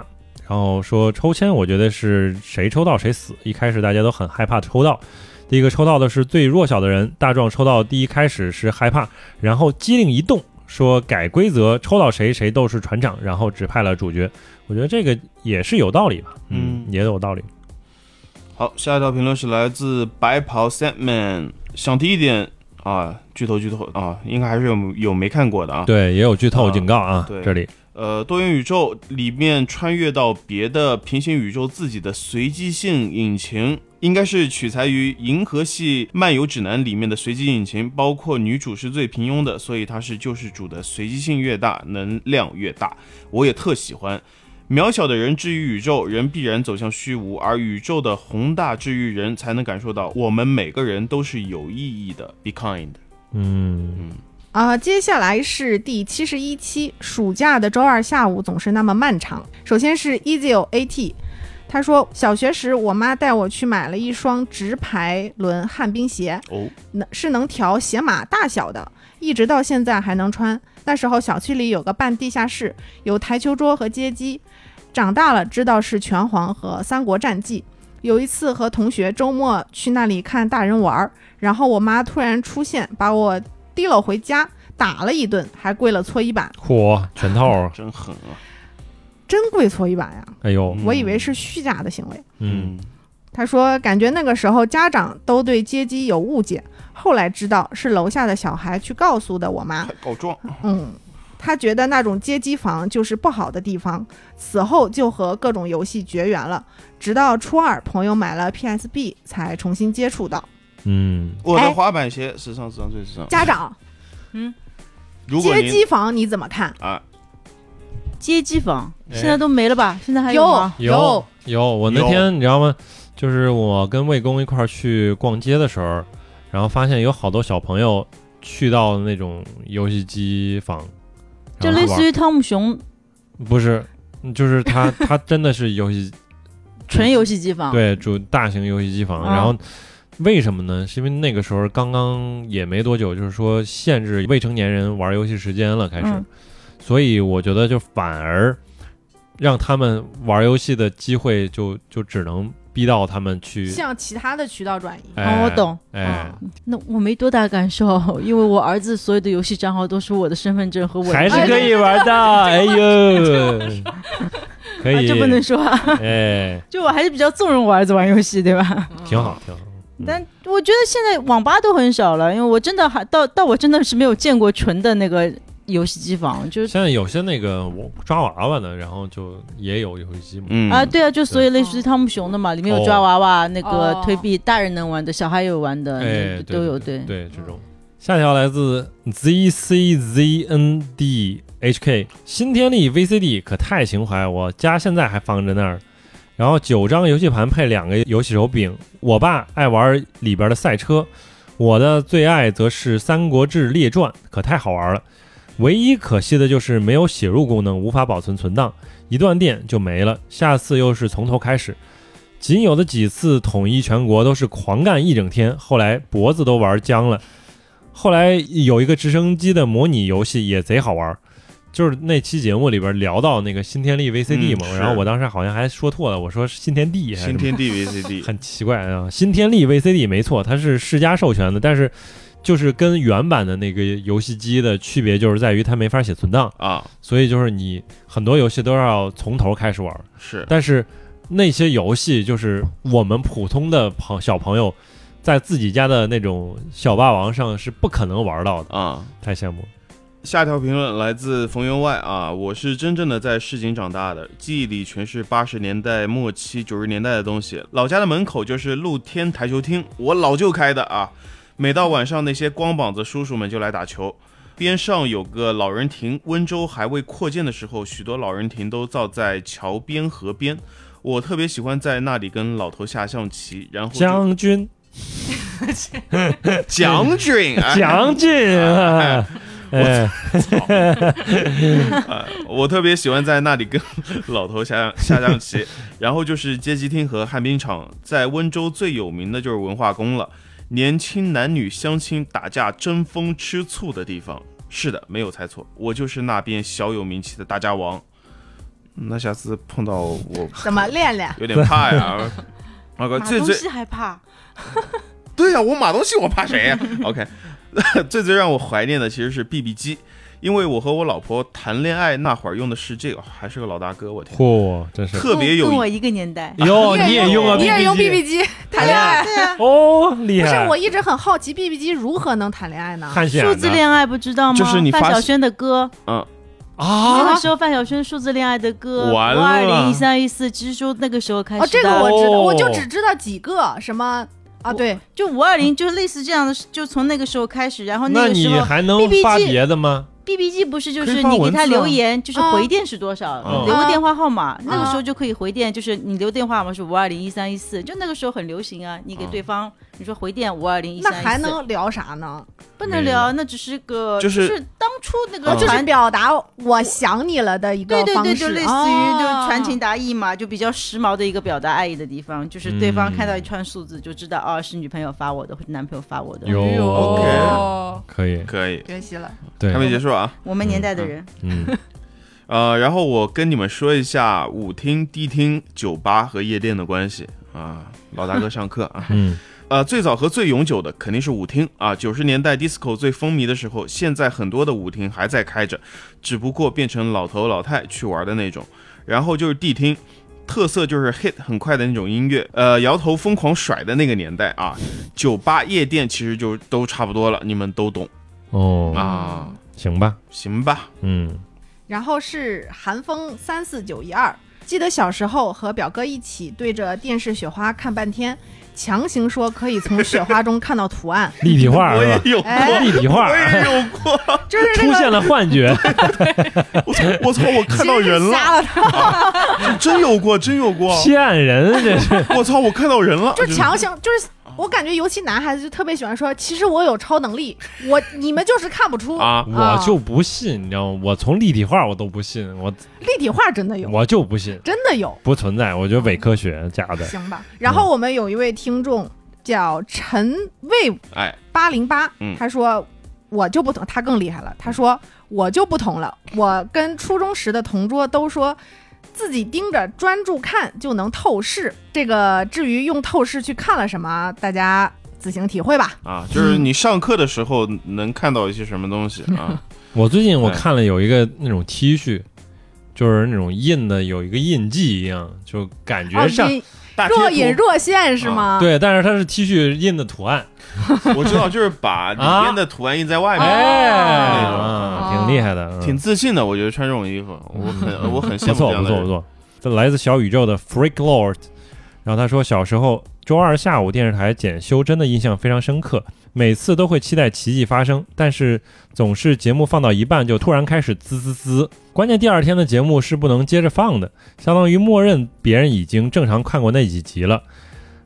[SPEAKER 1] 然后说抽签，我觉得是谁抽到谁死。一开始大家都很害怕抽到，第一个抽到的是最弱小的人，大壮抽到第一开始是害怕，然后机灵一动说改规则，抽到谁谁都是船长，然后指派了主角。我觉得这个也是有道理吧，嗯，
[SPEAKER 2] 嗯
[SPEAKER 1] 也有道理。
[SPEAKER 2] 好，下一条评论是来自白袍 Sandman，想提一点啊，剧透剧透啊，应该还是有有没看过的啊。
[SPEAKER 1] 对，也有剧透
[SPEAKER 2] 啊
[SPEAKER 1] 警告啊，
[SPEAKER 2] 对
[SPEAKER 1] 这里
[SPEAKER 2] 呃，多元宇宙里面穿越到别的平行宇宙自己的随机性引擎，应该是取材于《银河系漫游指南》里面的随机引擎，包括女主是最平庸的，所以她是救世主的随机性越大，能量越大。我也特喜欢。渺小的人至于宇宙，人必然走向虚无，而宇宙的宏大至于人，才能感受到我们每个人都是有意义的。Be kind。
[SPEAKER 1] 嗯，
[SPEAKER 2] 嗯，
[SPEAKER 3] 啊、接下来是第七十一期，暑假的周二下午总是那么漫长。首先是 e z i o AT，他说小学时我妈带我去买了一双直排轮旱冰鞋，
[SPEAKER 2] 哦，
[SPEAKER 3] 能是能调鞋码大小的，一直到现在还能穿。那时候小区里有个半地下室，有台球桌和街机。长大了知道是拳皇和三国战记。有一次和同学周末去那里看大人玩儿，然后我妈突然出现，把我提溜回家，打了一顿，还跪了搓衣板，
[SPEAKER 1] 嚯，全套 啊，
[SPEAKER 2] 真狠啊！
[SPEAKER 3] 真跪搓衣板呀！
[SPEAKER 1] 哎呦，
[SPEAKER 2] 嗯
[SPEAKER 3] 我以为是虚假的行为。
[SPEAKER 1] 嗯，
[SPEAKER 3] 他说，感觉那个时候家长都对街机有误解，后来知道是楼下的小孩去告诉的我妈
[SPEAKER 2] 还。告状。
[SPEAKER 3] 嗯，他觉得那种街机房就是不好的地方，此后就和各种游戏绝缘了。直到初二，朋友买了 PSB 才重新接触到。
[SPEAKER 1] 嗯，
[SPEAKER 2] 我
[SPEAKER 3] 哎
[SPEAKER 2] 的滑板鞋时尚，时尚最时尚。
[SPEAKER 3] 家长，
[SPEAKER 2] 如果
[SPEAKER 3] 街
[SPEAKER 2] 您
[SPEAKER 3] 机房你怎么看？
[SPEAKER 2] 啊，
[SPEAKER 4] 街机房
[SPEAKER 1] 哎
[SPEAKER 4] 现在都没了吧？现在还吗？
[SPEAKER 1] 有有，我那
[SPEAKER 2] 有
[SPEAKER 1] 天你知道吗？就是我跟魏工一块儿去逛街的时候，然后发现有好多小朋友去到那种游戏机房，
[SPEAKER 4] 就
[SPEAKER 1] 然后
[SPEAKER 4] 类
[SPEAKER 1] 玩
[SPEAKER 4] 似于汤姆熊
[SPEAKER 1] 不是，就是他他真的是游 戏
[SPEAKER 4] 纯游戏机房，
[SPEAKER 1] 对主大型游戏机房，然后。
[SPEAKER 4] 啊
[SPEAKER 1] 为什么呢？是因为那个时候刚刚也没多久，就是说限制未成年人玩游戏时间了，开始，
[SPEAKER 4] 嗯
[SPEAKER 1] 所以我觉得就反而让他们玩游戏的机会就就只能逼到他们去
[SPEAKER 3] 向其他的渠道转移。
[SPEAKER 1] 哎
[SPEAKER 4] 哦我懂。
[SPEAKER 1] 哎，
[SPEAKER 4] 那我没多大感受，因为我儿子所有的游戏账号都是我的身份证和我的
[SPEAKER 1] 还是
[SPEAKER 4] 哎
[SPEAKER 1] 可以 玩的。哎呦，可
[SPEAKER 4] 啊
[SPEAKER 1] 以，
[SPEAKER 4] 这不能说啊，
[SPEAKER 1] 哎，
[SPEAKER 4] 就我还是比较纵容我儿子玩游戏，对吧？
[SPEAKER 1] 挺好，挺好。嗯
[SPEAKER 4] 但我觉得现在网吧都很少了，因为我真的还到到我真的是没有见过纯的那个游戏机房，就是。
[SPEAKER 1] 现在有些那个我抓娃娃的，然后就也有游戏机嘛。
[SPEAKER 2] 嗯
[SPEAKER 4] 啊，，对啊，就所以类似于汤姆熊的嘛，里面有抓娃娃，那个推币，大人能玩的，小孩有玩的，
[SPEAKER 1] 哎，
[SPEAKER 4] 那都有。
[SPEAKER 1] 对，对这种。下一条来自 Z C Z N D H K 新天地 V C D 可太情怀，我家现在还放着那儿。然后九张游戏盘配两个游戏手柄，我爸爱玩里边的赛车，我的最爱则是《三国志列传》，可太好玩了。唯一可惜的就是没有写入功能，无法保存存档，一断电就没了。下次又是从头开始。仅有的几次统一全国都是狂干一整天，后来脖子都玩僵了。后来有一个直升机的模拟游戏也贼好玩儿，就是那期节目里边聊到那个新天地 VCD 嘛，
[SPEAKER 2] 嗯是
[SPEAKER 1] 然后我当时好像还说错了，我说是新天地还是什
[SPEAKER 2] 新
[SPEAKER 1] 么
[SPEAKER 2] 天地 VCD，
[SPEAKER 1] 很奇怪啊，新天地 VCD 没错，它是世嘉授权的，但是就是跟原版的那个游戏机的区别就是在于它没法写存档，
[SPEAKER 2] 啊，
[SPEAKER 1] 所以就是你很多游戏都要从头开始玩儿。
[SPEAKER 2] 是
[SPEAKER 1] 但是那些游戏就是我们普通的朋小朋友在自己家的那种小霸王上是不可能玩到的，
[SPEAKER 2] 啊。
[SPEAKER 1] 太羡慕了。
[SPEAKER 2] 下一条评论来自冯员外啊，我是真正的在市井长大的，记忆里全是八十年代末期九十年代的东西。老家的门口就是露天台球厅，我老舅开的啊。每到晚上，那些光膀子叔叔们就来打球。边上有个老人亭，温州还未扩建的时候，许多老人亭都造在桥边、河边。我特别喜欢在那里跟老头下象棋，然后就
[SPEAKER 1] 将军，
[SPEAKER 2] 将军，哎
[SPEAKER 1] 将军啊！哎，
[SPEAKER 2] 我特别喜欢在那里跟老头下下象棋，然后就是街机厅和旱冰场，在温州最有名的就是文化宫了，年轻男女相亲打架、争风吃醋的地方。是的，没有猜错，我就是那边小有名气的大家王。那下次碰到我
[SPEAKER 3] 怎么练练？
[SPEAKER 2] 有点怕呀。那个最最
[SPEAKER 4] 还怕，
[SPEAKER 2] 对呀、我马东锡，我怕谁呀、OK，最最让我怀念的其实是 BB 机，因为我和我老婆谈恋爱那会儿用的是这个，还是个老大哥，我天，
[SPEAKER 1] 嚯，真是
[SPEAKER 2] 特别有
[SPEAKER 4] 跟
[SPEAKER 2] 意
[SPEAKER 4] 我一个年代。
[SPEAKER 1] 哟，
[SPEAKER 3] 你
[SPEAKER 1] 你
[SPEAKER 3] 也
[SPEAKER 1] 也用啊？
[SPEAKER 3] 你也用
[SPEAKER 1] BB
[SPEAKER 3] BB 机谈恋爱？
[SPEAKER 4] 对啊，
[SPEAKER 1] 哦，厉
[SPEAKER 3] 不是
[SPEAKER 1] 害！，
[SPEAKER 3] 我一直很好奇 BB 机如何能谈恋爱呢？
[SPEAKER 1] 汉显
[SPEAKER 4] 数字恋爱不知道吗？
[SPEAKER 2] 就是你发
[SPEAKER 4] 范晓萱的歌，那
[SPEAKER 1] 啊
[SPEAKER 4] 个，时候范晓萱数字恋爱的歌，五
[SPEAKER 2] 完了
[SPEAKER 4] 二零一三一四，其实就那个时候开始
[SPEAKER 3] 哦，
[SPEAKER 4] 的。
[SPEAKER 3] 这个我知道，
[SPEAKER 1] 哦
[SPEAKER 3] 我就只知道几个什么啊，
[SPEAKER 4] 我
[SPEAKER 3] 对，
[SPEAKER 4] 就五二零，就类似这样的，就从那个时候开始，然后那个
[SPEAKER 1] 你
[SPEAKER 4] 时候
[SPEAKER 1] 还能
[SPEAKER 4] BB
[SPEAKER 1] 发
[SPEAKER 4] 机
[SPEAKER 1] 别的吗？
[SPEAKER 4] B B G 不是就
[SPEAKER 2] 可
[SPEAKER 4] 是
[SPEAKER 2] 以发
[SPEAKER 4] 你给
[SPEAKER 2] 文
[SPEAKER 4] 他
[SPEAKER 2] 字啊
[SPEAKER 4] 留言，就是回电是多少，
[SPEAKER 1] 嗯
[SPEAKER 4] 留个
[SPEAKER 3] 啊
[SPEAKER 4] 电话号码，那个时候就可以回电，就是你留电话号码是五二零一三一四，就那个时候很流行啊。你给对
[SPEAKER 2] 嗯
[SPEAKER 4] 方你说回电五二零一
[SPEAKER 3] 那
[SPEAKER 4] 三
[SPEAKER 3] 还
[SPEAKER 4] 一四，
[SPEAKER 3] 能聊啥呢？
[SPEAKER 4] 不能聊，那只是个
[SPEAKER 2] 就是
[SPEAKER 4] 是当初那
[SPEAKER 2] 啊
[SPEAKER 4] 个
[SPEAKER 3] 哦就是
[SPEAKER 4] 传。
[SPEAKER 3] 表达我想你了的一个
[SPEAKER 4] 对对
[SPEAKER 3] 方式，哦
[SPEAKER 4] 对，就类似于就是传情达意嘛，就比较时髦的一个表达爱意的地方，就是对方看到一串数字就知道，哦，是女朋友发我的，或者男朋友发我的。
[SPEAKER 1] 有
[SPEAKER 4] 哦
[SPEAKER 2] ，OK
[SPEAKER 1] 可以，
[SPEAKER 2] 可以，
[SPEAKER 3] 学习了。
[SPEAKER 1] 对
[SPEAKER 2] 还，没结束啊。
[SPEAKER 4] 我们年代的人，
[SPEAKER 1] 嗯，
[SPEAKER 2] 呃，然后我跟你们说一下舞厅、迪厅、酒吧和夜店的关系啊。老大哥上课 啊，
[SPEAKER 1] 嗯，
[SPEAKER 2] 呃，最早和最永久的肯定是舞厅啊。九十年代 disco 最风靡的时候，现在很多的舞厅还在开着，只不过变成老头老太去玩的那种。然后就是地厅，特色就是 hit 很快的那种音乐，呃，摇头疯狂甩的那个年代啊。酒吧、夜店其实就都差不多了，你们都懂
[SPEAKER 1] 哦，
[SPEAKER 2] 啊。
[SPEAKER 1] 行吧，
[SPEAKER 2] 行吧，
[SPEAKER 1] 嗯，
[SPEAKER 3] 然后是韩风三四九一二，记得小时候和表哥一起对着电视雪花看半天，强行说可以从雪花中看到图 案，
[SPEAKER 1] 立体画
[SPEAKER 2] 我
[SPEAKER 1] 是
[SPEAKER 2] 也
[SPEAKER 1] 吧？
[SPEAKER 2] 有过，
[SPEAKER 3] 哎
[SPEAKER 1] 立体画
[SPEAKER 2] 我也有过，
[SPEAKER 3] 就是
[SPEAKER 1] 出现了幻觉，
[SPEAKER 2] 我操，我操，我看到人了，
[SPEAKER 3] 瞎了，
[SPEAKER 2] 真有过，真有过，
[SPEAKER 1] 骗人啊这是。
[SPEAKER 2] 我操，我看到人了，
[SPEAKER 3] 就
[SPEAKER 2] 就是
[SPEAKER 3] 强行就是。我感觉，尤其男孩子就特别喜欢说，其实我有超能力，我你们就是看不出。
[SPEAKER 2] 啊，
[SPEAKER 1] 我就不信，你知道吗？我从立体画我都不信，我
[SPEAKER 4] 哎
[SPEAKER 3] 立体画真的有，
[SPEAKER 1] 我就不信，
[SPEAKER 3] 真的有。
[SPEAKER 1] 不存在，我觉得伪科学，假的。
[SPEAKER 3] 行吧。然后我们有一位听众叫陈卫
[SPEAKER 2] 哎，
[SPEAKER 3] 八零八
[SPEAKER 2] 嗯，
[SPEAKER 3] 他说我就不同，他更厉害了。他说我就不同了，我跟初中时的同桌都说。自己盯着专注看就能透视，这个至于用透视去看了什么，大家自行体会吧。
[SPEAKER 2] 啊，就是
[SPEAKER 3] 嗯
[SPEAKER 2] 你上课的时候能看到一些什么东西啊？
[SPEAKER 1] 我最近我看了有一个那种 T 恤，就是那种印的有一个印记一样，就感觉
[SPEAKER 3] 哦，
[SPEAKER 1] 上
[SPEAKER 3] 你
[SPEAKER 2] 大
[SPEAKER 3] 若
[SPEAKER 2] 贴
[SPEAKER 3] 隐若现是吗？，
[SPEAKER 1] 啊对，但是它是 T 恤印的图
[SPEAKER 4] 哦
[SPEAKER 1] 案，
[SPEAKER 2] 图，我知道，就是把里
[SPEAKER 1] 啊
[SPEAKER 2] 面的图案印在外面，
[SPEAKER 1] 哎，
[SPEAKER 2] 哦
[SPEAKER 1] 啊挺厉害的，嗯
[SPEAKER 2] 挺自信的。我觉得穿这种衣服，我很我很羡
[SPEAKER 1] 不错
[SPEAKER 2] 慕这
[SPEAKER 1] 不
[SPEAKER 2] 样的
[SPEAKER 1] 错不
[SPEAKER 2] 人。
[SPEAKER 1] 错，这来自小宇宙的 Freak Lord，然后他说小时候周二下午电视台检修真的印象非常深刻，每次都会期待奇迹发生，但是总是节目放到一半就突然开始滋滋滋，关键第二天的节目是不能接着放的，相当于默认别人已经正常看过那几集了。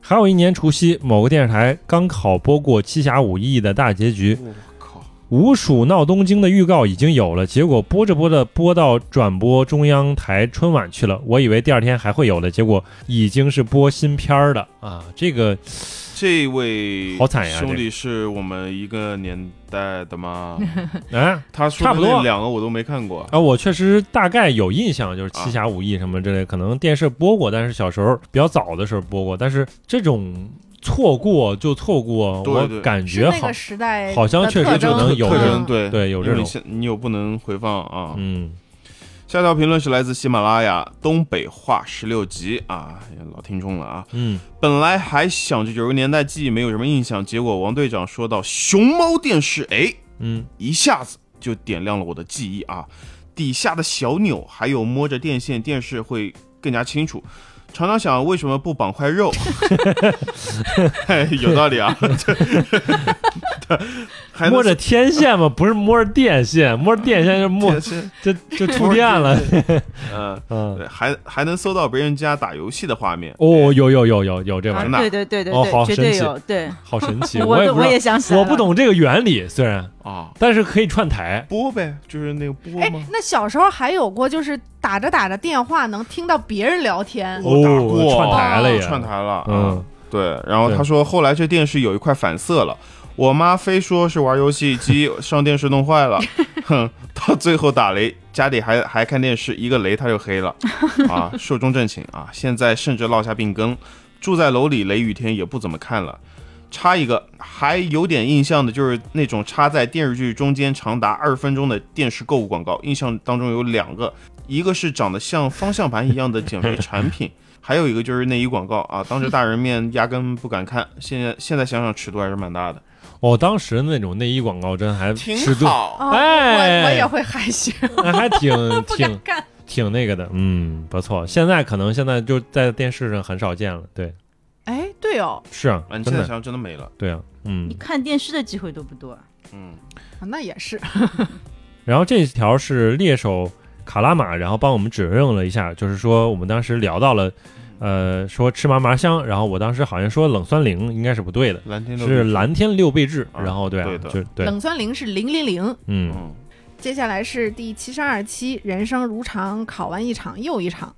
[SPEAKER 1] 还有一年除夕，某个电视台刚好播过《七侠五义》的大结局，
[SPEAKER 2] 我靠，
[SPEAKER 1] 吴蜀闹东京》的预告已经有了，结果播着播着播到转播中央台春晚去了。我以为第二天还会有的，结果已经是播新片儿的啊！这个
[SPEAKER 2] 这位
[SPEAKER 1] 好惨呀
[SPEAKER 2] 兄弟是我们一个年代的 吗？
[SPEAKER 1] 啊
[SPEAKER 2] 他说
[SPEAKER 1] 差
[SPEAKER 2] 的
[SPEAKER 1] 不多
[SPEAKER 2] 那两个我都没看过。
[SPEAKER 1] 啊，我确实大概有印象，就是《七侠五义》什么之类，可能电视播过，但是小时候比较早的时候播过。但是这种错过就错过，
[SPEAKER 2] 对对
[SPEAKER 1] 我感
[SPEAKER 3] 是
[SPEAKER 1] 觉
[SPEAKER 3] 那
[SPEAKER 1] 好
[SPEAKER 3] 个，时代的
[SPEAKER 1] 好像确实
[SPEAKER 3] 特
[SPEAKER 1] 只
[SPEAKER 3] 征嗯
[SPEAKER 1] 能有
[SPEAKER 2] 特
[SPEAKER 1] 这
[SPEAKER 2] 征
[SPEAKER 1] 种
[SPEAKER 2] 对，
[SPEAKER 1] 对，有这
[SPEAKER 2] 因
[SPEAKER 1] 种
[SPEAKER 2] 为你，现你有不能回放啊。
[SPEAKER 1] 嗯，
[SPEAKER 2] 下条评论是来自喜马拉雅东北话十六集啊，老听众了啊。
[SPEAKER 1] 嗯，
[SPEAKER 2] 本来还想着九十年代记忆没有什么印象，结果王队长说到熊猫电视，哎，
[SPEAKER 1] 嗯，
[SPEAKER 2] 一下子就点亮了我的记忆啊！底下的小钮，还有摸着电线电视会更加清楚。常常想为什么不绑块肉？ 哎有道 理啊！这还能
[SPEAKER 1] 摸着天线嘛，不是摸着电线，摸着电线就摸
[SPEAKER 2] 电视，
[SPEAKER 1] 就就触电了，
[SPEAKER 2] 嗯、
[SPEAKER 1] 嗯，
[SPEAKER 2] 对还还能搜到别人家打游戏的画面。
[SPEAKER 1] 哦，有有有有有这玩意
[SPEAKER 4] 啊
[SPEAKER 1] 儿，
[SPEAKER 2] 那
[SPEAKER 4] 对对对对
[SPEAKER 1] 哦好
[SPEAKER 4] 对，绝对
[SPEAKER 1] 神奇
[SPEAKER 4] 有，对，
[SPEAKER 1] 好神奇，
[SPEAKER 4] 我
[SPEAKER 1] 也
[SPEAKER 4] 都
[SPEAKER 1] 不知
[SPEAKER 4] 我
[SPEAKER 1] 道
[SPEAKER 4] 也想起来
[SPEAKER 1] 我不
[SPEAKER 4] 了
[SPEAKER 1] 懂这个原理，虽然
[SPEAKER 2] 啊，
[SPEAKER 1] 但是可以串台，
[SPEAKER 2] 播呗，就是那个播
[SPEAKER 3] 哎
[SPEAKER 2] 吗，？
[SPEAKER 3] 那小时候还有过，就是打着打着电话能听到别人聊天，
[SPEAKER 2] 我打
[SPEAKER 1] 哦
[SPEAKER 2] 过，
[SPEAKER 1] 串台了也
[SPEAKER 2] 串台了，嗯
[SPEAKER 1] 嗯，
[SPEAKER 2] 对，然后他
[SPEAKER 1] 对
[SPEAKER 2] 说后来这电视有一块反色了，我妈非说是玩游戏机 上电视弄坏了，哼，到最后打雷，家里还还看电视，一个雷它就黑了，啊，寿终正寝啊，现在甚至落下病根，住在楼里雷雨天也不怎么看了。插一个，还有点印象的就是那种插在电视剧中间长达二分钟的电视购物广告，印象当中有两个，一个是长得像方向盘一样的减肥产品，还有一个就是内衣广告啊，当着大人面压根不敢看，现在现在想想尺度还是蛮大的，
[SPEAKER 1] 哦，当时那种内衣广告真还尺度，
[SPEAKER 2] 好。
[SPEAKER 3] 哦
[SPEAKER 1] 哎
[SPEAKER 3] 我我也会害羞，
[SPEAKER 1] 还 挺
[SPEAKER 3] 不敢
[SPEAKER 1] 挺
[SPEAKER 3] 干。
[SPEAKER 1] 挺那个的，嗯，不错。现在可能现在就在电视上很少见了，对，
[SPEAKER 3] 哎，对哦，
[SPEAKER 1] 是啊，
[SPEAKER 2] 啊，你
[SPEAKER 1] 真
[SPEAKER 2] 现在
[SPEAKER 1] 的
[SPEAKER 2] 想，想真的没了，
[SPEAKER 1] 对啊，嗯
[SPEAKER 4] 你。看电视的机会都不多。
[SPEAKER 2] 嗯，
[SPEAKER 3] 啊那也是，
[SPEAKER 1] 然后这条是猎手卡拉玛，然后帮我们指认了一下，就是说我们当时聊到了，呃，说吃麻麻香，然后我当时好像说冷酸灵应该是不对的，
[SPEAKER 2] 蓝天
[SPEAKER 1] 是，蓝天六倍制，
[SPEAKER 2] 啊
[SPEAKER 1] 然后对啊
[SPEAKER 2] 对，的
[SPEAKER 1] 就对，
[SPEAKER 3] 冷酸灵是零零零。
[SPEAKER 1] 嗯
[SPEAKER 2] 嗯，
[SPEAKER 3] 接下来是第七十二期，人生如常，考完一场又一场。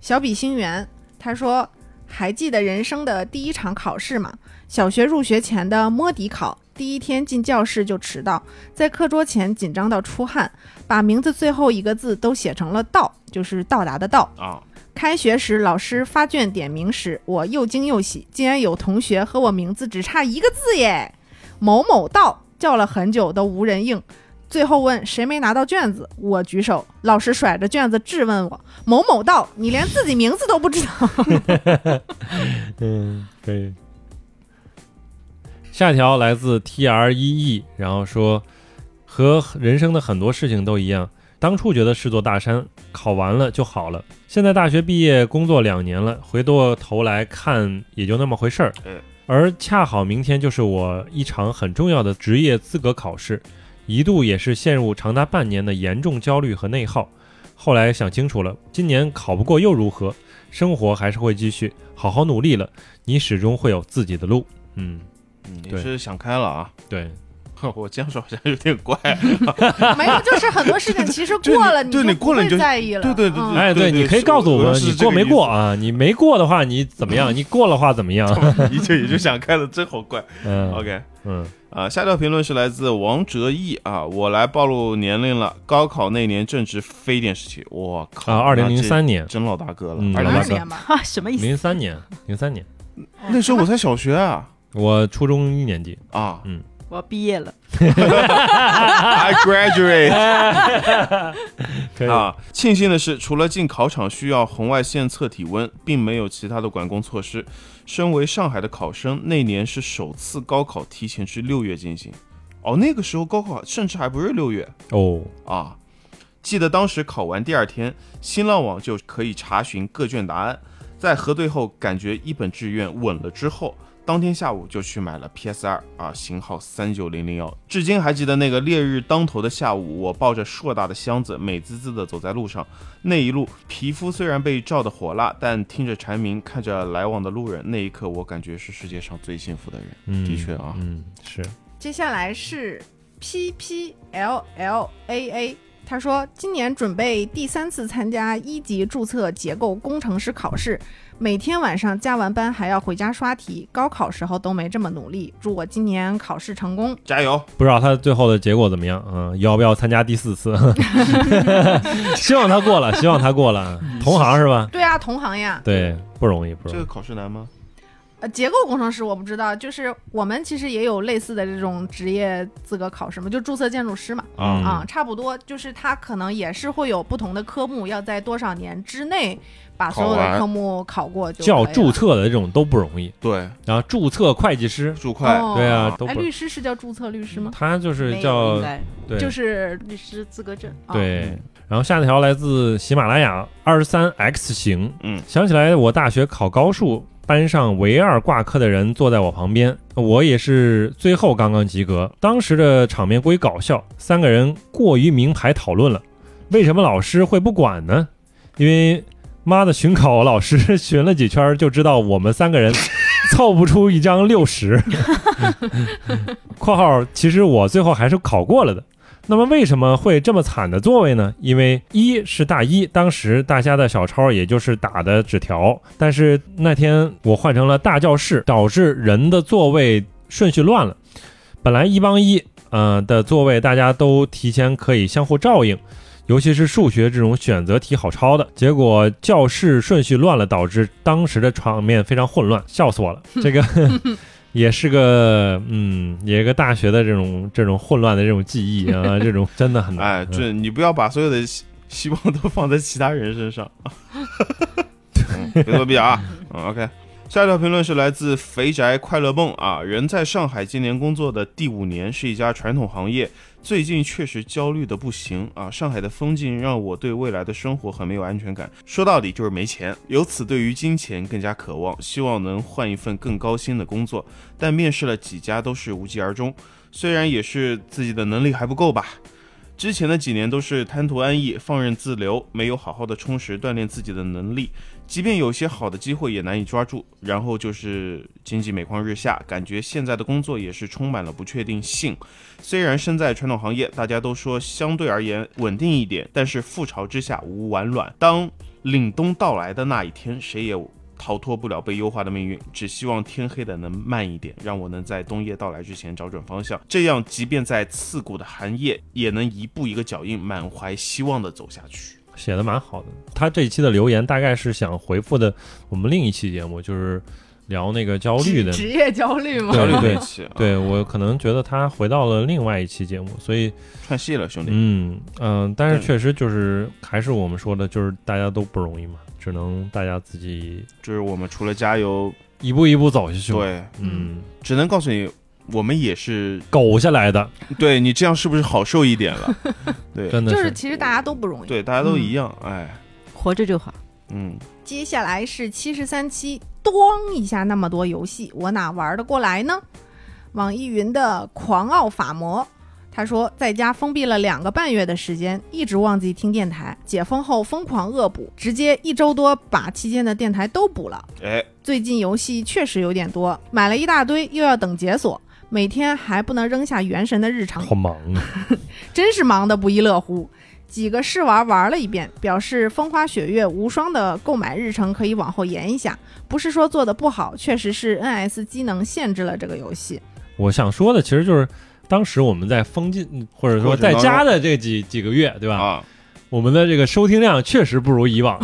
[SPEAKER 3] 小比星源他说：“还记得人生的第一场考试吗？小学入学前的摸底考，第一天进教室就迟到，在课桌前紧张到出汗，把名字最后一个字都写成了‘到’，就是到达的‘到’。
[SPEAKER 2] 啊，
[SPEAKER 3] 开学时，老师发卷点名时，我又惊又喜，竟然有同学和我名字只差一个字耶！某某到，叫了很久都无人应。最后问谁没拿到卷子，我举手，老师甩着卷子质问我：“某某到，你连自己名字都不知道？”
[SPEAKER 1] 嗯，可以。下一条来自 T R E E，然后说和人生的很多事情都一样，当初觉得是座大山，考完了就好了。现在大学毕业，工作两年了，回过头来看也就那么回事儿
[SPEAKER 2] 嗯。
[SPEAKER 1] 而恰好明天就是我一场很重要的职业资格考试，一度也是陷入长达半年的严重焦虑和内耗。后来想清楚了，今年考不过又如何？生活还是会继续，好好努力了，你始终会有自己的路。嗯，
[SPEAKER 2] 嗯也
[SPEAKER 1] 对
[SPEAKER 2] 是想开了啊，
[SPEAKER 1] 对，
[SPEAKER 2] 哼我这样说好像有点 怪，
[SPEAKER 3] 没有，就是很多事情其实
[SPEAKER 2] 就
[SPEAKER 3] 过了，
[SPEAKER 2] 对你
[SPEAKER 3] 不
[SPEAKER 2] 过了你
[SPEAKER 3] 会
[SPEAKER 2] 就
[SPEAKER 3] 在意了。
[SPEAKER 2] 对对对
[SPEAKER 3] 嗯
[SPEAKER 2] 对
[SPEAKER 1] 哎，对，
[SPEAKER 2] 对
[SPEAKER 1] 你可以
[SPEAKER 2] 是
[SPEAKER 1] 告诉我
[SPEAKER 2] 我
[SPEAKER 1] 们
[SPEAKER 2] 是
[SPEAKER 1] 你
[SPEAKER 2] 这
[SPEAKER 1] 过
[SPEAKER 2] 个
[SPEAKER 1] 没
[SPEAKER 2] 意思
[SPEAKER 1] 过啊？你没过的话，你怎么样？你过的话怎么样？
[SPEAKER 2] 你就也就想开了，真好怪。
[SPEAKER 1] 嗯
[SPEAKER 2] OK，
[SPEAKER 1] 嗯，
[SPEAKER 2] 啊，下条评论是来自王哲毅啊，我来暴露年龄了，高考那年正值非典时期，我靠，
[SPEAKER 1] 啊，二零零
[SPEAKER 2] 那
[SPEAKER 1] 三年
[SPEAKER 2] 这，真老大哥了，哎
[SPEAKER 1] 嗯
[SPEAKER 2] 二
[SPEAKER 3] 二
[SPEAKER 2] 零
[SPEAKER 1] 老大
[SPEAKER 2] 零
[SPEAKER 3] 二
[SPEAKER 1] 哥
[SPEAKER 2] 三
[SPEAKER 3] 年吧，
[SPEAKER 4] 啊，什么意思？
[SPEAKER 1] 零三年，零三年，
[SPEAKER 2] 那时候我才小学啊
[SPEAKER 1] 我初中一年级。
[SPEAKER 2] 啊
[SPEAKER 4] 我要毕业了，
[SPEAKER 2] ，I graduate。
[SPEAKER 1] 可以，
[SPEAKER 2] 啊，庆幸的是，除了进考场需要红外线测体温，并没有其他的管控措施。身为上海的考生，那年是首次高考提前至六月进行。哦，那个时候高考甚至还不是六月
[SPEAKER 1] 哦，
[SPEAKER 2] 啊。记得当时考完第二天，新浪网就可以查询各卷答案，在核对后感觉一本志愿稳了之后，当天下午就去买了 PS 二啊，型号三九零零幺。至今还记得那个烈日当头的下午，我抱着硕大的箱子，美滋滋地走在路上。那一路，皮肤虽然被照得火辣，但听着蝉鸣，看着来往的路人，那一刻我感觉是世界上最幸福的人。
[SPEAKER 1] 嗯，
[SPEAKER 2] 的确啊
[SPEAKER 1] 嗯，是，
[SPEAKER 3] 接下来是 P P L L A A。他说，今年准备第三次参加一级注册结构工程师考试，每天晚上加完班还要回家刷题，高考时候都没这么努力。祝我今年考试成功。
[SPEAKER 2] 加油！
[SPEAKER 1] 不知道他最后的结果怎么样啊、要不要参加第四次？ 希望他过了，希望他过了。同行是吧？
[SPEAKER 3] 对啊，同行呀，
[SPEAKER 1] 对，不容易，不
[SPEAKER 2] 这
[SPEAKER 1] 容
[SPEAKER 2] 个
[SPEAKER 1] 易。
[SPEAKER 2] 考试难吗？
[SPEAKER 3] 呃，结构工程师我不知道，就是我们其实也有类似的这种职业资格考试嘛，就注册建筑师嘛，
[SPEAKER 1] 嗯
[SPEAKER 3] 啊，差不多，就是它可能也是会有不同的科目，要在多少年之内把所有
[SPEAKER 2] 考完
[SPEAKER 3] 的科目考过就
[SPEAKER 1] 叫
[SPEAKER 3] 可以
[SPEAKER 1] 注
[SPEAKER 3] 了
[SPEAKER 1] 册的这种都不容易
[SPEAKER 2] 对，
[SPEAKER 1] 啊，注册会计师，
[SPEAKER 2] 注会
[SPEAKER 3] 哦
[SPEAKER 1] 对啊，都
[SPEAKER 3] 哎，
[SPEAKER 1] 不
[SPEAKER 3] 律师是叫注册律师吗？
[SPEAKER 1] 他就是
[SPEAKER 4] 没有
[SPEAKER 1] 叫
[SPEAKER 4] 应该
[SPEAKER 1] 对，
[SPEAKER 3] 就是
[SPEAKER 4] 律师资格证。
[SPEAKER 3] 啊
[SPEAKER 1] 对。然后下一条来自喜马拉雅二十三 X 型，
[SPEAKER 2] 嗯，
[SPEAKER 1] 想起来我大学考高数，班上唯二挂科的人坐在我旁边，我也是最后刚刚及格。当时的场面过于搞笑，三个人过于明牌讨论了，为什么老师会不管呢？因为妈的巡考老师 巡了几圈就知道我们三个人凑不出一张六十。 （括号其实我最后还是考过了的。）那么为什么会这么惨的座位呢？因为一是大一，当时大家的小抄也就是打的纸条，但是那天我换成了大教室，导致人的座位顺序乱了。本来一帮一，呃的座位大家都提前可以相互照应，尤其是数学这种选择题好抄的。结果教室顺序乱了，导致当时的场面非常混乱，笑死我了。这个 也是个嗯，也是个大学的这种这种混乱的这种记忆啊，这种真的很 难。
[SPEAKER 2] 哎，
[SPEAKER 1] 嗯
[SPEAKER 2] 这你不要把所有的希希望都放在其他人 身上。嗯，别作弊啊！嗯，OK。下一条评论是来自肥宅快乐梦啊，人在上海今年工作的第五年，是一家传统行业，最近确实焦虑的不行啊。上海的风景让我对未来的生活很没有安全感，说到底就是没钱，由此对于金钱更加渴望，希望能换一份更高薪的工作。但面试了几家都是无疾而终，虽然也是自己的能力还不够吧，之前的几年都是贪图安逸、放任自流，没有好好的充实锻炼自己的能力，即便有些好的机会也难以抓住。然后就是经济每况日下，感觉现在的工作也是充满了不确定性。虽然身在传统行业，大家都说相对而言稳定一点，但是覆巢之下无完卵。当凛冬到来的那一天，谁也逃脱不了被优化的命运。只希望天黑的能慢一点，让我能在冬夜到来之前找准方向。这样，即便在刺骨的寒夜，也能一步一个脚印，满怀希望的走下去。
[SPEAKER 1] 写的蛮好的。他这一期的留言大概是想回复的我们另一期节目，就是聊那个焦虑的。
[SPEAKER 3] 职业焦虑吗？
[SPEAKER 1] 对
[SPEAKER 2] 焦虑
[SPEAKER 1] 对
[SPEAKER 2] 一起，
[SPEAKER 1] 对我可能觉得他回到了另外一期节目，所以
[SPEAKER 2] 串戏了，兄弟。
[SPEAKER 1] 嗯嗯、呃但是
[SPEAKER 2] 对
[SPEAKER 1] 确实就是还是我们说的，就是大家都不容易嘛，只能大家自己
[SPEAKER 2] 就是我们除了加油，
[SPEAKER 1] 一步一步走下去嘛。
[SPEAKER 2] 对，
[SPEAKER 1] 嗯，
[SPEAKER 2] 只能告诉你，我们也是
[SPEAKER 1] 苟下来的，
[SPEAKER 2] 对你这样是不是好受一点 了？对
[SPEAKER 1] 真的嗯
[SPEAKER 3] 就是其实大家都不容易。
[SPEAKER 2] 对，大家都一样，哎，
[SPEAKER 4] 活着就好。
[SPEAKER 2] 嗯，
[SPEAKER 3] 接下来是七十三期，咣一下那么多游戏，我哪玩得过来呢？网易云的狂傲法魔，他说在家封闭了两个半月的时间，一直忘记听电台，解封后疯狂恶补，直接一周多把期间的电台都补了。
[SPEAKER 2] 哎，
[SPEAKER 3] 最近游戏确实有点多，买了一大堆，又要等解锁，每天还不能扔下原神的日常
[SPEAKER 1] 好，忙啊。
[SPEAKER 3] 真是忙得不亦乐乎。几个试玩玩了一遍，表示风花雪月无双的购买日程可以往后延一下。不是说做的不好，确实是 NS 机能限制了这个游戏。
[SPEAKER 1] 我想说的其实就是，当时我们在封禁或者说
[SPEAKER 2] 过程
[SPEAKER 1] 在
[SPEAKER 2] 当中
[SPEAKER 1] 家的这几几个月，对吧？
[SPEAKER 2] 啊，
[SPEAKER 1] 我们的这个收听量确实不如以 往。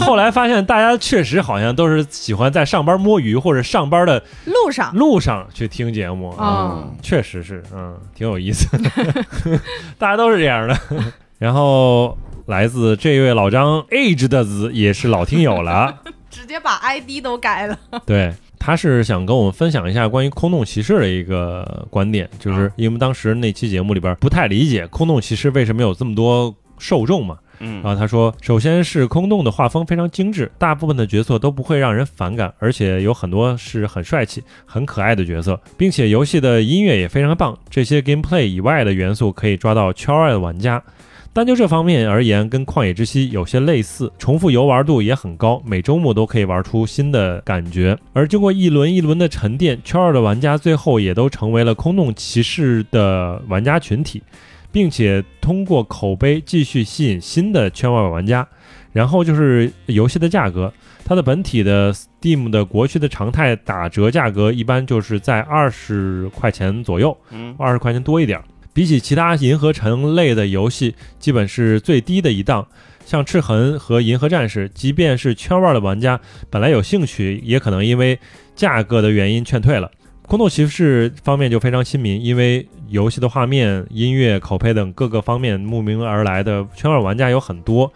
[SPEAKER 1] 后来发现，大家确实好像都是喜欢在上班摸鱼或者上班的
[SPEAKER 3] 路上，
[SPEAKER 1] 路上去听节目
[SPEAKER 3] 啊
[SPEAKER 2] 嗯，
[SPEAKER 1] 确实是，嗯，挺有意思， 大家都是这样的。然后来自这位老张 age 的子也是老听友了，
[SPEAKER 3] 直接把 ID 都改了。
[SPEAKER 1] 对，他是想跟我们分享一下关于空洞骑士的一个观点，就是因为当时那期节目里边不太理解空洞骑士为什么有这么多受众嘛，
[SPEAKER 2] 嗯
[SPEAKER 1] 然，啊后他说，首先是空洞的画风非常精致，大部分的角色都不会让人反感，而且有很多是很帅气、很可爱的角色，并且游戏的音乐也非常棒。这些 gameplay 以外的元素可以抓到圈外的玩家。单就这方面而言，跟《旷野之息》有些类似，重复游玩度也很高，每周末都可以玩出新的感觉。而经过一轮一轮的沉淀，圈二的玩家最后也都成为了空洞骑士的玩家群体，并且通过口碑继续吸引新的圈外玩家。然后就是游戏的价格，它的本体的 Steam 的国区的常态打折价格一般就是在二十块钱左右，
[SPEAKER 2] 嗯，
[SPEAKER 1] 二十块钱多一点儿。比起其他银河城类的游戏，基本是最低的一档。像《赤痕》和《银河战士》，即便是圈外的玩家本来有兴趣，也可能因为价格的原因劝退了。空洞骑士方面就非常亲民，因为游戏的画面、音乐、口碑等各个方面慕名而来的圈外玩家有很多，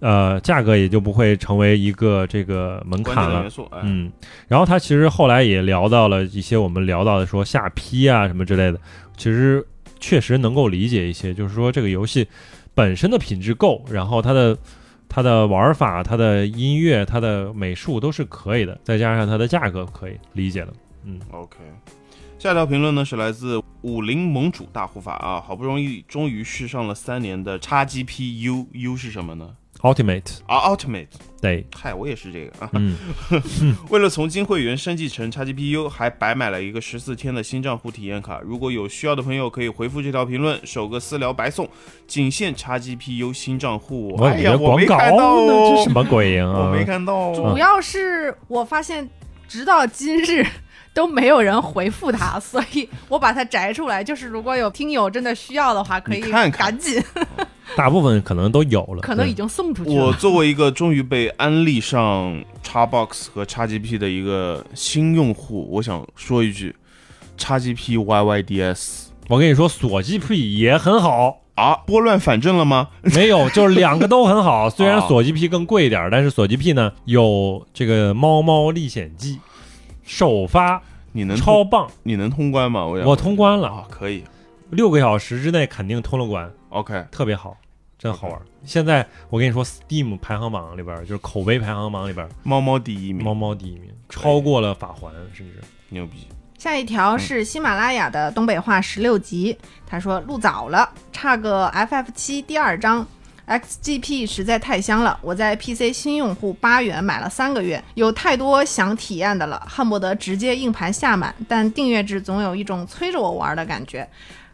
[SPEAKER 1] 呃，价格也就不会成为一个这个门
[SPEAKER 2] 关
[SPEAKER 1] 槛
[SPEAKER 2] 键的
[SPEAKER 1] 了
[SPEAKER 2] 元。素，哎，
[SPEAKER 1] 嗯，然后他其实后来也聊到了一些我们聊到的说下批啊什么之类的，其实确实能够理解一些，就是说这个游戏本身的品质够，然后它的它的玩法、它的音乐、它的美术都是可以的，再加上它的价格可以理解了。
[SPEAKER 2] OK，下一条评论呢是来自武林盟主大护法啊，好不容易终于续上了三年的 XGPU U 是什么呢？
[SPEAKER 1] Ultimate
[SPEAKER 2] 啊，Ultimate，
[SPEAKER 1] 对，
[SPEAKER 2] 嗨，我也是这个啊。
[SPEAKER 1] 嗯，
[SPEAKER 2] 为了从金会员升级成 XGPU，还白买了一个十四天的新账户体验卡。如果有需要的朋友，可以回复这条评论，首个私聊白送，仅限 XGPU 新账户。
[SPEAKER 1] 我
[SPEAKER 2] 哎
[SPEAKER 1] 以
[SPEAKER 2] 呀，
[SPEAKER 1] 为
[SPEAKER 2] 我
[SPEAKER 1] 广
[SPEAKER 2] 没
[SPEAKER 1] 告
[SPEAKER 2] 看到
[SPEAKER 1] 呢，这
[SPEAKER 2] 哦
[SPEAKER 1] 什，么鬼呀、
[SPEAKER 2] 我
[SPEAKER 1] 啊？
[SPEAKER 2] 没看到
[SPEAKER 3] 主
[SPEAKER 2] 哦。
[SPEAKER 3] 要是我发现，直到今日都没有人回复 他，所以我把它摘出来。就是如果有听友真的需要的话，可
[SPEAKER 2] 你
[SPEAKER 3] 以
[SPEAKER 2] 看看
[SPEAKER 3] 赶紧，
[SPEAKER 1] 大部分可能都有了，
[SPEAKER 3] 可能
[SPEAKER 1] 对
[SPEAKER 3] 已经送出去
[SPEAKER 2] 我
[SPEAKER 3] 了。
[SPEAKER 2] 作为一个终于被安利上 Xbox 和 XGP 的一个新用户，我想说一句，XGP YYDS
[SPEAKER 1] 我跟你说，锁机 P 也很好。
[SPEAKER 2] 啊，拨乱反正了吗？
[SPEAKER 1] 没有，就是两个都很 好。虽然
[SPEAKER 2] 啊
[SPEAKER 1] 锁 GP 更贵一点儿，但是锁 GP 呢有这个《猫猫历险记》，首发
[SPEAKER 2] 你能
[SPEAKER 1] 超
[SPEAKER 2] 通
[SPEAKER 1] 棒，
[SPEAKER 2] 你能通关吗？我想
[SPEAKER 1] 我通关了，
[SPEAKER 2] 啊，可以
[SPEAKER 1] 六个小时之内肯定通了关，
[SPEAKER 2] ，OK，
[SPEAKER 1] 特别好，真好玩。现在我跟你说，Steam 排行榜里边儿就是口碑排行榜里边儿，
[SPEAKER 2] 猫猫第一名，
[SPEAKER 1] 猫猫第一名，超过了法环，甚至
[SPEAKER 2] 牛逼。
[SPEAKER 3] 下一条是
[SPEAKER 1] 嗯
[SPEAKER 3] 喜马拉雅的东北话十六集，他说录早了，差个 FF 七第二章。XGP 实在太香了，我在 PC 新用户八元买了三个月，有太多想体验的了，恨不得直接硬盘下满。但订阅制总有一种催着我玩的感觉，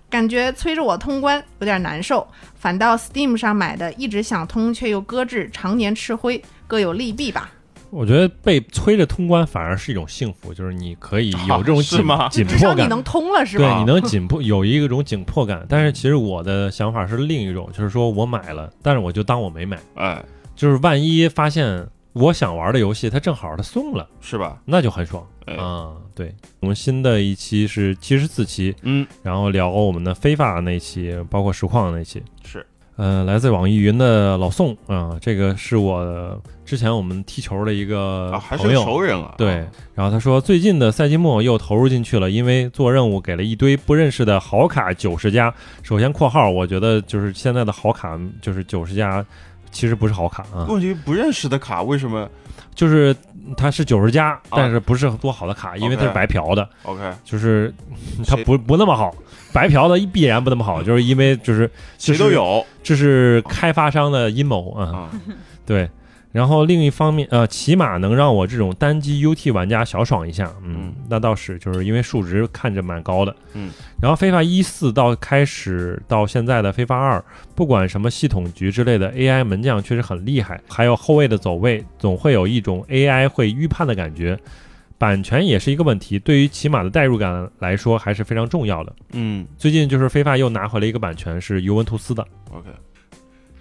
[SPEAKER 3] 感觉催着我通关有点难受。反倒 Steam 上买的一直想通却又搁置，常年吃灰，各有利弊吧。
[SPEAKER 1] 我觉得被催着通关反而是一种幸福，就是你可以有这种
[SPEAKER 2] 啊是
[SPEAKER 1] 紧
[SPEAKER 2] 吗
[SPEAKER 1] 紧
[SPEAKER 3] 至
[SPEAKER 1] 迫
[SPEAKER 3] 少你
[SPEAKER 1] 感。
[SPEAKER 3] 能通了是吧？
[SPEAKER 1] 对，你能紧迫有一种紧迫感，但是其实我的想法是另一种，就是说我买了，但是我就当我没买，
[SPEAKER 2] 哎，
[SPEAKER 1] 就是万一发现我想玩的游戏它正好它送了，
[SPEAKER 2] 是吧？
[SPEAKER 1] 那就很爽
[SPEAKER 2] 哎
[SPEAKER 1] 啊、对，我们新的一期是七十四期，
[SPEAKER 2] 嗯，
[SPEAKER 1] 然后聊我们的非法那期，包括实况那期。
[SPEAKER 2] 是，
[SPEAKER 1] 呃，来自网易云的老宋啊、这个是我之前我们踢球的一个
[SPEAKER 2] 啊，还是
[SPEAKER 1] 呃朋
[SPEAKER 2] 个
[SPEAKER 1] 友，
[SPEAKER 2] 熟人啊。
[SPEAKER 1] 对，然后他说最近的赛季末又投入进去了，因为做任务给了一堆不认识的好卡九十加。首先（括号）我觉得就是现在的好卡就是九十加，其实不是好卡啊，
[SPEAKER 2] 问题不认识的卡为什么
[SPEAKER 1] 就是它是九十加，但是不是多好的卡，因为它是
[SPEAKER 2] OK
[SPEAKER 1] 白嫖的，
[SPEAKER 2] ？OK，
[SPEAKER 1] 就是它
[SPEAKER 2] 谁
[SPEAKER 1] 不不那么好，白嫖的必然不那么好，就是因为就是
[SPEAKER 2] 谁都有
[SPEAKER 1] 这是开发商的阴谋啊。
[SPEAKER 2] 啊，
[SPEAKER 1] 对，然后另一方面，呃，起码能让我这种单机 UT 玩家小爽一下，嗯
[SPEAKER 2] 嗯，
[SPEAKER 1] 那倒是，就是因为数值看着蛮高的，
[SPEAKER 2] 嗯。
[SPEAKER 1] 然后非法一四到开始到现在的非法二，不管什么系统局之类的 AI 门将确实很厉害，还有后卫的走位，总会有一种 AI 会预判的感觉。版权也是一个问题，对于骑马的代入感来说还是非常重要的。
[SPEAKER 2] 嗯
[SPEAKER 1] 最近就是非法又拿回了一个版权，是尤文图斯的，
[SPEAKER 2] ，OK。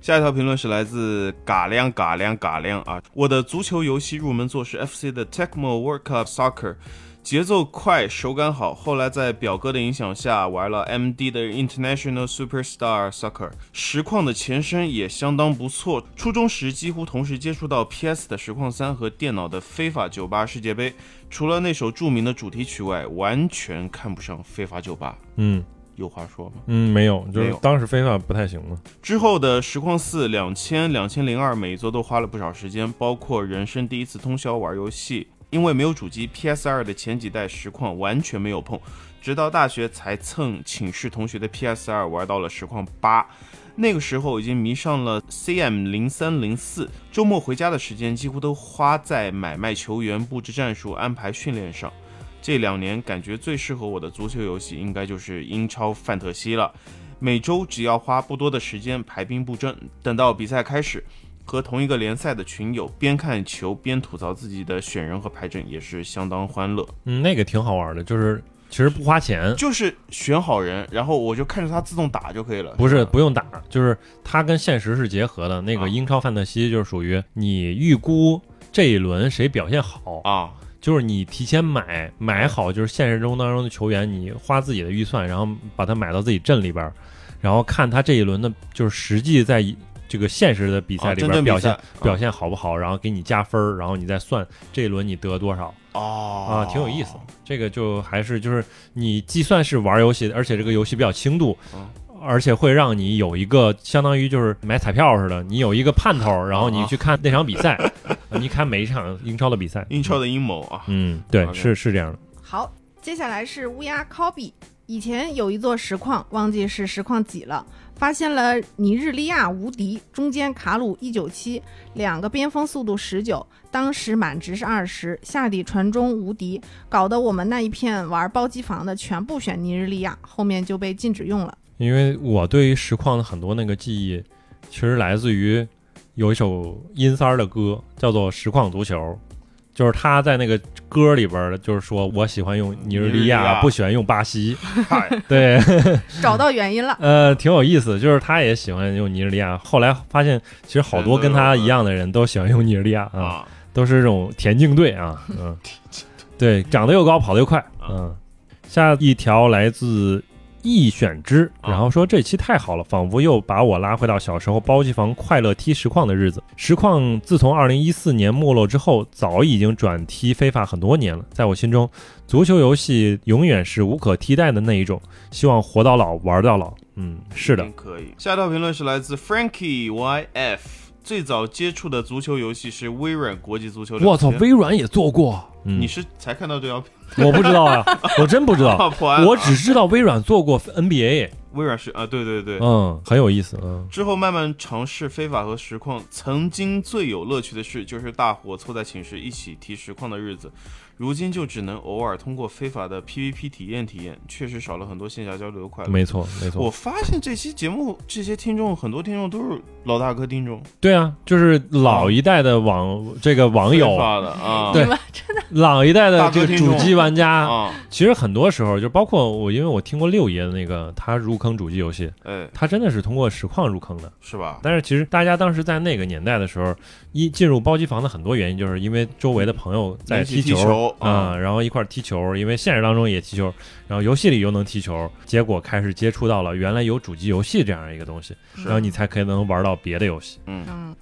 [SPEAKER 2] 下一条评论是来自嘎亮嘎亮嘎亮啊！我的足球游戏入门作是 FC 的 Tecmo World Cup Soccer，节奏快，手感好。后来在表哥的影响下玩了 MD 的 International Superstar Soccer，实况的前身也相当不错。初中时几乎同时接触到 PS 的实况三和电脑的非法酒吧世界杯，除了那首著名的主题曲外，完全看不上非法酒吧。
[SPEAKER 1] 嗯
[SPEAKER 2] 有话说吗？
[SPEAKER 1] 嗯，没有，就
[SPEAKER 2] 没
[SPEAKER 1] 是
[SPEAKER 2] 有
[SPEAKER 1] 当时非法不太行嘛。
[SPEAKER 2] 之后的实况四、两千、两千零二，每一座都花了不少时间，包括人生第一次通宵玩游戏。因为没有主机，PS 二的前几代实况完全没有碰，直到大学才蹭寝室同学的 PS 二玩到了实况八。那个时候已经迷上了 CM 零三零四，周末回家的时间几乎都花在买卖球员、布置战术、安排训练上。这两年感觉最适合我的足球游戏应该就是英超范特西了，每周只要花不多的时间排兵布阵，等到比赛开始，和同一个联赛的群友边看球边吐槽自己的选人和排阵，也是相当欢乐。
[SPEAKER 1] 嗯，那个挺好玩的，就是其实不花钱，
[SPEAKER 2] 就是选好人，然后我就看着他自动打就可以了。
[SPEAKER 1] 不是
[SPEAKER 2] 吧
[SPEAKER 1] 不用打，就是它跟现实是结合的。那
[SPEAKER 2] 啊
[SPEAKER 1] 个英超范特西就是属于你预估这一轮谁表现好，
[SPEAKER 2] 啊，
[SPEAKER 1] 就是你提前买买好，就是现实中当中的球员，你花自己的预算，然后把他买到自己阵里边儿，然后看他这一轮的，就是实际在这个现实的比赛
[SPEAKER 2] 啊
[SPEAKER 1] 里
[SPEAKER 2] 真
[SPEAKER 1] 边儿
[SPEAKER 2] 正比
[SPEAKER 1] 表现、
[SPEAKER 2] 赛
[SPEAKER 1] 表
[SPEAKER 2] 啊
[SPEAKER 1] 现好不好，然后给你加分儿，然后你再算这一轮你得多少啊，
[SPEAKER 2] 哦
[SPEAKER 1] 挺有意思。这个就还是就是你既算是玩游戏，而且这个游戏比较轻度
[SPEAKER 2] 嗯。
[SPEAKER 1] 而且会让你有一个相当于就是买彩票似的，你有一个盼头，然后你
[SPEAKER 2] 啊
[SPEAKER 1] 去看那场比 赛，你看每一场英超的比赛，
[SPEAKER 2] 英超的阴谋啊，
[SPEAKER 1] 嗯，对，
[SPEAKER 2] OK
[SPEAKER 1] 是是这样的。
[SPEAKER 3] 好，接下来是乌鸦 Kobe。以前有一座实况，忘记是实况几了，发现了尼日利亚无敌，中间卡鲁一九七，两个边锋速度十九，当时满值是二十，下底传中无敌，搞得我们那一片玩包机房的全部选尼日利亚，后面就被禁止用了。
[SPEAKER 1] 因为我对于实况的很多那个记忆，其实来自于有一首阴三儿的歌，叫做《实况足球》，就是他在那个歌里边儿，就是说我喜欢用尼日利
[SPEAKER 2] 尼日利亚
[SPEAKER 1] 亚，不喜欢用巴西。
[SPEAKER 2] 嗨，
[SPEAKER 1] 对，
[SPEAKER 3] 找到原因了，
[SPEAKER 1] 呃，挺有意思，就是他也喜欢用尼日利亚。后来发现，其实好多跟他一样的人都喜欢用尼日利亚啊，
[SPEAKER 2] 啊，
[SPEAKER 1] 都是这种田径队啊，嗯，对，长得又高，跑得又快，嗯。下一条来自易选之，
[SPEAKER 2] 啊
[SPEAKER 1] 然后说这期太好了，仿佛又把我拉回到小时候包机房快乐踢实况的日子。实况自从2014年没落之后，早已经转踢非法很多年了。在我心中，足球游戏永远是无可替代的那一种，希望活到老，玩到老。嗯，是的
[SPEAKER 2] 真，可以。下一条评论是来自 Frankie YF，最早接触的足球游戏是微软国际足球2000。
[SPEAKER 1] 我操，微软也做过，嗯
[SPEAKER 2] 你，是才看到这条评
[SPEAKER 1] 我不知道啊，我真不知 道，
[SPEAKER 2] 论破案了啊？
[SPEAKER 1] 我只知道微软做过 NBA，
[SPEAKER 2] 微软是啊，对对对。
[SPEAKER 1] 嗯，很有意思，嗯。
[SPEAKER 2] 之后慢慢尝试非法和实况，曾经最有乐趣的事就是大伙凑在寝室一起提实况的日子，如今就只能偶尔通过非法的 PVP 体验体验，确实少了很多线下交流的快乐。
[SPEAKER 1] 没错，没
[SPEAKER 2] 我
[SPEAKER 1] 错，
[SPEAKER 2] 发现这期节目这些听众，很多听众都是老大哥听众，
[SPEAKER 1] 对啊，就是老一代的网这个网
[SPEAKER 2] 非
[SPEAKER 1] 友，
[SPEAKER 2] 法的啊，
[SPEAKER 1] 对
[SPEAKER 3] 你们真的
[SPEAKER 1] 老一代
[SPEAKER 2] 大
[SPEAKER 1] 的这
[SPEAKER 2] 哥
[SPEAKER 1] 个
[SPEAKER 2] 听众
[SPEAKER 1] 主机玩家，
[SPEAKER 2] 啊，
[SPEAKER 1] 其实很多时候就包括我，因为我听过六爷的那个他入坑主机游戏，
[SPEAKER 2] 哎，
[SPEAKER 1] 他真的是通过实况入坑的。
[SPEAKER 2] 是吧？
[SPEAKER 1] 但是其实大家当时在那个年代的时候，一进入包机房的很多原因，就是因为周围的朋友在
[SPEAKER 2] 一起
[SPEAKER 1] 踢
[SPEAKER 2] 踢
[SPEAKER 1] 球。
[SPEAKER 2] 球嗯
[SPEAKER 1] 啊、，然后一块儿踢球，因为现实当中也踢球，然后游戏里又能踢球，结果开始接触到了原来有主机游戏这样一个东西，
[SPEAKER 2] 是
[SPEAKER 1] 然后你才可以能玩到别的游戏。
[SPEAKER 2] 嗯，
[SPEAKER 3] 嗯，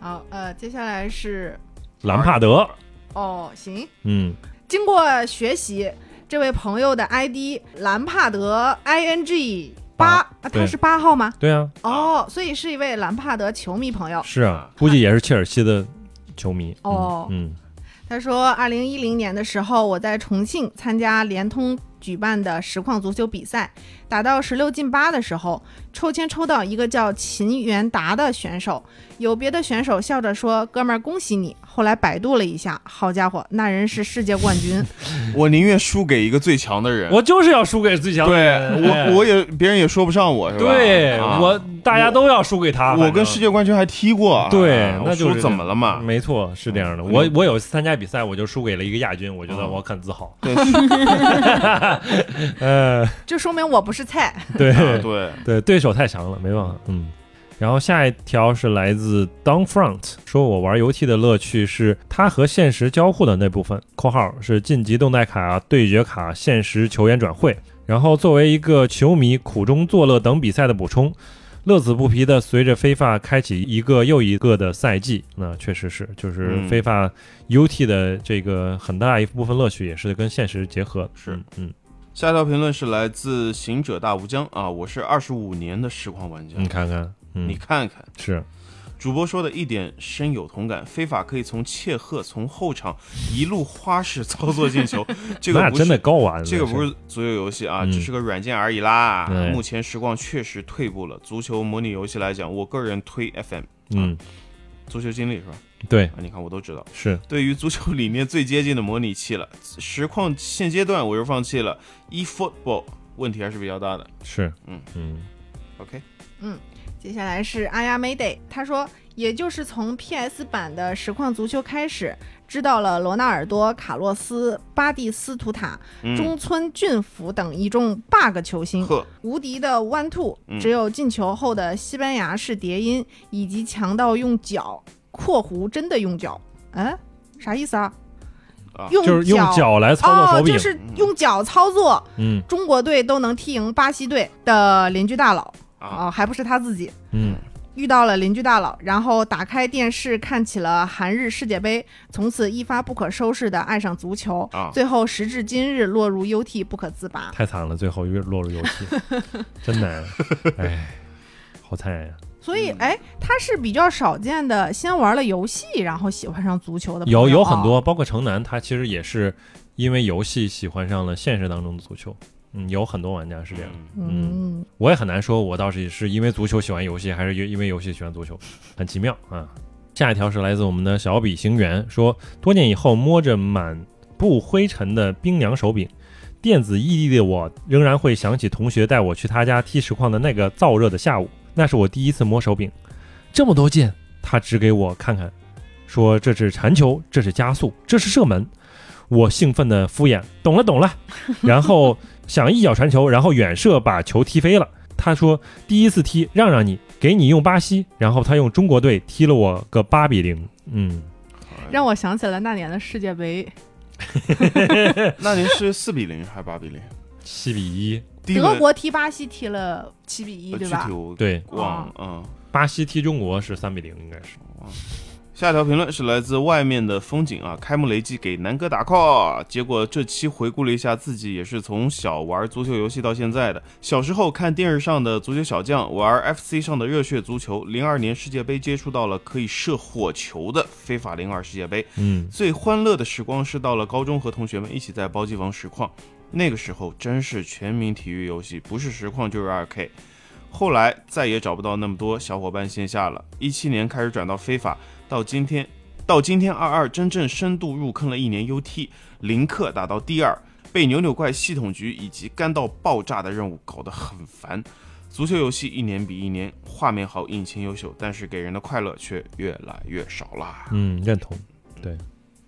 [SPEAKER 3] 好，呃，接下来是
[SPEAKER 1] 兰帕德，
[SPEAKER 3] 哦，行，
[SPEAKER 1] 嗯，
[SPEAKER 3] 经过学习，这位朋友的 ID 兰帕德 ing 八、
[SPEAKER 1] 八
[SPEAKER 3] 啊，他
[SPEAKER 1] 对
[SPEAKER 3] 是八号吗？
[SPEAKER 1] 对啊，
[SPEAKER 3] 哦，所以是一位兰帕德球迷朋友。
[SPEAKER 1] 是啊，估计也是切尔西的球迷。嗯
[SPEAKER 3] 哦
[SPEAKER 1] 嗯，
[SPEAKER 3] 他说，二零一零年的时候，我在重庆参加联通举办的实况足球比赛，打到十六进八的时候，抽签抽到一个叫秦元达的选手，有别的选手笑着说：“哥们儿，恭喜你！”后来百度了一下，好家伙，那人是世界冠军。
[SPEAKER 2] 我宁愿输给一个最强的人，
[SPEAKER 1] 我就是要输给最强的
[SPEAKER 2] 对
[SPEAKER 1] 人。哎
[SPEAKER 2] 我我也别人也说不上我，是吧？
[SPEAKER 1] 对
[SPEAKER 2] 啊
[SPEAKER 1] 我大家都要输给他。
[SPEAKER 2] 我跟世
[SPEAKER 1] 世
[SPEAKER 2] 界冠军还踢过，
[SPEAKER 1] 对
[SPEAKER 2] 哎我
[SPEAKER 1] 那就是嗯
[SPEAKER 2] 输怎么了嘛？
[SPEAKER 1] 没错是这样的。
[SPEAKER 2] 嗯
[SPEAKER 1] 啊我啊我有一次参加比赛，我就输给了一个亚军，我觉得
[SPEAKER 2] 嗯
[SPEAKER 1] 我很自豪。
[SPEAKER 2] 对
[SPEAKER 1] 呃，
[SPEAKER 3] 这说明我不是菜。
[SPEAKER 1] 对
[SPEAKER 2] 啊对，
[SPEAKER 1] 对，对手太强了，没办法。嗯，然后下一条是来自 Down Front，说我玩游戏的乐趣是它和现实交互的那部分（括号是晋级动态卡、对决卡、限时球员转会）。然后作为一个球迷，苦中作乐等比赛的补充，乐此不疲的随着非法开启一个又一个的赛季。那确实是，就是
[SPEAKER 2] 嗯
[SPEAKER 1] 非法 UT 的这个很大一部分乐趣也是跟现实结合的。
[SPEAKER 2] 是
[SPEAKER 1] 嗯，嗯，
[SPEAKER 2] 下一条评论是来自行者大无疆啊，我是二十五年的实况玩家，
[SPEAKER 1] 嗯你看看，嗯
[SPEAKER 2] 你，看看，
[SPEAKER 1] 是
[SPEAKER 2] 主播说的一点深有同感，非法可以从切赫从后场一路花式操作 进球，这个
[SPEAKER 1] 那
[SPEAKER 2] 不是
[SPEAKER 1] 真的高玩，
[SPEAKER 2] 这个不是足球游戏啊，
[SPEAKER 1] 嗯
[SPEAKER 2] 只是个软件而已啦。
[SPEAKER 1] 对
[SPEAKER 2] 目前实况确实退步了，足球模拟游戏来讲，我个人推 FM
[SPEAKER 1] 嗯，
[SPEAKER 2] 足球经理是吧？
[SPEAKER 1] 对，
[SPEAKER 2] 啊，你看我都知道。
[SPEAKER 1] 是
[SPEAKER 2] 对于足球理念最接近的模拟器了，实况现阶段我是放弃了。eFootball 问题还是比较大的。
[SPEAKER 1] 是，
[SPEAKER 2] 嗯
[SPEAKER 1] 嗯
[SPEAKER 2] OK，
[SPEAKER 3] 接下来是阿亚美得，他说，也就是从 PS 版的实况足球开始，知道了罗纳尔多、卡洛斯、巴蒂斯图塔、
[SPEAKER 2] 嗯，
[SPEAKER 3] 中村俊辅等一众 bug 球星，
[SPEAKER 2] 呵，
[SPEAKER 3] 无敌的 One Two，
[SPEAKER 2] 嗯
[SPEAKER 3] 只有进球后的西班牙式叠音，以及强到用脚（括弧真的用脚）哎，啥意思啊？
[SPEAKER 2] 啊
[SPEAKER 3] 用
[SPEAKER 1] 就是用脚来操作手
[SPEAKER 3] 哦，
[SPEAKER 1] 柄，
[SPEAKER 3] 就是用脚操作，
[SPEAKER 1] 嗯
[SPEAKER 3] 中国队都能踢赢巴西队的邻居大佬
[SPEAKER 2] 啊
[SPEAKER 3] 哦，还不是他自己。
[SPEAKER 1] 嗯，
[SPEAKER 3] 遇到了邻居大佬，然后打开电视看起了韩日世界杯，从此一发不可收拾的爱上足球，
[SPEAKER 2] 啊
[SPEAKER 3] 最后时至今日落入 UT 不可自拔。
[SPEAKER 1] 太惨了，最后又落入游戏，真难，哎，好惨呀！
[SPEAKER 3] 所以，
[SPEAKER 2] 嗯
[SPEAKER 3] 哎，他是比较少见的，先玩了游戏，然后喜欢上足球的朋友，
[SPEAKER 1] 有有很
[SPEAKER 3] 哦
[SPEAKER 1] 多，包括城南，他其实也是因为游戏喜欢上了现实当中的足球，嗯，有很多玩家是这样。
[SPEAKER 3] 嗯，
[SPEAKER 1] 我也很难说，我到底是因为足球喜欢游戏，还是因因为游戏喜欢足球，很奇妙啊。下一条是来自我们的小比行员，说多年以后摸着满布灰尘的冰凉手柄，电子异地的我仍然会想起同学带我去他家踢实况的那个燥热的下午，那是我第一次摸手柄，这么多键，他指给我看看，说这是传球，这是加速，这是射门。我兴奋的敷衍，懂了懂了，然后想一脚传球，然后远射把球踢飞了。他说第一次踢让让你，给你用巴西，然后他用中国队踢了我个八比零。嗯，
[SPEAKER 3] 让我想起了那年的世界杯，
[SPEAKER 2] 那您是四比零还是八比零？
[SPEAKER 1] 七比一，
[SPEAKER 2] 第一
[SPEAKER 3] 德
[SPEAKER 2] 轮
[SPEAKER 3] 国踢巴西踢了七比一，
[SPEAKER 2] 呃具
[SPEAKER 3] 对啊吧
[SPEAKER 2] 体？我
[SPEAKER 1] 对，
[SPEAKER 2] 忘了，嗯。
[SPEAKER 1] 巴西踢中国是三比零，应该是。
[SPEAKER 2] 下一条评论是来自外面的风景啊，开幕雷击给南哥打 call。结果这期回顾了一下，自己也是从小玩足球游戏到现在的。小时候看电视上的足球小将，玩 FC 上的热血足球。零二年世界杯接触到了可以射火球的非法零二世界杯。
[SPEAKER 1] 嗯，
[SPEAKER 2] 最欢乐的时光是到了高中和同学们一起在包机房实况，那个时候真是全民体育游戏，不是实况就是 2K。后来再也找不到那么多小伙伴线下了，一七年开始转到非法，到今天，到今天二二真正深度入坑了一年 UT，零氪打到第二，被扭扭怪系统局以及干到爆炸的任务搞得很烦。足球游戏一年比一年画面好，引擎优秀，但是给人的快乐却越来越少啦。
[SPEAKER 1] 嗯，认同。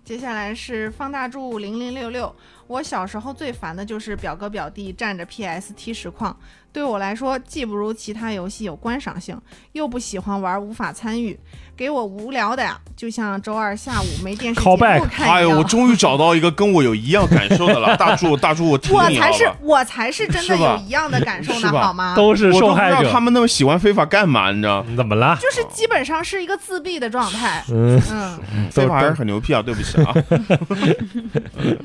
[SPEAKER 3] 接下来是放大柱零零六六。我小时候最烦的就是表哥表弟占着 PS 踢实况，对我来说既不如其他游戏有观赏性，又不喜欢玩，无法参与，给我无聊的呀，就像周二下午没电视节
[SPEAKER 1] Call
[SPEAKER 3] 目
[SPEAKER 1] back，
[SPEAKER 3] 看
[SPEAKER 2] 哎
[SPEAKER 3] 一
[SPEAKER 2] 呦，
[SPEAKER 3] 样。
[SPEAKER 2] 我终于找到一个跟我有一样感受的 了，大柱，大柱，我挺
[SPEAKER 3] 我
[SPEAKER 2] 你
[SPEAKER 3] 才
[SPEAKER 2] 好
[SPEAKER 3] 是
[SPEAKER 2] 吧。
[SPEAKER 3] 我才是真的
[SPEAKER 2] 是吧
[SPEAKER 3] 有一样的感受
[SPEAKER 2] 是
[SPEAKER 3] 呢，
[SPEAKER 2] 吧
[SPEAKER 3] 好吗？
[SPEAKER 1] 都是
[SPEAKER 2] 啊我都
[SPEAKER 1] 受
[SPEAKER 2] 不知
[SPEAKER 1] 害
[SPEAKER 2] 道
[SPEAKER 1] 者
[SPEAKER 2] 他。们那么喜欢非法干嘛，你知道？
[SPEAKER 1] 怎么了？
[SPEAKER 3] 就是基本上是一个自闭的状态。
[SPEAKER 1] 嗯，
[SPEAKER 3] 嗯，
[SPEAKER 2] 非法还是很牛逼啊，对不 起啊。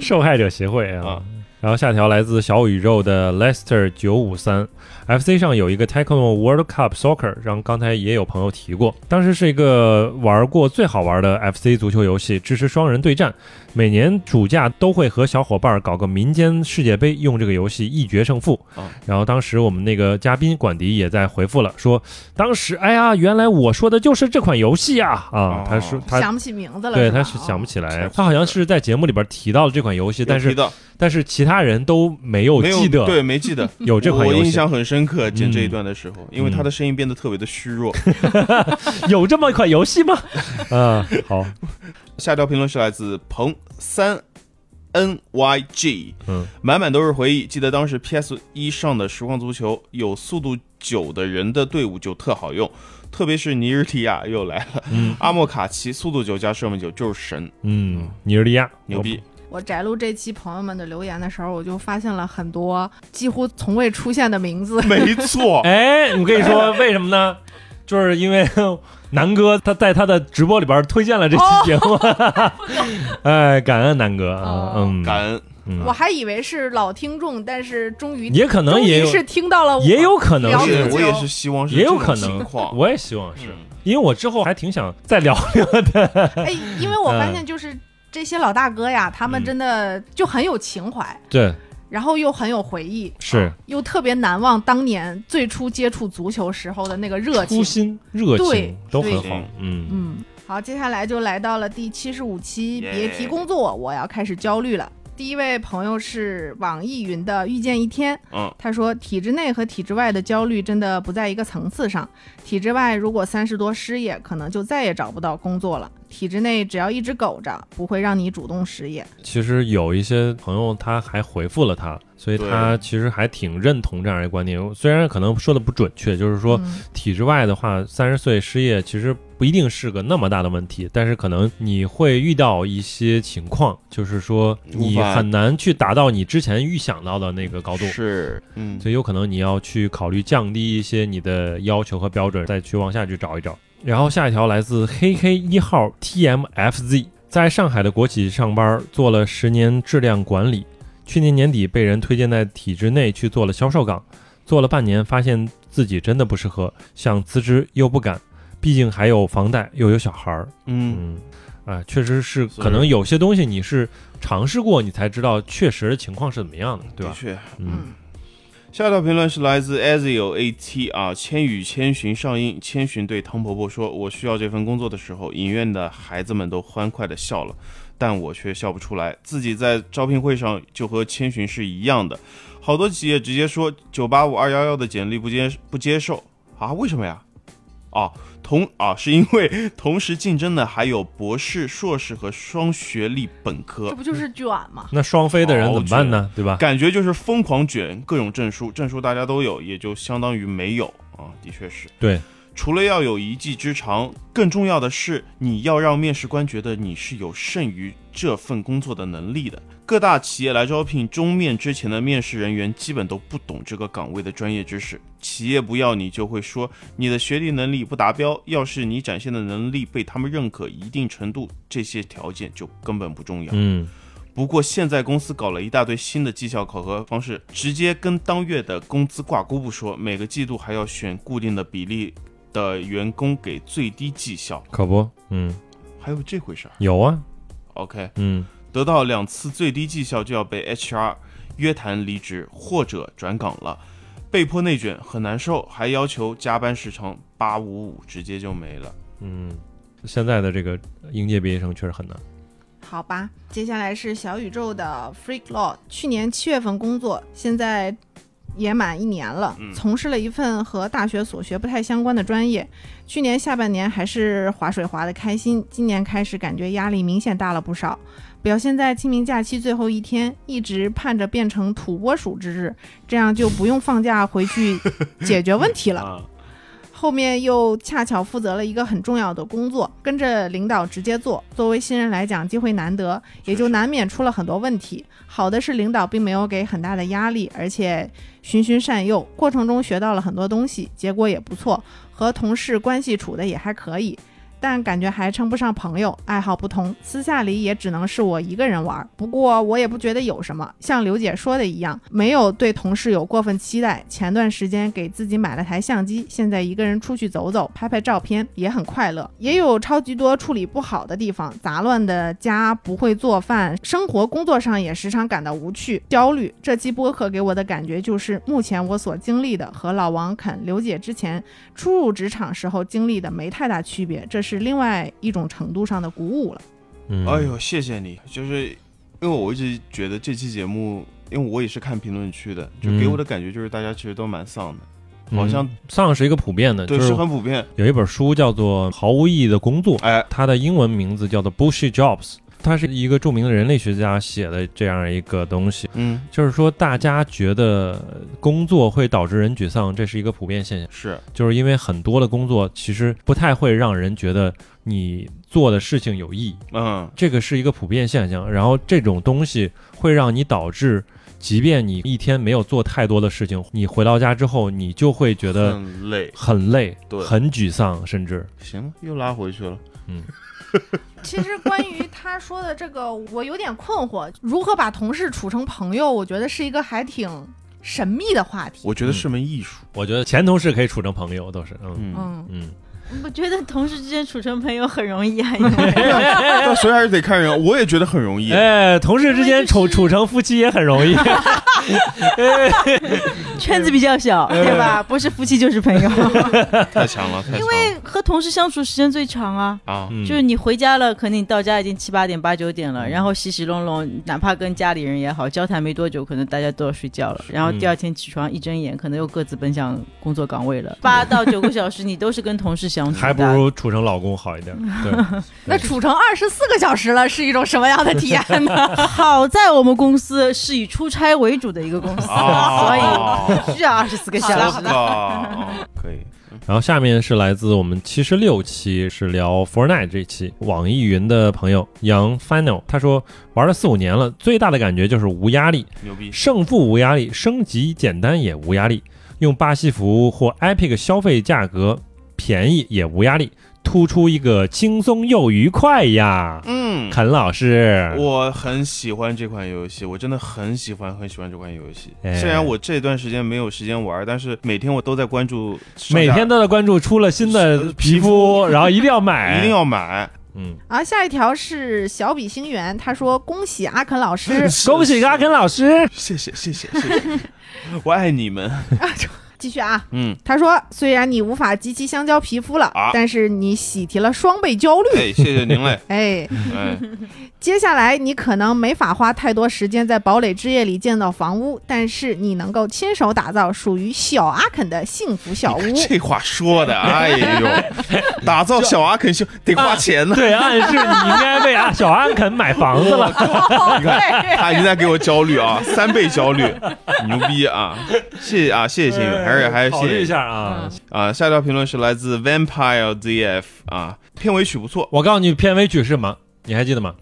[SPEAKER 1] 受害者协会啊。
[SPEAKER 2] 啊
[SPEAKER 1] 然后下条来自小宇宙的 Lester 九五三，FC 上有一个 Tecmo World Cup Soccer，然后刚才也有朋友提过，当时是一个玩过最好玩的 FC 足球游戏，支持双人对战，每年暑假都会和小伙伴搞个民间世界杯，用这个游戏一决胜负。
[SPEAKER 2] 哦
[SPEAKER 1] 然后当时我们那个嘉宾管迪也在回复了，说当时哎呀，原来我说的就是这款游戏啊啊
[SPEAKER 2] 哦，
[SPEAKER 1] 他说他
[SPEAKER 3] 想不起名字了。
[SPEAKER 1] 对
[SPEAKER 3] 吧哦
[SPEAKER 1] 他是哦想不起
[SPEAKER 2] 想不
[SPEAKER 1] 来，
[SPEAKER 2] 起
[SPEAKER 1] 他好像
[SPEAKER 2] 来
[SPEAKER 1] 是在节目里边提到了这款游戏，但
[SPEAKER 2] 哦有
[SPEAKER 1] 是
[SPEAKER 2] 提到
[SPEAKER 1] 但是其他人都没有
[SPEAKER 2] 没有
[SPEAKER 1] 记得
[SPEAKER 2] 对，没记得。
[SPEAKER 1] 有这款
[SPEAKER 2] 我
[SPEAKER 1] 游
[SPEAKER 2] 印
[SPEAKER 1] 戏，
[SPEAKER 2] 象很深刻，剪
[SPEAKER 1] 嗯
[SPEAKER 2] 这一段的时候，因为他的声音变得特别的虚弱。
[SPEAKER 1] 有这么一款游戏 吗？啊，好，
[SPEAKER 2] 下条评论是来自彭三 N Y G，
[SPEAKER 1] 嗯，
[SPEAKER 2] 满满都是回忆。记得当时 PS 一上的《实况足球》，有速度九的人的队伍就特好用，特别是尼日利亚又来了，
[SPEAKER 1] 嗯
[SPEAKER 2] 阿莫卡奇速度九加射门九就是神，
[SPEAKER 1] 嗯，尼日利亚
[SPEAKER 2] 牛逼！
[SPEAKER 3] 我摘录这期朋友们的留言的时候，我就发现了很多几乎从未出现的名字。
[SPEAKER 2] 没 错，
[SPEAKER 1] 哎，我跟你说，为什么呢？就是因为 南哥他在他的直播里边推荐了这期节 目，哎，感恩南哥啊，
[SPEAKER 3] 哦
[SPEAKER 1] 嗯，
[SPEAKER 2] 感恩。
[SPEAKER 1] 嗯
[SPEAKER 3] 我，还以为是老听众，但是终于
[SPEAKER 1] 也可能
[SPEAKER 3] 终于
[SPEAKER 1] 也有
[SPEAKER 3] 是听到了我，
[SPEAKER 1] 也有可能
[SPEAKER 3] 了
[SPEAKER 2] 我
[SPEAKER 3] 解
[SPEAKER 1] 是，
[SPEAKER 2] 也
[SPEAKER 3] 足
[SPEAKER 2] 我
[SPEAKER 3] 球
[SPEAKER 2] 也是希望是
[SPEAKER 1] 也有
[SPEAKER 2] 这种
[SPEAKER 1] 可能
[SPEAKER 2] 情况，
[SPEAKER 1] 我也希望是
[SPEAKER 2] 嗯，
[SPEAKER 1] 因为我之后还挺想再聊聊的。
[SPEAKER 3] 哎，因为我发现就是这些老大哥呀，他们
[SPEAKER 1] 嗯
[SPEAKER 3] 真的就很有情怀，
[SPEAKER 1] 对，
[SPEAKER 3] 然后又很有回忆，
[SPEAKER 1] 是
[SPEAKER 3] 又特别难忘当年最初接触足球时候的那个热
[SPEAKER 1] 初
[SPEAKER 3] 情。
[SPEAKER 1] 心、热
[SPEAKER 3] 啊对
[SPEAKER 1] 情都很
[SPEAKER 2] 对
[SPEAKER 1] 好。嗯，
[SPEAKER 3] 嗯，好，接下来就来到了第七十五期，
[SPEAKER 2] 耶
[SPEAKER 3] 别提工作，我要开始焦虑了。第一位朋友是网易云的遇见一天，
[SPEAKER 2] 嗯，
[SPEAKER 3] 他说体制内和体制外的焦虑真的不在一个层次上。体制外如果三十多失业，可能就再也找不到工作了；体制内只要一直苟着，不会让你主动失业。
[SPEAKER 1] 其实有一些朋友他还回复了他，所以他其实还挺认同这样一个观点。虽然可能说的不准确，就是说
[SPEAKER 3] 嗯
[SPEAKER 1] 体制外的话，三十岁失业其实不一定是个那么大的问题，但是可能你会遇到一些情况，就是说
[SPEAKER 2] 无
[SPEAKER 1] 你
[SPEAKER 2] 法
[SPEAKER 1] 很难去达到你之前预想到的那个高度。
[SPEAKER 2] 是，嗯，
[SPEAKER 1] 所以有可能你要去考虑降低一些你的要求和标准，再去往下去找一找。然后下一条来自黑黑一号 TMFZ，在上海的国企上班，做了十年质量管理，去年年底被人推荐在体制内去做了销售岗，做了半年，发现自己真的不适合，想辞职又不敢，毕竟还有房贷又有小孩儿，
[SPEAKER 2] 嗯，
[SPEAKER 1] 嗯，啊，确实是，
[SPEAKER 2] 是
[SPEAKER 1] 可能有些东西你是尝试过，你才知道确实情况是怎么样的，对
[SPEAKER 2] 的
[SPEAKER 1] 吧？
[SPEAKER 2] 确。
[SPEAKER 1] 嗯，
[SPEAKER 3] 嗯，
[SPEAKER 2] 下一条评论是来自 Azio AT 啊，《千与千寻》上映，千寻对汤婆婆说：“我需要这份工作的时候，影院的孩子们都欢快的笑了，但我却笑不出来。自己在招聘会上就和千寻是一样的，好多企业直接说九八五二幺幺的简历不接不接受啊？为什么呀？啊，同啊是因为同时竞争的还有博士、硕士和双学历本科，
[SPEAKER 3] 这不就是卷吗？
[SPEAKER 1] 那双非的人怎么办呢？ 对吧？
[SPEAKER 2] 感觉就是疯狂卷各种证书，证书大家都有，也就相当于没有啊，的确是。
[SPEAKER 1] 对，
[SPEAKER 2] 除了要有一技之长，更重要的是你要让面试官觉得你是有剩余这份工作的能力的。各大企业来招聘中面之前的面试人员基本都不懂这个岗位的专业知识，企业不要你就会说你的学历能力不达标。要是你展现的能力被他们认可一定程度，这些条件就根本不重要。
[SPEAKER 1] 嗯，
[SPEAKER 2] 不过现在公司搞了一大堆新的绩效考核方式，直接跟当月的工资挂钩不说，每个季度还要选固定的比例的员工给最低绩效，
[SPEAKER 1] 可不，嗯，
[SPEAKER 2] 还有这回事儿。
[SPEAKER 1] 有啊，
[SPEAKER 2] OK，
[SPEAKER 1] 嗯，
[SPEAKER 2] 得到两次最低绩效就要被 HR 约谈离职或者转岗了，被迫内卷很难受，还要求加班时长八五五，直接就没了。
[SPEAKER 1] 现在的这个应届毕业生确实很难。
[SPEAKER 3] 好吧，接下来是小宇宙的 Freak Law，去年七月份工作，现在也满一年了，从事了一份和大学所学不太相关的专业。去年下半年还是划水划得开心，今年开始感觉压力明显大了不少。表现在清明假期最后一天，一直盼着变成土拨鼠之日，这样就不用放假回去解决问 题了。
[SPEAKER 2] 啊，
[SPEAKER 3] 后面又恰巧负责了一个很重要的工作，跟着领导直接做。作为新人来讲，机会难得，也就难免出了很多问题。好的是领导并没有给很大的压力，而且循循善诱，过程中学到了很多东西，结果也不错，和同事关系处的也还可以。但感觉还称不上朋友，爱好不同，私下里也只能是我一个人玩儿。不过我也不觉得有什么，像刘姐说的一样，没有对同事有过分期待。前段时间给自己买了台相机，现在一个人出去走走，拍拍照片也很快乐。也有超级多处理不好的地方，杂乱的家，不会做饭，生活工作上也时常感到无趣、焦虑。这期播客给我的感觉就是，目前我所经历的和老王啃刘姐之前初入职场时候经历的没太大区别，这是另外一种程度上的鼓舞了。
[SPEAKER 1] 嗯，
[SPEAKER 2] 哎，呦，谢谢你！就是因为我一直觉得这期节目，因为我也是看评论区的，就给
[SPEAKER 1] 嗯
[SPEAKER 2] 我的感觉就是大家其实都蛮丧的，好像
[SPEAKER 1] 丧是一个普遍的，
[SPEAKER 2] 对，
[SPEAKER 1] 就是
[SPEAKER 2] 是很普遍。
[SPEAKER 1] 有一本书叫做《毫无意义的工作》，
[SPEAKER 2] 哎，
[SPEAKER 1] 它的英文名字叫做 Bullshit Jobs，它是一个著名的人类学家写的这样一个东西，
[SPEAKER 2] 嗯，
[SPEAKER 1] 就是说大家觉得工作会导致人沮丧，这是一个普遍现象。
[SPEAKER 2] 是
[SPEAKER 1] 就是因为很多的工作其实不太会让人觉得你做的事情有意义，
[SPEAKER 2] 嗯，
[SPEAKER 1] 这个是一个普遍现象。然后这种东西会让你导致，即便你一天没有做太多的事情，你回到家之后，你就会觉得
[SPEAKER 2] 很累。
[SPEAKER 1] 很累、
[SPEAKER 2] 嗯对
[SPEAKER 1] 很沮丧，甚至
[SPEAKER 2] 行了，又拉回去了。
[SPEAKER 3] 其实关于他说的这个，我有点困惑，如何把同事处成朋友，我觉得是一个还挺神秘的话题。
[SPEAKER 2] 我觉得是门艺术。
[SPEAKER 1] 我觉得前同事可以处成朋友，都是嗯
[SPEAKER 2] 嗯，
[SPEAKER 3] 嗯，
[SPEAKER 1] 嗯
[SPEAKER 4] 我觉得同事之间处成朋友很容 易啊，因为
[SPEAKER 2] 但所以还是得看人，我也觉得很 容易。
[SPEAKER 1] 嗯哎，同事之间处
[SPEAKER 4] 因为就是
[SPEAKER 1] 处成夫妻也很 容易。
[SPEAKER 4] 圈子比较小，
[SPEAKER 1] 呃
[SPEAKER 4] 对吧？不是夫妻就是朋友，
[SPEAKER 2] 太强了，太强
[SPEAKER 4] 因为 和同事相处时间最长啊。
[SPEAKER 2] 啊！
[SPEAKER 1] 嗯
[SPEAKER 4] 就是你回家了，可能你到家已经七八点、八九点了，然后洗洗弄弄，哪怕跟家里人也好交谈没多久，可能大家都要睡觉了。然后第二天起床一睁眼，可能又各自奔向工作岗位了。八到九个小时，你都是跟同事相处
[SPEAKER 1] 还不
[SPEAKER 4] 的。
[SPEAKER 1] 如处成老公好一点。对，
[SPEAKER 3] 那储成二十四个小时了，是一种什么样的体 验呢？
[SPEAKER 4] 好在我们公司是以出差为主的一个公司，所以
[SPEAKER 2] 啊，
[SPEAKER 4] 需要二十四个
[SPEAKER 3] 好
[SPEAKER 4] 小
[SPEAKER 3] 的
[SPEAKER 4] 时
[SPEAKER 3] 好。
[SPEAKER 2] 的，可以。
[SPEAKER 1] 然后下面是来自我们七十六期，是聊 Fortnite 这期，网易云的朋友杨 Final，他说玩了四五年了，最大的感觉就是无压力，
[SPEAKER 2] 牛逼！
[SPEAKER 1] 胜负无压力，升级简单也无压力，用巴西服或 Epic 消费价格便宜也无压力，突出一个轻松又愉快呀。
[SPEAKER 2] 嗯，
[SPEAKER 1] 肯老师，
[SPEAKER 2] 我很喜欢这款游戏，我真的很喜欢很喜欢这款游戏。
[SPEAKER 1] 哎
[SPEAKER 2] 虽然我这段时间没有时间玩，但是每天我都在关注上
[SPEAKER 1] 每
[SPEAKER 2] 架，
[SPEAKER 1] 天都在关注出了新的
[SPEAKER 2] 是皮
[SPEAKER 1] 皮
[SPEAKER 2] 肤
[SPEAKER 1] 肤，然后一定要买，
[SPEAKER 2] 一定，要买。
[SPEAKER 1] 嗯，
[SPEAKER 3] 啊，下一条是小比星源，他说恭喜阿肯 老师
[SPEAKER 1] 恭喜阿肯老师，
[SPEAKER 2] 谢谢谢谢谢谢， 我爱你们。
[SPEAKER 3] 继续啊，
[SPEAKER 2] 嗯，
[SPEAKER 3] 他说虽然你无法及其香蕉皮肤了，
[SPEAKER 2] 啊
[SPEAKER 3] 但是你喜提了双倍焦虑。
[SPEAKER 2] 哎，谢谢您 嘞。
[SPEAKER 3] 哎，
[SPEAKER 2] 哎，
[SPEAKER 3] 接下来你可能没法花太多时间在堡垒之夜里建造房屋，但是你能够亲手打造属于小阿肯的幸福 小屋。
[SPEAKER 2] 这话说的，哎 呦，打造小阿肯秀得花钱呢。
[SPEAKER 1] 对，暗示你应该为啊阿小安肯买房子了。
[SPEAKER 2] 你
[SPEAKER 1] 啊
[SPEAKER 2] 看，他已经在给我焦虑啊，三倍焦虑，牛逼啊！谢谢啊， 谢谢心宇，还是还是
[SPEAKER 1] 考
[SPEAKER 2] 谢
[SPEAKER 1] 虑
[SPEAKER 2] 谢
[SPEAKER 1] 一下啊！
[SPEAKER 2] 啊。下一条评论是来自 Vampire ZF 啊，片尾曲不错，
[SPEAKER 1] 我告诉你，片尾曲是什么？你还记得吗？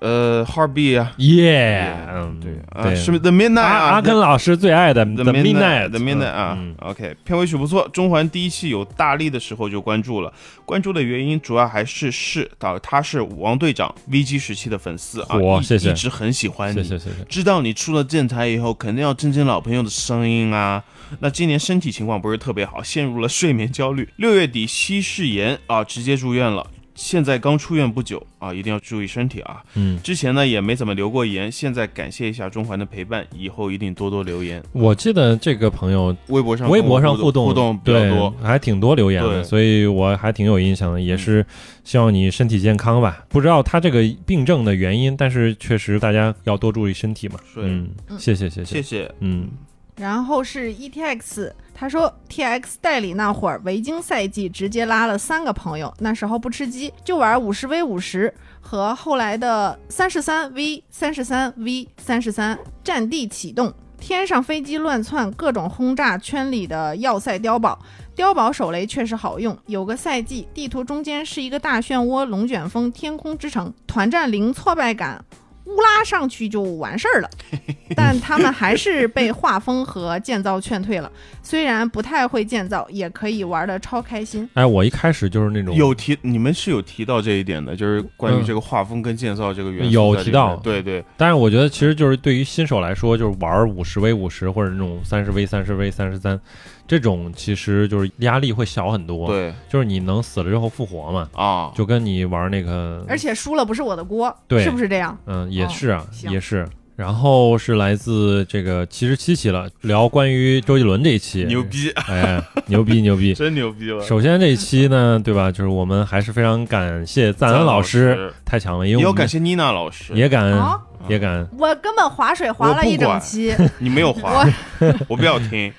[SPEAKER 2] 呃，Heartbeat 啊，
[SPEAKER 1] 耶，嗯，
[SPEAKER 2] 对啊，
[SPEAKER 1] 对，
[SPEAKER 2] 是不是 The Midnight
[SPEAKER 1] 阿
[SPEAKER 2] 啊
[SPEAKER 1] 阿肯老师最爱的
[SPEAKER 2] The
[SPEAKER 1] The Midnight
[SPEAKER 2] The Midnight 啊
[SPEAKER 1] 嗯
[SPEAKER 2] ，OK，片尾曲不错。中环第一期有大力的时候就关注了，关注的原因主要还是是到他是王队长 VG 时期的粉丝啊，
[SPEAKER 1] 火
[SPEAKER 2] 一
[SPEAKER 1] 谢谢
[SPEAKER 2] 一直很喜欢
[SPEAKER 1] 谢
[SPEAKER 2] 你
[SPEAKER 1] 谢。谢谢。
[SPEAKER 2] 知道你出了电台以后，肯定要听听老朋友的声音啊。那今年身体情况不是特别好，陷入了睡眠焦虑。六月底西氏炎啊，直接住院了。现在刚出院不久啊，一定要注意身体啊！
[SPEAKER 1] 嗯，
[SPEAKER 2] 之前呢也没怎么留过言，现在感谢一下中环的陪伴，以后一定多多留言。
[SPEAKER 1] 我记得这个朋友
[SPEAKER 2] 微博上
[SPEAKER 1] 微博上
[SPEAKER 2] 互
[SPEAKER 1] 动
[SPEAKER 2] 互
[SPEAKER 1] 互
[SPEAKER 2] 动比较
[SPEAKER 1] 对
[SPEAKER 2] 多。，
[SPEAKER 1] 还挺多留言
[SPEAKER 2] 对嗯
[SPEAKER 1] 的，所以我还挺有印象的。也是希望你身体健康吧。不知道他这个病症的原因，但是确实大家要多注意身体嘛。
[SPEAKER 2] 对
[SPEAKER 1] 嗯，
[SPEAKER 3] 嗯
[SPEAKER 1] 谢谢谢
[SPEAKER 2] 谢，谢，
[SPEAKER 1] 嗯，
[SPEAKER 3] 然后是 ETX，他说 TX 代理那会儿维京赛季直接拉了三个朋友，那时候不吃鸡，就玩五十 V 五十和后来的三十三 V 三十三 V 三十三战地启动。天上飞机乱窜，各种轰炸圈里的要塞碉堡，碉堡手雷确实好用。有个赛季，地图中间是一个大漩涡，龙卷风，天空之城，团战零挫败感，乌拉上去就完事儿了。但他们还是被画风和建造劝退了。虽然不太会建造，也可以玩的超开心。
[SPEAKER 1] 哎，我一开始就是那种
[SPEAKER 2] 有提你们是有提到这一点的，就是关于
[SPEAKER 1] 嗯
[SPEAKER 2] 这个画风跟建造这个元素
[SPEAKER 1] 有
[SPEAKER 2] 在里
[SPEAKER 1] 提到
[SPEAKER 2] 面对对，
[SPEAKER 1] 但是我觉得，其实就是对于新手来说，就是玩五十 V 五十或者那种三十 V 三十 V 三十三，这种其实就是压力会小很多。，
[SPEAKER 2] 对
[SPEAKER 1] 就是你能死了之后复活嘛，
[SPEAKER 2] 啊，
[SPEAKER 1] 就跟你玩那个，
[SPEAKER 3] 而且输了不是我的锅，
[SPEAKER 1] 嗯对
[SPEAKER 3] 是不是这样？
[SPEAKER 1] 嗯，也是啊，
[SPEAKER 3] 行
[SPEAKER 1] 也是。然后是来自这个七十七期了，聊关于周杰伦这一期，
[SPEAKER 2] 牛，逼，
[SPEAKER 1] 哎，牛逼牛逼。
[SPEAKER 2] 真牛逼了。
[SPEAKER 1] 首先这一期呢，对吧？就是我们还是非常感谢赞恩老
[SPEAKER 2] 赞恩老师
[SPEAKER 1] 太强了，因
[SPEAKER 2] 也
[SPEAKER 1] 为
[SPEAKER 2] 要
[SPEAKER 1] 我们
[SPEAKER 2] 感谢嗯妮娜老师，
[SPEAKER 1] 也感
[SPEAKER 3] 啊
[SPEAKER 1] 也感，
[SPEAKER 3] 我根本划水划了一整期，
[SPEAKER 2] 你没有滑， 我不要听，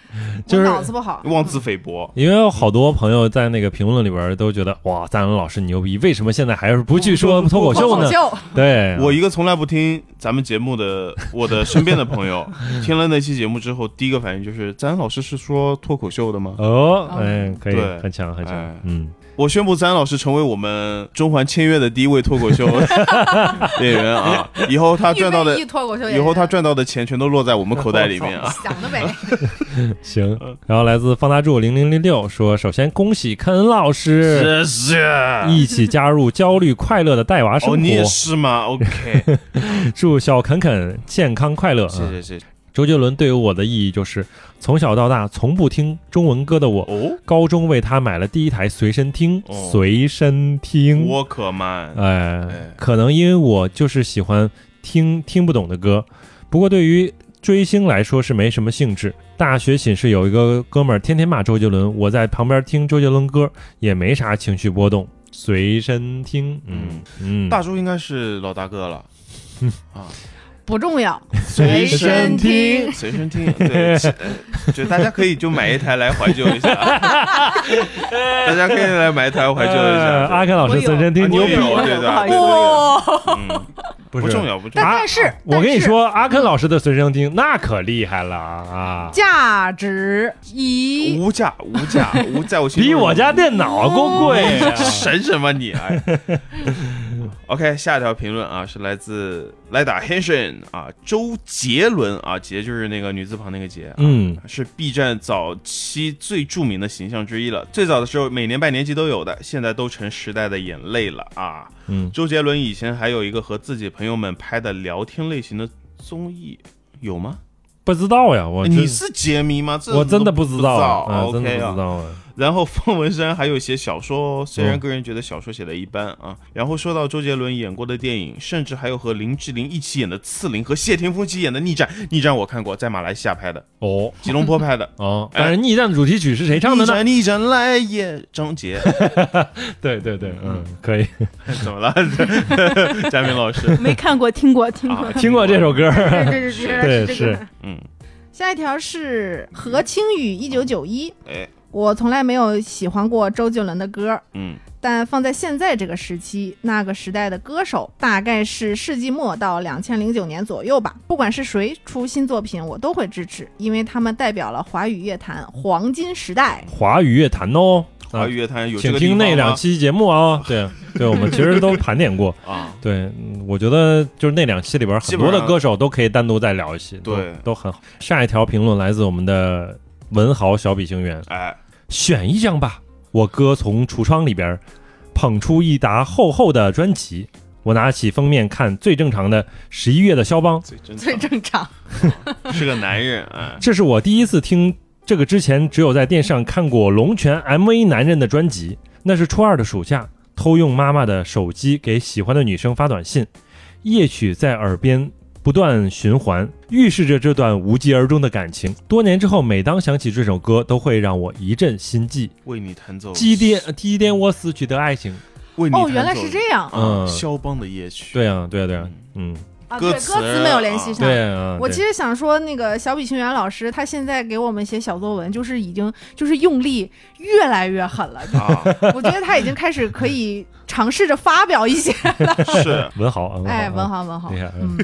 [SPEAKER 1] 就是
[SPEAKER 3] 我脑子不好。
[SPEAKER 2] 妄自菲薄。
[SPEAKER 1] 因为有好多朋友在那个评论里边都觉得哇，赞恩老师牛逼，为什么现在还是不去说脱口
[SPEAKER 3] 脱
[SPEAKER 1] 秀
[SPEAKER 3] 口
[SPEAKER 1] 呢？
[SPEAKER 3] 秀，
[SPEAKER 1] 对，啊
[SPEAKER 2] 我一个从来不听咱们节目的，我的身边的朋 友，听了那期节目之后，第一个反应就是：咱老师是说脱口秀的吗？
[SPEAKER 1] 哦，
[SPEAKER 3] 哦
[SPEAKER 1] 哎，可以
[SPEAKER 2] 嗯对，
[SPEAKER 1] 很强很
[SPEAKER 2] 哎
[SPEAKER 1] 强，嗯，
[SPEAKER 2] 我宣布，咱老师成为我们中环签约的第一位脱口 秀演员啊！以后他赚到
[SPEAKER 3] 预
[SPEAKER 2] 的
[SPEAKER 3] 备役，脱口秀演
[SPEAKER 2] 以
[SPEAKER 3] 员
[SPEAKER 2] 后他赚到的钱全都落在我们口袋 里面啊！
[SPEAKER 3] 想的美。
[SPEAKER 1] 行。然后来自方大柱零零零六说，首先恭喜肯恩老师
[SPEAKER 2] 是
[SPEAKER 1] 一起加入焦虑快乐的带娃生
[SPEAKER 2] 哦，你也
[SPEAKER 1] 活，
[SPEAKER 2] 是吗？OK，
[SPEAKER 1] 祝小肯肯健康快乐。嗯
[SPEAKER 2] 谢谢谢谢。
[SPEAKER 1] 周杰伦对于我的意义就是，从小到大从不听中文歌的我，
[SPEAKER 2] 哦，
[SPEAKER 1] 高中为他买了第一台随身听，
[SPEAKER 2] 哦
[SPEAKER 1] 随身听，
[SPEAKER 2] 沃克曼，
[SPEAKER 1] 哎
[SPEAKER 2] 哎，
[SPEAKER 1] 可能因为我就是喜欢听听不懂的歌，不过对于追星来说是没什么兴致。大学寝室有一个哥们儿天天骂周杰伦，我在旁边听周杰伦歌也没啥情绪波动，随身听，嗯嗯，
[SPEAKER 2] 大叔应该是老大哥了。啊，
[SPEAKER 3] 不重要，
[SPEAKER 1] 随身
[SPEAKER 3] 听。
[SPEAKER 2] 随身听，对，呃就大家可以就买一台来怀旧 一下，大家可以来买一台怀旧一
[SPEAKER 1] 呃
[SPEAKER 2] 下。
[SPEAKER 1] 阿凯老师
[SPEAKER 4] 我有
[SPEAKER 1] 随身
[SPEAKER 2] 啊
[SPEAKER 1] 听
[SPEAKER 2] 你
[SPEAKER 1] 牛逼
[SPEAKER 2] 有，对
[SPEAKER 4] 不 好意
[SPEAKER 2] 的，
[SPEAKER 4] 思
[SPEAKER 3] 哇、
[SPEAKER 2] 嗯，
[SPEAKER 1] 不
[SPEAKER 2] 不
[SPEAKER 1] 是
[SPEAKER 2] 重。要，不重
[SPEAKER 3] 但
[SPEAKER 2] 要。
[SPEAKER 3] 但是、
[SPEAKER 1] 我跟你
[SPEAKER 3] 但是，
[SPEAKER 1] 说，阿肯老师的随身听那可厉害了啊，
[SPEAKER 3] 价值一
[SPEAKER 2] 无价，无价，无在我心中
[SPEAKER 1] 比我家电脑都贵啊呀。
[SPEAKER 2] 神什么你？哎 OK，下一条评论啊是来自来打 Henson 啊，周杰伦啊，杰就是那个女字旁那个杰，啊
[SPEAKER 1] 嗯，
[SPEAKER 2] 是 B 站早期最著名的形象之一了。最早的时候每年拜年季都有的，现在都成时代的眼泪了啊。
[SPEAKER 1] 嗯
[SPEAKER 2] 周杰伦以前还有一个和自己朋友们拍的聊天类型的综艺，有吗？
[SPEAKER 1] 不知道呀，我
[SPEAKER 2] 哎你
[SPEAKER 1] 真
[SPEAKER 2] 是杰迷吗？这
[SPEAKER 1] 我真的
[SPEAKER 2] 都不
[SPEAKER 1] 不知道啊，真的
[SPEAKER 2] OK
[SPEAKER 1] 不
[SPEAKER 2] 啊
[SPEAKER 1] 知，道啊。
[SPEAKER 2] 然后方文山还有写小说哦，虽然
[SPEAKER 1] 嗯
[SPEAKER 2] 个人觉得小说写的一般啊。然后说到周杰伦演过的电影，甚至还有和林志玲一起演的《刺陵》和谢霆锋一起演的《逆战》。《逆战》我看过，在马来西亚拍的，
[SPEAKER 1] 哦。
[SPEAKER 2] 吉隆坡拍的
[SPEAKER 1] 哦，
[SPEAKER 2] 哎
[SPEAKER 1] 但是《逆战》的主题曲是谁唱的
[SPEAKER 2] 逆
[SPEAKER 1] 呢？
[SPEAKER 2] 战，逆战来也，张杰，
[SPEAKER 1] 对对对，嗯，可以
[SPEAKER 2] 怎么了， 佳明老 师？
[SPEAKER 4] 没看过，听过，听过
[SPEAKER 2] 啊。
[SPEAKER 1] 听过这首 歌。
[SPEAKER 3] 对对对
[SPEAKER 1] 对
[SPEAKER 3] 对这个
[SPEAKER 1] 是
[SPEAKER 2] 嗯，
[SPEAKER 3] 下一条是何清雨一九九一，
[SPEAKER 2] 哎，
[SPEAKER 3] 我从来没有喜欢过周杰伦的歌，
[SPEAKER 2] 嗯，
[SPEAKER 3] 但放在现在这个时期，那个时代的歌手大概是世纪末到两千零九年左右吧。不管是谁出新作品，我都会支持，因为他们代表了华语乐坛黄金时代。
[SPEAKER 1] 华语乐坛哦，啊
[SPEAKER 2] 华语乐坛有这
[SPEAKER 1] 请
[SPEAKER 2] 个
[SPEAKER 1] 听
[SPEAKER 2] 地方
[SPEAKER 1] 那两
[SPEAKER 2] 吗
[SPEAKER 1] 期节目啊。对对，我们其实都盘点过。
[SPEAKER 2] 啊，
[SPEAKER 1] 对，嗯我觉得就是那两期里边很多的歌手都可以单独再聊一期，都
[SPEAKER 2] 对
[SPEAKER 1] 都很好。下一条评论来自我们的文豪小比星源，
[SPEAKER 2] 哎，
[SPEAKER 1] 选一张吧。我哥从橱窗里边捧出一沓厚厚的专辑，我拿起封面看，最正常的十一月的肖邦，
[SPEAKER 2] 最真
[SPEAKER 3] 最正常，
[SPEAKER 2] 是个男人，哎，
[SPEAKER 1] 这是我第一次听这个之前只有在电视上看过龙泉 MV 男人的专辑，那是初二的暑假，偷用妈妈的手机给喜欢的女生发短信，夜曲在耳边不断循环，预示着这段无疾而终的感情。多年之后，每当想起这首歌，都会让我一阵心悸，
[SPEAKER 2] 为你弹奏，
[SPEAKER 1] 祭奠祭奠我死去的爱情。
[SPEAKER 2] 为你弹
[SPEAKER 3] 哦，
[SPEAKER 2] 奏
[SPEAKER 3] 原来是这样
[SPEAKER 2] 啊
[SPEAKER 1] 嗯
[SPEAKER 2] 肖邦的夜曲，
[SPEAKER 1] 对啊，对啊，对啊，嗯，
[SPEAKER 3] 啊！
[SPEAKER 2] 歌
[SPEAKER 3] 对，
[SPEAKER 2] 词
[SPEAKER 3] 歌词没有联系上。
[SPEAKER 1] 对啊。
[SPEAKER 3] 我
[SPEAKER 1] 对
[SPEAKER 3] 其实想说，那个小比清源老师，他现在给我们写小作文，就是已经就是用力越来越狠了。
[SPEAKER 2] 啊，
[SPEAKER 3] 我觉得他已经开始可以尝试着发表一些，
[SPEAKER 2] 是
[SPEAKER 1] 文豪啊，
[SPEAKER 3] 哎，文
[SPEAKER 1] 豪
[SPEAKER 3] 豪文豪
[SPEAKER 1] 啊，厉，害，
[SPEAKER 3] 嗯，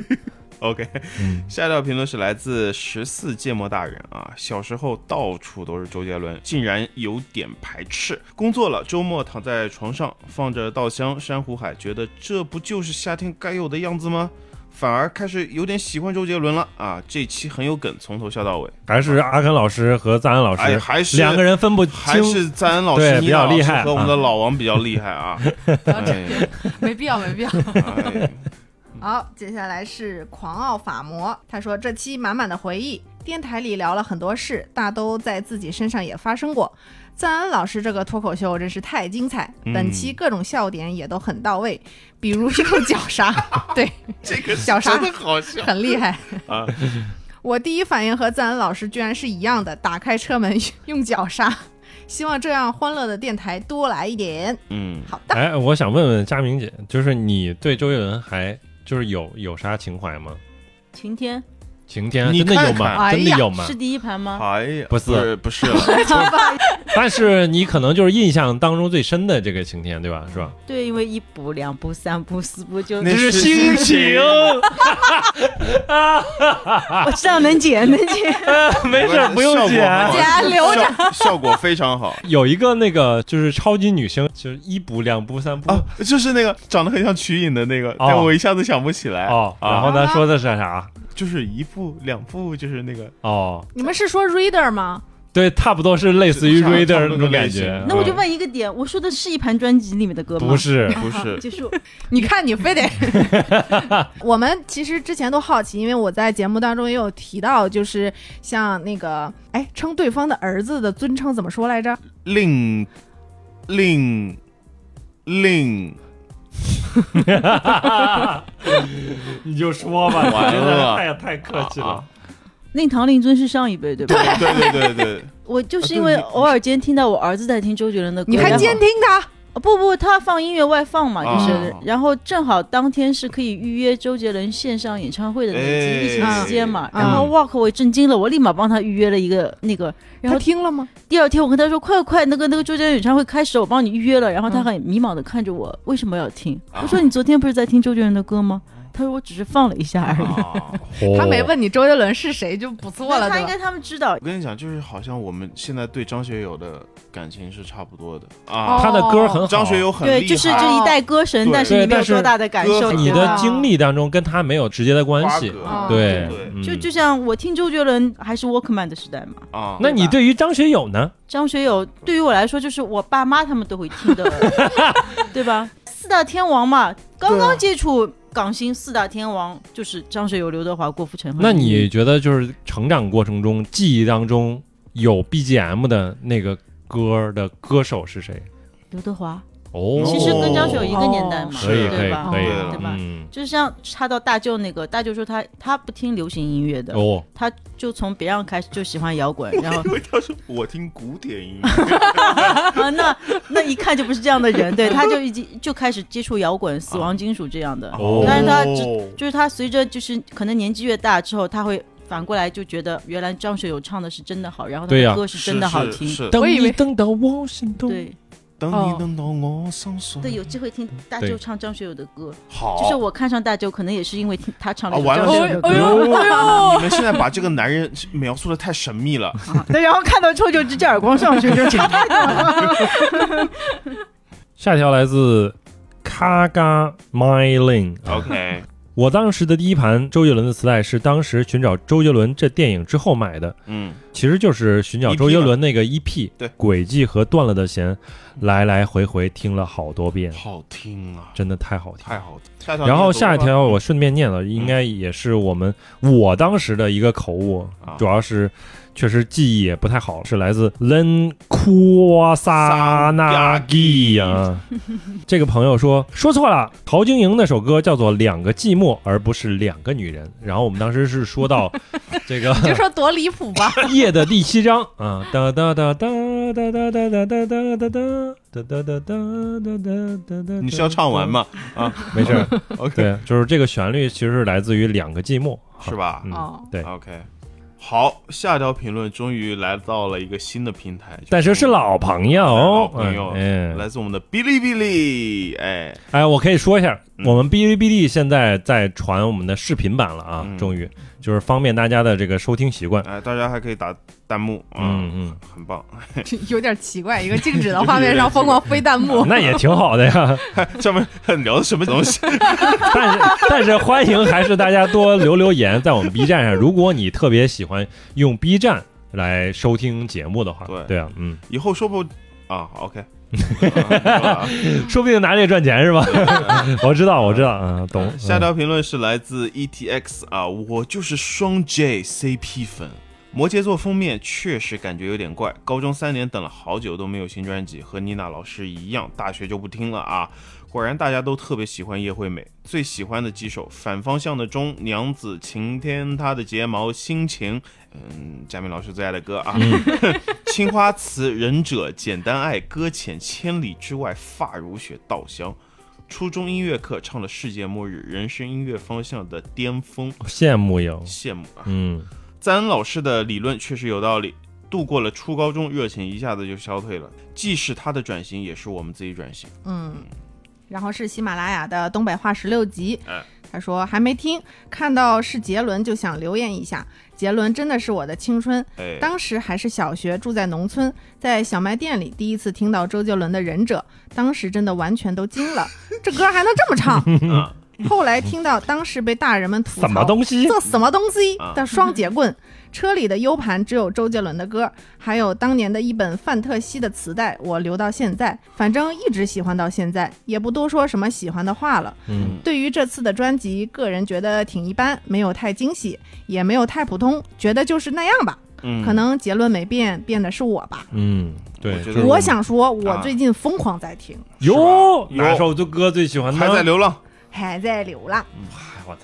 [SPEAKER 2] OK。
[SPEAKER 1] 嗯
[SPEAKER 2] 下一条评论是来自十四芥末大人啊，小时候到处都是周杰伦，竟然有点排斥。工作了，周末躺在床上放着《稻香珊瑚海》，觉得这不就是夏天该有的样子吗？反而开始有点喜欢周杰伦了啊！这期很有梗，从头笑到尾。
[SPEAKER 1] 还是阿肯老师和赞恩老
[SPEAKER 2] 哎，
[SPEAKER 1] 师
[SPEAKER 2] 还是
[SPEAKER 1] 两个人分不
[SPEAKER 2] 还
[SPEAKER 1] 清
[SPEAKER 2] 是赞恩老
[SPEAKER 1] 对
[SPEAKER 2] 师、
[SPEAKER 1] 比
[SPEAKER 2] 倪老
[SPEAKER 1] 较
[SPEAKER 2] 师
[SPEAKER 1] 厉害
[SPEAKER 2] 和我们
[SPEAKER 1] 啊
[SPEAKER 2] 的老王比较厉害 啊！哎
[SPEAKER 3] 没必要，没必要。
[SPEAKER 2] 哎
[SPEAKER 3] 好，接下来是狂傲法魔，他说这期满满的回忆，电台里聊了很多事，大都在自己身上也发生过。赞恩老师这个脱口秀真是太精彩，
[SPEAKER 2] 嗯
[SPEAKER 3] 本期各种笑点也都很到位，比如右脚刹， 对，
[SPEAKER 2] 这个
[SPEAKER 3] 小沙
[SPEAKER 2] 真的好笑
[SPEAKER 3] 很厉害。
[SPEAKER 2] 啊！
[SPEAKER 3] 我第一反应和赞恩老师居然是一样的，打开车门用脚刹。希望这样欢乐的电台多来一点。
[SPEAKER 2] 嗯，
[SPEAKER 3] 好的，
[SPEAKER 1] 哎，我想问问佳明姐，就是你对周杰伦还就是有有啥情怀吗？
[SPEAKER 4] 晴天
[SPEAKER 1] 晴天
[SPEAKER 2] 你
[SPEAKER 1] 真的有
[SPEAKER 2] 看
[SPEAKER 1] 吗？
[SPEAKER 3] 看
[SPEAKER 1] 真的有吗
[SPEAKER 4] 是？第一排吗？
[SPEAKER 2] 哎呀，
[SPEAKER 1] 不是
[SPEAKER 2] 不是 了。
[SPEAKER 1] 但是你可能就是印象当中最深的这个晴天，对吧？是吧？
[SPEAKER 4] 对，因为一步、两步、三步、四步就
[SPEAKER 2] 那是
[SPEAKER 1] 心
[SPEAKER 2] 心
[SPEAKER 1] 情
[SPEAKER 2] 情，
[SPEAKER 4] 我知道能剪能剪。
[SPEAKER 1] 哎没事不用剪。
[SPEAKER 4] 啊
[SPEAKER 3] 剪留着
[SPEAKER 2] 着，效果非常好
[SPEAKER 1] 有一个那个就是超级女生，就是一补两补三补
[SPEAKER 2] 啊，就是那个长得很像瞿颖的那个，但我一下子想不起来
[SPEAKER 1] 哦，
[SPEAKER 2] 啊
[SPEAKER 1] 然后呢说的是啥？
[SPEAKER 2] 就是一步两步，就是那个
[SPEAKER 1] 哦，
[SPEAKER 3] 你们是说 reader 吗？
[SPEAKER 1] 对，差不多是类似于
[SPEAKER 2] 是差
[SPEAKER 1] Reader
[SPEAKER 2] 差不多
[SPEAKER 1] 那种感
[SPEAKER 2] 类
[SPEAKER 1] 觉嗯
[SPEAKER 2] 型。
[SPEAKER 4] 那我就问一个点，我说的是一盘专辑里面的歌吗？
[SPEAKER 1] 不， 是，
[SPEAKER 2] 不是，
[SPEAKER 4] 就是
[SPEAKER 3] 你看，你非得。我们其实之前都好奇，因为我在节目当中也有提到，就是像那个，哎，称对方的儿子的尊称怎么说来着？
[SPEAKER 2] 令令 令
[SPEAKER 1] 你就说吧，
[SPEAKER 2] 完
[SPEAKER 1] 真的
[SPEAKER 2] 了
[SPEAKER 1] 太太客气了
[SPEAKER 2] 啊。
[SPEAKER 4] 令堂令尊是上一辈对吧？
[SPEAKER 2] 对对对 对，
[SPEAKER 4] 我就是因为偶尔间听到我儿子在听周杰伦的歌，
[SPEAKER 3] 你还
[SPEAKER 4] 然后
[SPEAKER 3] 监听他？
[SPEAKER 4] 哦不不，他放音乐外放嘛，就是，
[SPEAKER 2] 啊
[SPEAKER 4] 然后正好当天是可以预约周杰伦线上演唱会的那
[SPEAKER 2] 哎
[SPEAKER 4] 个疫情期间嘛，
[SPEAKER 3] 嗯
[SPEAKER 4] 然后哇靠，我也震惊了，我立马帮他预约了一个那个，然
[SPEAKER 3] 他
[SPEAKER 4] 后
[SPEAKER 3] 听了吗？
[SPEAKER 4] 第二天我跟他说快快，那个那个周杰伦演唱会开始，我帮你预约了，然后他很迷茫的看着我，为什么要听？我说你昨天不是在听周杰伦的歌吗？他说我只是放了一下而已。
[SPEAKER 2] 啊，
[SPEAKER 1] 哦
[SPEAKER 3] 他没问你周杰伦是谁就不错了，
[SPEAKER 4] 哦他
[SPEAKER 3] 对
[SPEAKER 4] 应
[SPEAKER 3] 吧？
[SPEAKER 4] 该他们知道
[SPEAKER 2] 我，跟你讲，就是好像我们现在对张学友的感情是差不多的
[SPEAKER 3] 哦
[SPEAKER 2] 啊。
[SPEAKER 1] 他的歌很好，
[SPEAKER 2] 张学友很厉害，啊
[SPEAKER 4] 对，就是这一代歌神，
[SPEAKER 2] 对
[SPEAKER 4] 但是你没
[SPEAKER 1] 对但
[SPEAKER 4] 有
[SPEAKER 1] 是
[SPEAKER 4] 多大的感
[SPEAKER 2] 歌
[SPEAKER 4] 受，
[SPEAKER 2] 很
[SPEAKER 1] 你
[SPEAKER 4] 对吧
[SPEAKER 1] 的经历当中跟他没有直接的关
[SPEAKER 2] 瓜
[SPEAKER 1] 系。
[SPEAKER 2] 葛
[SPEAKER 4] 哦
[SPEAKER 3] 啊
[SPEAKER 1] 对
[SPEAKER 2] 对，
[SPEAKER 1] 嗯
[SPEAKER 4] 就就像我听周杰伦还是 Walkman 的时代嘛，
[SPEAKER 2] 啊，
[SPEAKER 1] 嗯那你对于张学友呢？
[SPEAKER 4] 张学友对于我来说就是我爸妈他们都会听 的，对吧？四大天王嘛，刚
[SPEAKER 1] 啊
[SPEAKER 4] 刚接触港星四大天王就是张学友、刘德华、郭富城和
[SPEAKER 1] 那
[SPEAKER 4] 林忆
[SPEAKER 1] 你
[SPEAKER 4] 莲
[SPEAKER 1] 觉得就是成长过程中记忆当中有 BGM 的那个歌的歌手是谁？
[SPEAKER 4] 刘德华
[SPEAKER 1] 哦，
[SPEAKER 4] 其实跟张学友一个年代嘛，
[SPEAKER 3] 哦
[SPEAKER 1] 可以
[SPEAKER 2] 是
[SPEAKER 1] 可
[SPEAKER 4] 对
[SPEAKER 1] 以
[SPEAKER 4] 吧？
[SPEAKER 1] 可以
[SPEAKER 3] 对了
[SPEAKER 4] 对，吧？
[SPEAKER 1] 嗯，
[SPEAKER 4] 就是像插到大舅那个，大舅说他他不听流行音乐的，
[SPEAKER 1] 哦，
[SPEAKER 4] 他就从别让开始就喜欢摇滚，然后
[SPEAKER 2] 因为他说我听古典音乐，
[SPEAKER 4] 啊，那那一看就不是这样的人，对，他就已经就开始接触摇滚、死亡金属这样的，
[SPEAKER 1] 哦
[SPEAKER 4] 但是他只就是他随着就是可能年纪越大之后，他会反过来就觉得原来张学友唱的是真的好，然后他
[SPEAKER 1] 对呀
[SPEAKER 4] 的歌是真的好听。
[SPEAKER 2] 是
[SPEAKER 1] 等
[SPEAKER 3] 我以为
[SPEAKER 1] 你等到我心动，
[SPEAKER 4] 对
[SPEAKER 2] 等
[SPEAKER 3] 哦
[SPEAKER 2] 你等到我上手，
[SPEAKER 4] 对，有机会听大
[SPEAKER 1] 对
[SPEAKER 4] 舅唱张学友的歌，
[SPEAKER 2] 好，
[SPEAKER 4] 就是我看上大舅，可能也是因为听他唱了一
[SPEAKER 2] 啊哦完
[SPEAKER 4] 首张
[SPEAKER 2] 了
[SPEAKER 4] 学友的歌。
[SPEAKER 3] 哎呦哎
[SPEAKER 2] 你
[SPEAKER 3] 呦！
[SPEAKER 2] 们现在把这个男人描述的太神秘了，
[SPEAKER 4] 对，然后看到臭舅直接耳光上去，就 这样。
[SPEAKER 1] 下一条来自卡嘎 Mylin g 啊，
[SPEAKER 2] OK，
[SPEAKER 1] 我当时的第一盘周杰伦的磁带是当时寻找周杰伦这电影之后买的，
[SPEAKER 2] 嗯，
[SPEAKER 1] 其实就是寻找周杰伦那个 EP，
[SPEAKER 2] 对
[SPEAKER 1] 轨迹和断了的弦，来来回回听了好多遍，
[SPEAKER 2] 好听啊，
[SPEAKER 1] 真的太好听。
[SPEAKER 2] 太好听。下一条
[SPEAKER 1] 然后
[SPEAKER 2] 你读吧
[SPEAKER 1] 下一条我顺便念了，应该也是我们我当时的一个口误
[SPEAKER 2] 啊，
[SPEAKER 1] 主要是确实记忆也不太好，是来自 Len Kua Sa Na Gi 啊。这个朋友说说错了，陶晶莹那首歌叫做《两个寂寞》，而不是《两个女人》。然后我们当时是说到这个
[SPEAKER 3] 你就说多离谱吧！
[SPEAKER 1] 夜的第七章啊，哒哒哒哒哒哒哒哒哒哒哒哒哒哒哒哒哒哒哒，
[SPEAKER 2] 啊你是要唱完？吗？
[SPEAKER 1] 嗯没事儿，
[SPEAKER 2] ？OK，
[SPEAKER 1] 对，就是这个旋律其实是来自于《两个寂寞》，
[SPEAKER 2] 是？吧
[SPEAKER 1] 嗯，
[SPEAKER 3] 哦，
[SPEAKER 1] 对。
[SPEAKER 2] ？OK，好，下一条评论终于来到了一个新的平台，
[SPEAKER 1] 但是是老朋友，
[SPEAKER 2] 老朋友
[SPEAKER 1] 哎
[SPEAKER 2] 来自我们的哔哩哔哩，哎，
[SPEAKER 1] 哎，我可以说一下，
[SPEAKER 2] 嗯
[SPEAKER 1] 我们哔哩哔哩现在在传我们的视频版了啊，
[SPEAKER 2] 嗯
[SPEAKER 1] 终于就是方便大家的这个收听习惯。
[SPEAKER 2] 哎，大家还可以打弹幕，啊
[SPEAKER 1] 嗯，嗯，，
[SPEAKER 2] 很棒，
[SPEAKER 3] 有点奇怪，一个静止的画面上疯狂飞弹幕
[SPEAKER 1] 嗯那也挺好的 呀。
[SPEAKER 2] 上面聊的什么东西？
[SPEAKER 1] 但是但是欢迎还是大家多留留言在我们 B 站上。如果你特别喜欢用 B 站来收听节目的话，
[SPEAKER 2] 对
[SPEAKER 1] 对啊，嗯，
[SPEAKER 2] 以后说不啊，OK，啊
[SPEAKER 1] 说不定拿这赚钱 是吧？我知道，我知道，嗯，懂。嗯
[SPEAKER 2] 下条评论是来自 ETX 啊，我就是双 J CP 粉。摩羯座封面确实感觉有点怪，高中三年等了好久都没有新专辑，和妮娜老师一样，大学就不听了啊。果然大家都特别喜欢叶惠美，最喜欢的几首《反方向的钟》《娘子》《晴天》她的睫毛、《心情》，嗯，佳明老师最爱的歌啊， 青花瓷、忍者、简单爱、搁浅、千里之外、发如雪、稻香。初中音乐课唱了《世界末日》，人生音乐方向的巅峰，
[SPEAKER 1] 羡慕有，
[SPEAKER 2] 羡慕啊！
[SPEAKER 1] 嗯，
[SPEAKER 2] 赞恩老师的理论确实有道理。度过了初高中，热情一下子就消退了。既是他的转型，也是我们自己转型。
[SPEAKER 3] 嗯，然后是喜马拉雅的东北话十六集
[SPEAKER 2] 哎，
[SPEAKER 3] 他说还没听，看到是杰伦就想留言一下。杰伦真的是我的青春，
[SPEAKER 2] 哎，
[SPEAKER 3] 当时还是小学，住在农村，在小卖店里第一次听到周杰伦的《忍者》，当时真的完全都惊了，这歌还能这么唱。
[SPEAKER 2] 啊
[SPEAKER 3] 后来听到当时被大人们吐槽
[SPEAKER 1] 什么东西？
[SPEAKER 3] 这什么东西
[SPEAKER 2] 啊
[SPEAKER 3] 的双节棍。车里的 U 盘只有周杰伦的歌，还有当年的一本范特西的磁带，我留到现在，反正一直喜欢到现在，也不多说什么喜欢的话了。
[SPEAKER 1] 嗯，
[SPEAKER 3] 对于这次的专辑，个人觉得挺一般，没有太惊喜，也没有太普通，觉得就是那样吧。
[SPEAKER 2] 嗯
[SPEAKER 3] 可能结论没变，变的是我吧。
[SPEAKER 1] 嗯，对
[SPEAKER 2] 我，觉
[SPEAKER 1] 就
[SPEAKER 2] 得
[SPEAKER 1] 是
[SPEAKER 3] 我想说，我
[SPEAKER 2] 啊
[SPEAKER 3] 最近疯狂在听，
[SPEAKER 1] 哟，
[SPEAKER 2] 是吧
[SPEAKER 1] 哪首歌最喜欢呢？
[SPEAKER 2] 还在流浪。
[SPEAKER 3] 还在流浪。
[SPEAKER 1] 哎我操！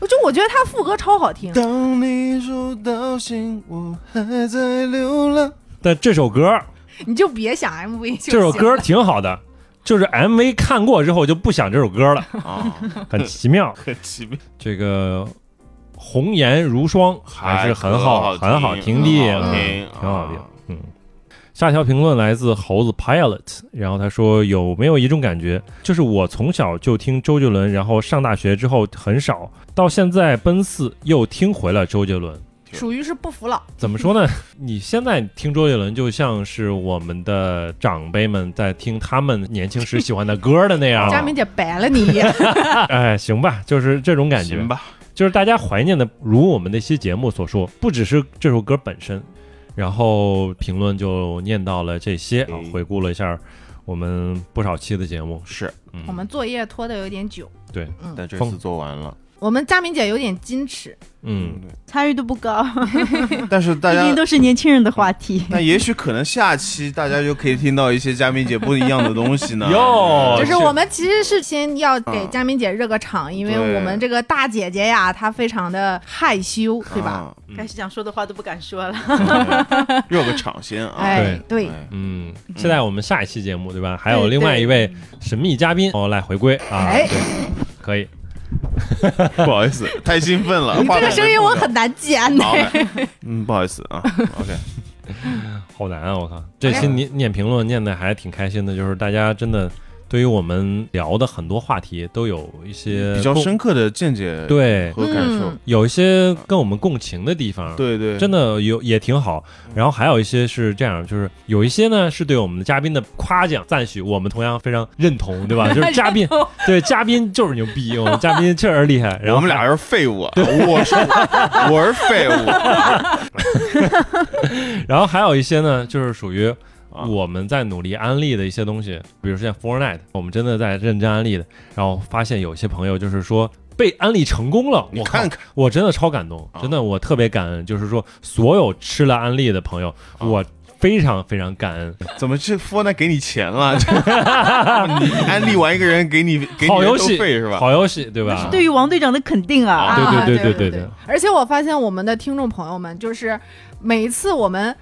[SPEAKER 3] 我就我觉得他副歌超好听，
[SPEAKER 2] 当你说到心，我还在流浪。
[SPEAKER 1] 但这首歌，
[SPEAKER 3] 你就别想 MV 就行
[SPEAKER 1] 这首歌
[SPEAKER 3] 了
[SPEAKER 1] 挺好的，就是 MV 看过之后就不想这首 歌了，
[SPEAKER 2] 啊，
[SPEAKER 1] 很奇妙。
[SPEAKER 2] 很奇妙。
[SPEAKER 1] 这个红颜如霜还是很好，很好听的，
[SPEAKER 2] 好
[SPEAKER 1] 嗯
[SPEAKER 2] 听，
[SPEAKER 1] 挺好听。嗯，下条评论来自猴子 Pilot，然后他说有没有一种感觉，就是我从小就听周杰伦，然后上大学之后很少，到现在奔四又听回了周杰伦。
[SPEAKER 3] 属于是不服老。
[SPEAKER 1] 怎么说 呢？你现在听周杰伦，就像是我们的长辈们在听他们年轻时喜欢的歌的那样啊
[SPEAKER 3] 佳
[SPEAKER 1] 了。
[SPEAKER 3] 明姐白了你 一眼，
[SPEAKER 1] 哎，行吧，就是这种感觉
[SPEAKER 2] 行。吧，
[SPEAKER 1] 就是大家怀念的，如我们那期节目所说，不只是这首歌本身。然后评论就念到了这些啊
[SPEAKER 2] 嗯，
[SPEAKER 1] 回顾了一下我们不少期的节目，
[SPEAKER 2] 是，
[SPEAKER 1] 嗯
[SPEAKER 3] 我们作业拖得有点久，
[SPEAKER 2] 但这
[SPEAKER 1] 疯
[SPEAKER 2] 次做完了，
[SPEAKER 3] 我们佳明姐有点矜持，
[SPEAKER 1] 嗯，
[SPEAKER 2] 对
[SPEAKER 4] 参与度不高，
[SPEAKER 2] 但是大
[SPEAKER 4] 毕
[SPEAKER 2] 家
[SPEAKER 4] 竟，都是年轻人的话题。
[SPEAKER 2] 那也许可能下期大家就可以听到一些嘉宾姐不一样的东西呢。
[SPEAKER 1] 哟
[SPEAKER 3] 就
[SPEAKER 1] 这
[SPEAKER 3] 是我们其实是先要给佳明姐热个场，因为
[SPEAKER 2] 对
[SPEAKER 3] 我们这个大姐姐呀，她非常的害羞，对吧？
[SPEAKER 2] 啊？
[SPEAKER 1] 嗯
[SPEAKER 4] 开始想说的话都不敢说了。
[SPEAKER 2] 热个场先啊！
[SPEAKER 3] 哎，对，
[SPEAKER 2] 哎
[SPEAKER 1] 嗯，期待我们下一期节目，对吧？还有另外一位神秘嘉宾哦来回归啊，
[SPEAKER 3] 哎，
[SPEAKER 1] 可以，
[SPEAKER 2] 不好意思，太兴奋了。
[SPEAKER 3] 这个声音我很难剪的
[SPEAKER 2] 好。哎嗯，不好意思啊。OK，
[SPEAKER 1] 好难啊！我靠，这期念念评论念的还挺开心的，就是大家真的对于我们聊的很多话题都有一些
[SPEAKER 2] 比较
[SPEAKER 1] 共
[SPEAKER 2] 深刻的见解
[SPEAKER 1] 对，
[SPEAKER 2] 和感受
[SPEAKER 3] 嗯。
[SPEAKER 1] 有一些跟我们共情的地方，，
[SPEAKER 2] 对嗯对，
[SPEAKER 1] 真的有也挺好。然后还有一些是这样，就是有一些呢是对我们的嘉宾的夸奖、赞许，我们同样非常认同，对 吧？就是嘉宾，对嘉宾就是牛逼，我们嘉宾确实厉害。然后
[SPEAKER 2] 我们俩是废物啊，我是 我是废物，
[SPEAKER 1] 然后还有一些呢，就是属于
[SPEAKER 2] 啊
[SPEAKER 1] 我们在努力安利的一些东西，比如说像 Fortnite，我们真的在认真安利的。然后发现有些朋友就是说被安利成功了，
[SPEAKER 2] 你
[SPEAKER 1] 我
[SPEAKER 2] 看
[SPEAKER 1] 看
[SPEAKER 2] 看，
[SPEAKER 1] 我真的超感动，
[SPEAKER 2] 啊
[SPEAKER 1] 真的我特别感恩，就是说所有吃了安利的朋友，
[SPEAKER 2] 啊
[SPEAKER 1] 我非常非常感恩。
[SPEAKER 2] 怎么这佛呢给你钱了？ 你安利完一个人给你给你
[SPEAKER 1] 好游
[SPEAKER 2] 人头
[SPEAKER 1] 戏
[SPEAKER 2] 费是吧？
[SPEAKER 1] 好游戏，对
[SPEAKER 4] 那是
[SPEAKER 1] 吧？
[SPEAKER 4] 对于王队长的肯定啊！
[SPEAKER 2] 啊
[SPEAKER 3] 啊，
[SPEAKER 1] 嗯对对
[SPEAKER 3] 对
[SPEAKER 1] 对
[SPEAKER 3] 对
[SPEAKER 1] 对对
[SPEAKER 3] 而且我发现我们的听众朋友们，就是每一次我们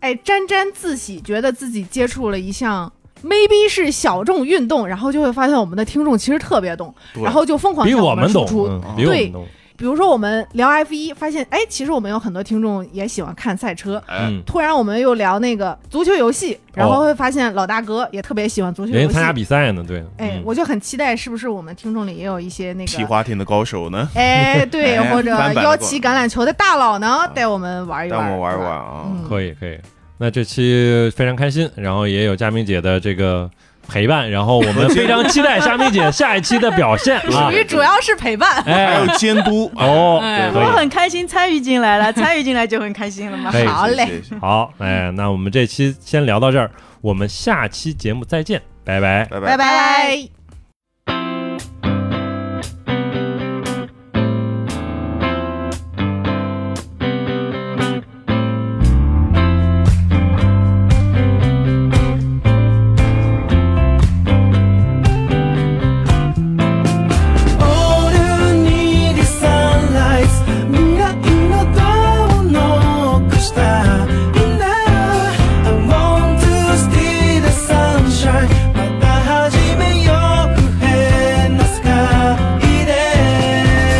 [SPEAKER 3] 哎沾沾自喜，觉得自己接触了一项 maybe 是小众运动，然后就会发现我们的听众其实特别懂，
[SPEAKER 2] 对
[SPEAKER 3] 然后就疯狂
[SPEAKER 1] 比
[SPEAKER 3] 向
[SPEAKER 1] 我
[SPEAKER 3] 们
[SPEAKER 1] 们
[SPEAKER 3] 输
[SPEAKER 1] 懂，
[SPEAKER 3] 出。
[SPEAKER 1] 嗯比我
[SPEAKER 3] 对
[SPEAKER 1] 们懂，
[SPEAKER 3] 比如说我们聊 F 一，发现哎，其实我们有很多听众也喜欢看赛车。
[SPEAKER 2] 哎，
[SPEAKER 1] 嗯，
[SPEAKER 3] 突然我们又聊那个足球游
[SPEAKER 2] 哦
[SPEAKER 3] 戏，然后会发现老大哥也特别喜欢足球游
[SPEAKER 1] 人家
[SPEAKER 3] 戏
[SPEAKER 1] 参。加比赛呢，对，
[SPEAKER 3] 哎
[SPEAKER 1] 嗯，
[SPEAKER 3] 我就很期待，是不是我们听众里也有一些那个
[SPEAKER 2] 皮划艇的高手呢？
[SPEAKER 3] 哎，对，
[SPEAKER 2] 哎
[SPEAKER 3] 或者
[SPEAKER 2] 翻版
[SPEAKER 3] 腰
[SPEAKER 2] 过
[SPEAKER 3] 旗橄榄球的大佬呢，带我们玩一
[SPEAKER 2] 带我
[SPEAKER 3] 玩，
[SPEAKER 2] 们玩一
[SPEAKER 3] 是
[SPEAKER 2] 玩
[SPEAKER 3] 吧。
[SPEAKER 2] 啊！
[SPEAKER 3] 嗯，
[SPEAKER 1] 可以可以。那这期非常开心，然后也有佳明姐的这个陪伴，然后我们非常期待佳明 姐下一期的表现啊
[SPEAKER 3] 属！于主要是陪伴。
[SPEAKER 2] 还
[SPEAKER 1] 哎
[SPEAKER 2] 有啊监督，
[SPEAKER 1] 哦，
[SPEAKER 3] 哎
[SPEAKER 1] 可
[SPEAKER 4] 我
[SPEAKER 1] 以
[SPEAKER 4] 很开心参与进来了，参与进来就很开心了嘛
[SPEAKER 1] 可。以
[SPEAKER 3] 哎好嘞
[SPEAKER 2] 啊谢谢，谢谢
[SPEAKER 1] 好，哎，那我们这期先聊到这儿，我们下期节目再见，拜拜。
[SPEAKER 2] 拜拜
[SPEAKER 4] 拜。拜。
[SPEAKER 5] All you need is sunlight 未来のドアをノックしたいんだよ I want to steal the sunshine また始めよう不変な世界で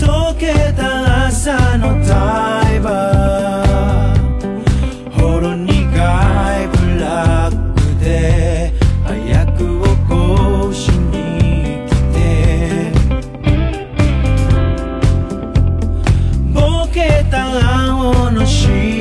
[SPEAKER 5] 溶けた朝のダイバーほろ苦いブラックで早く起この白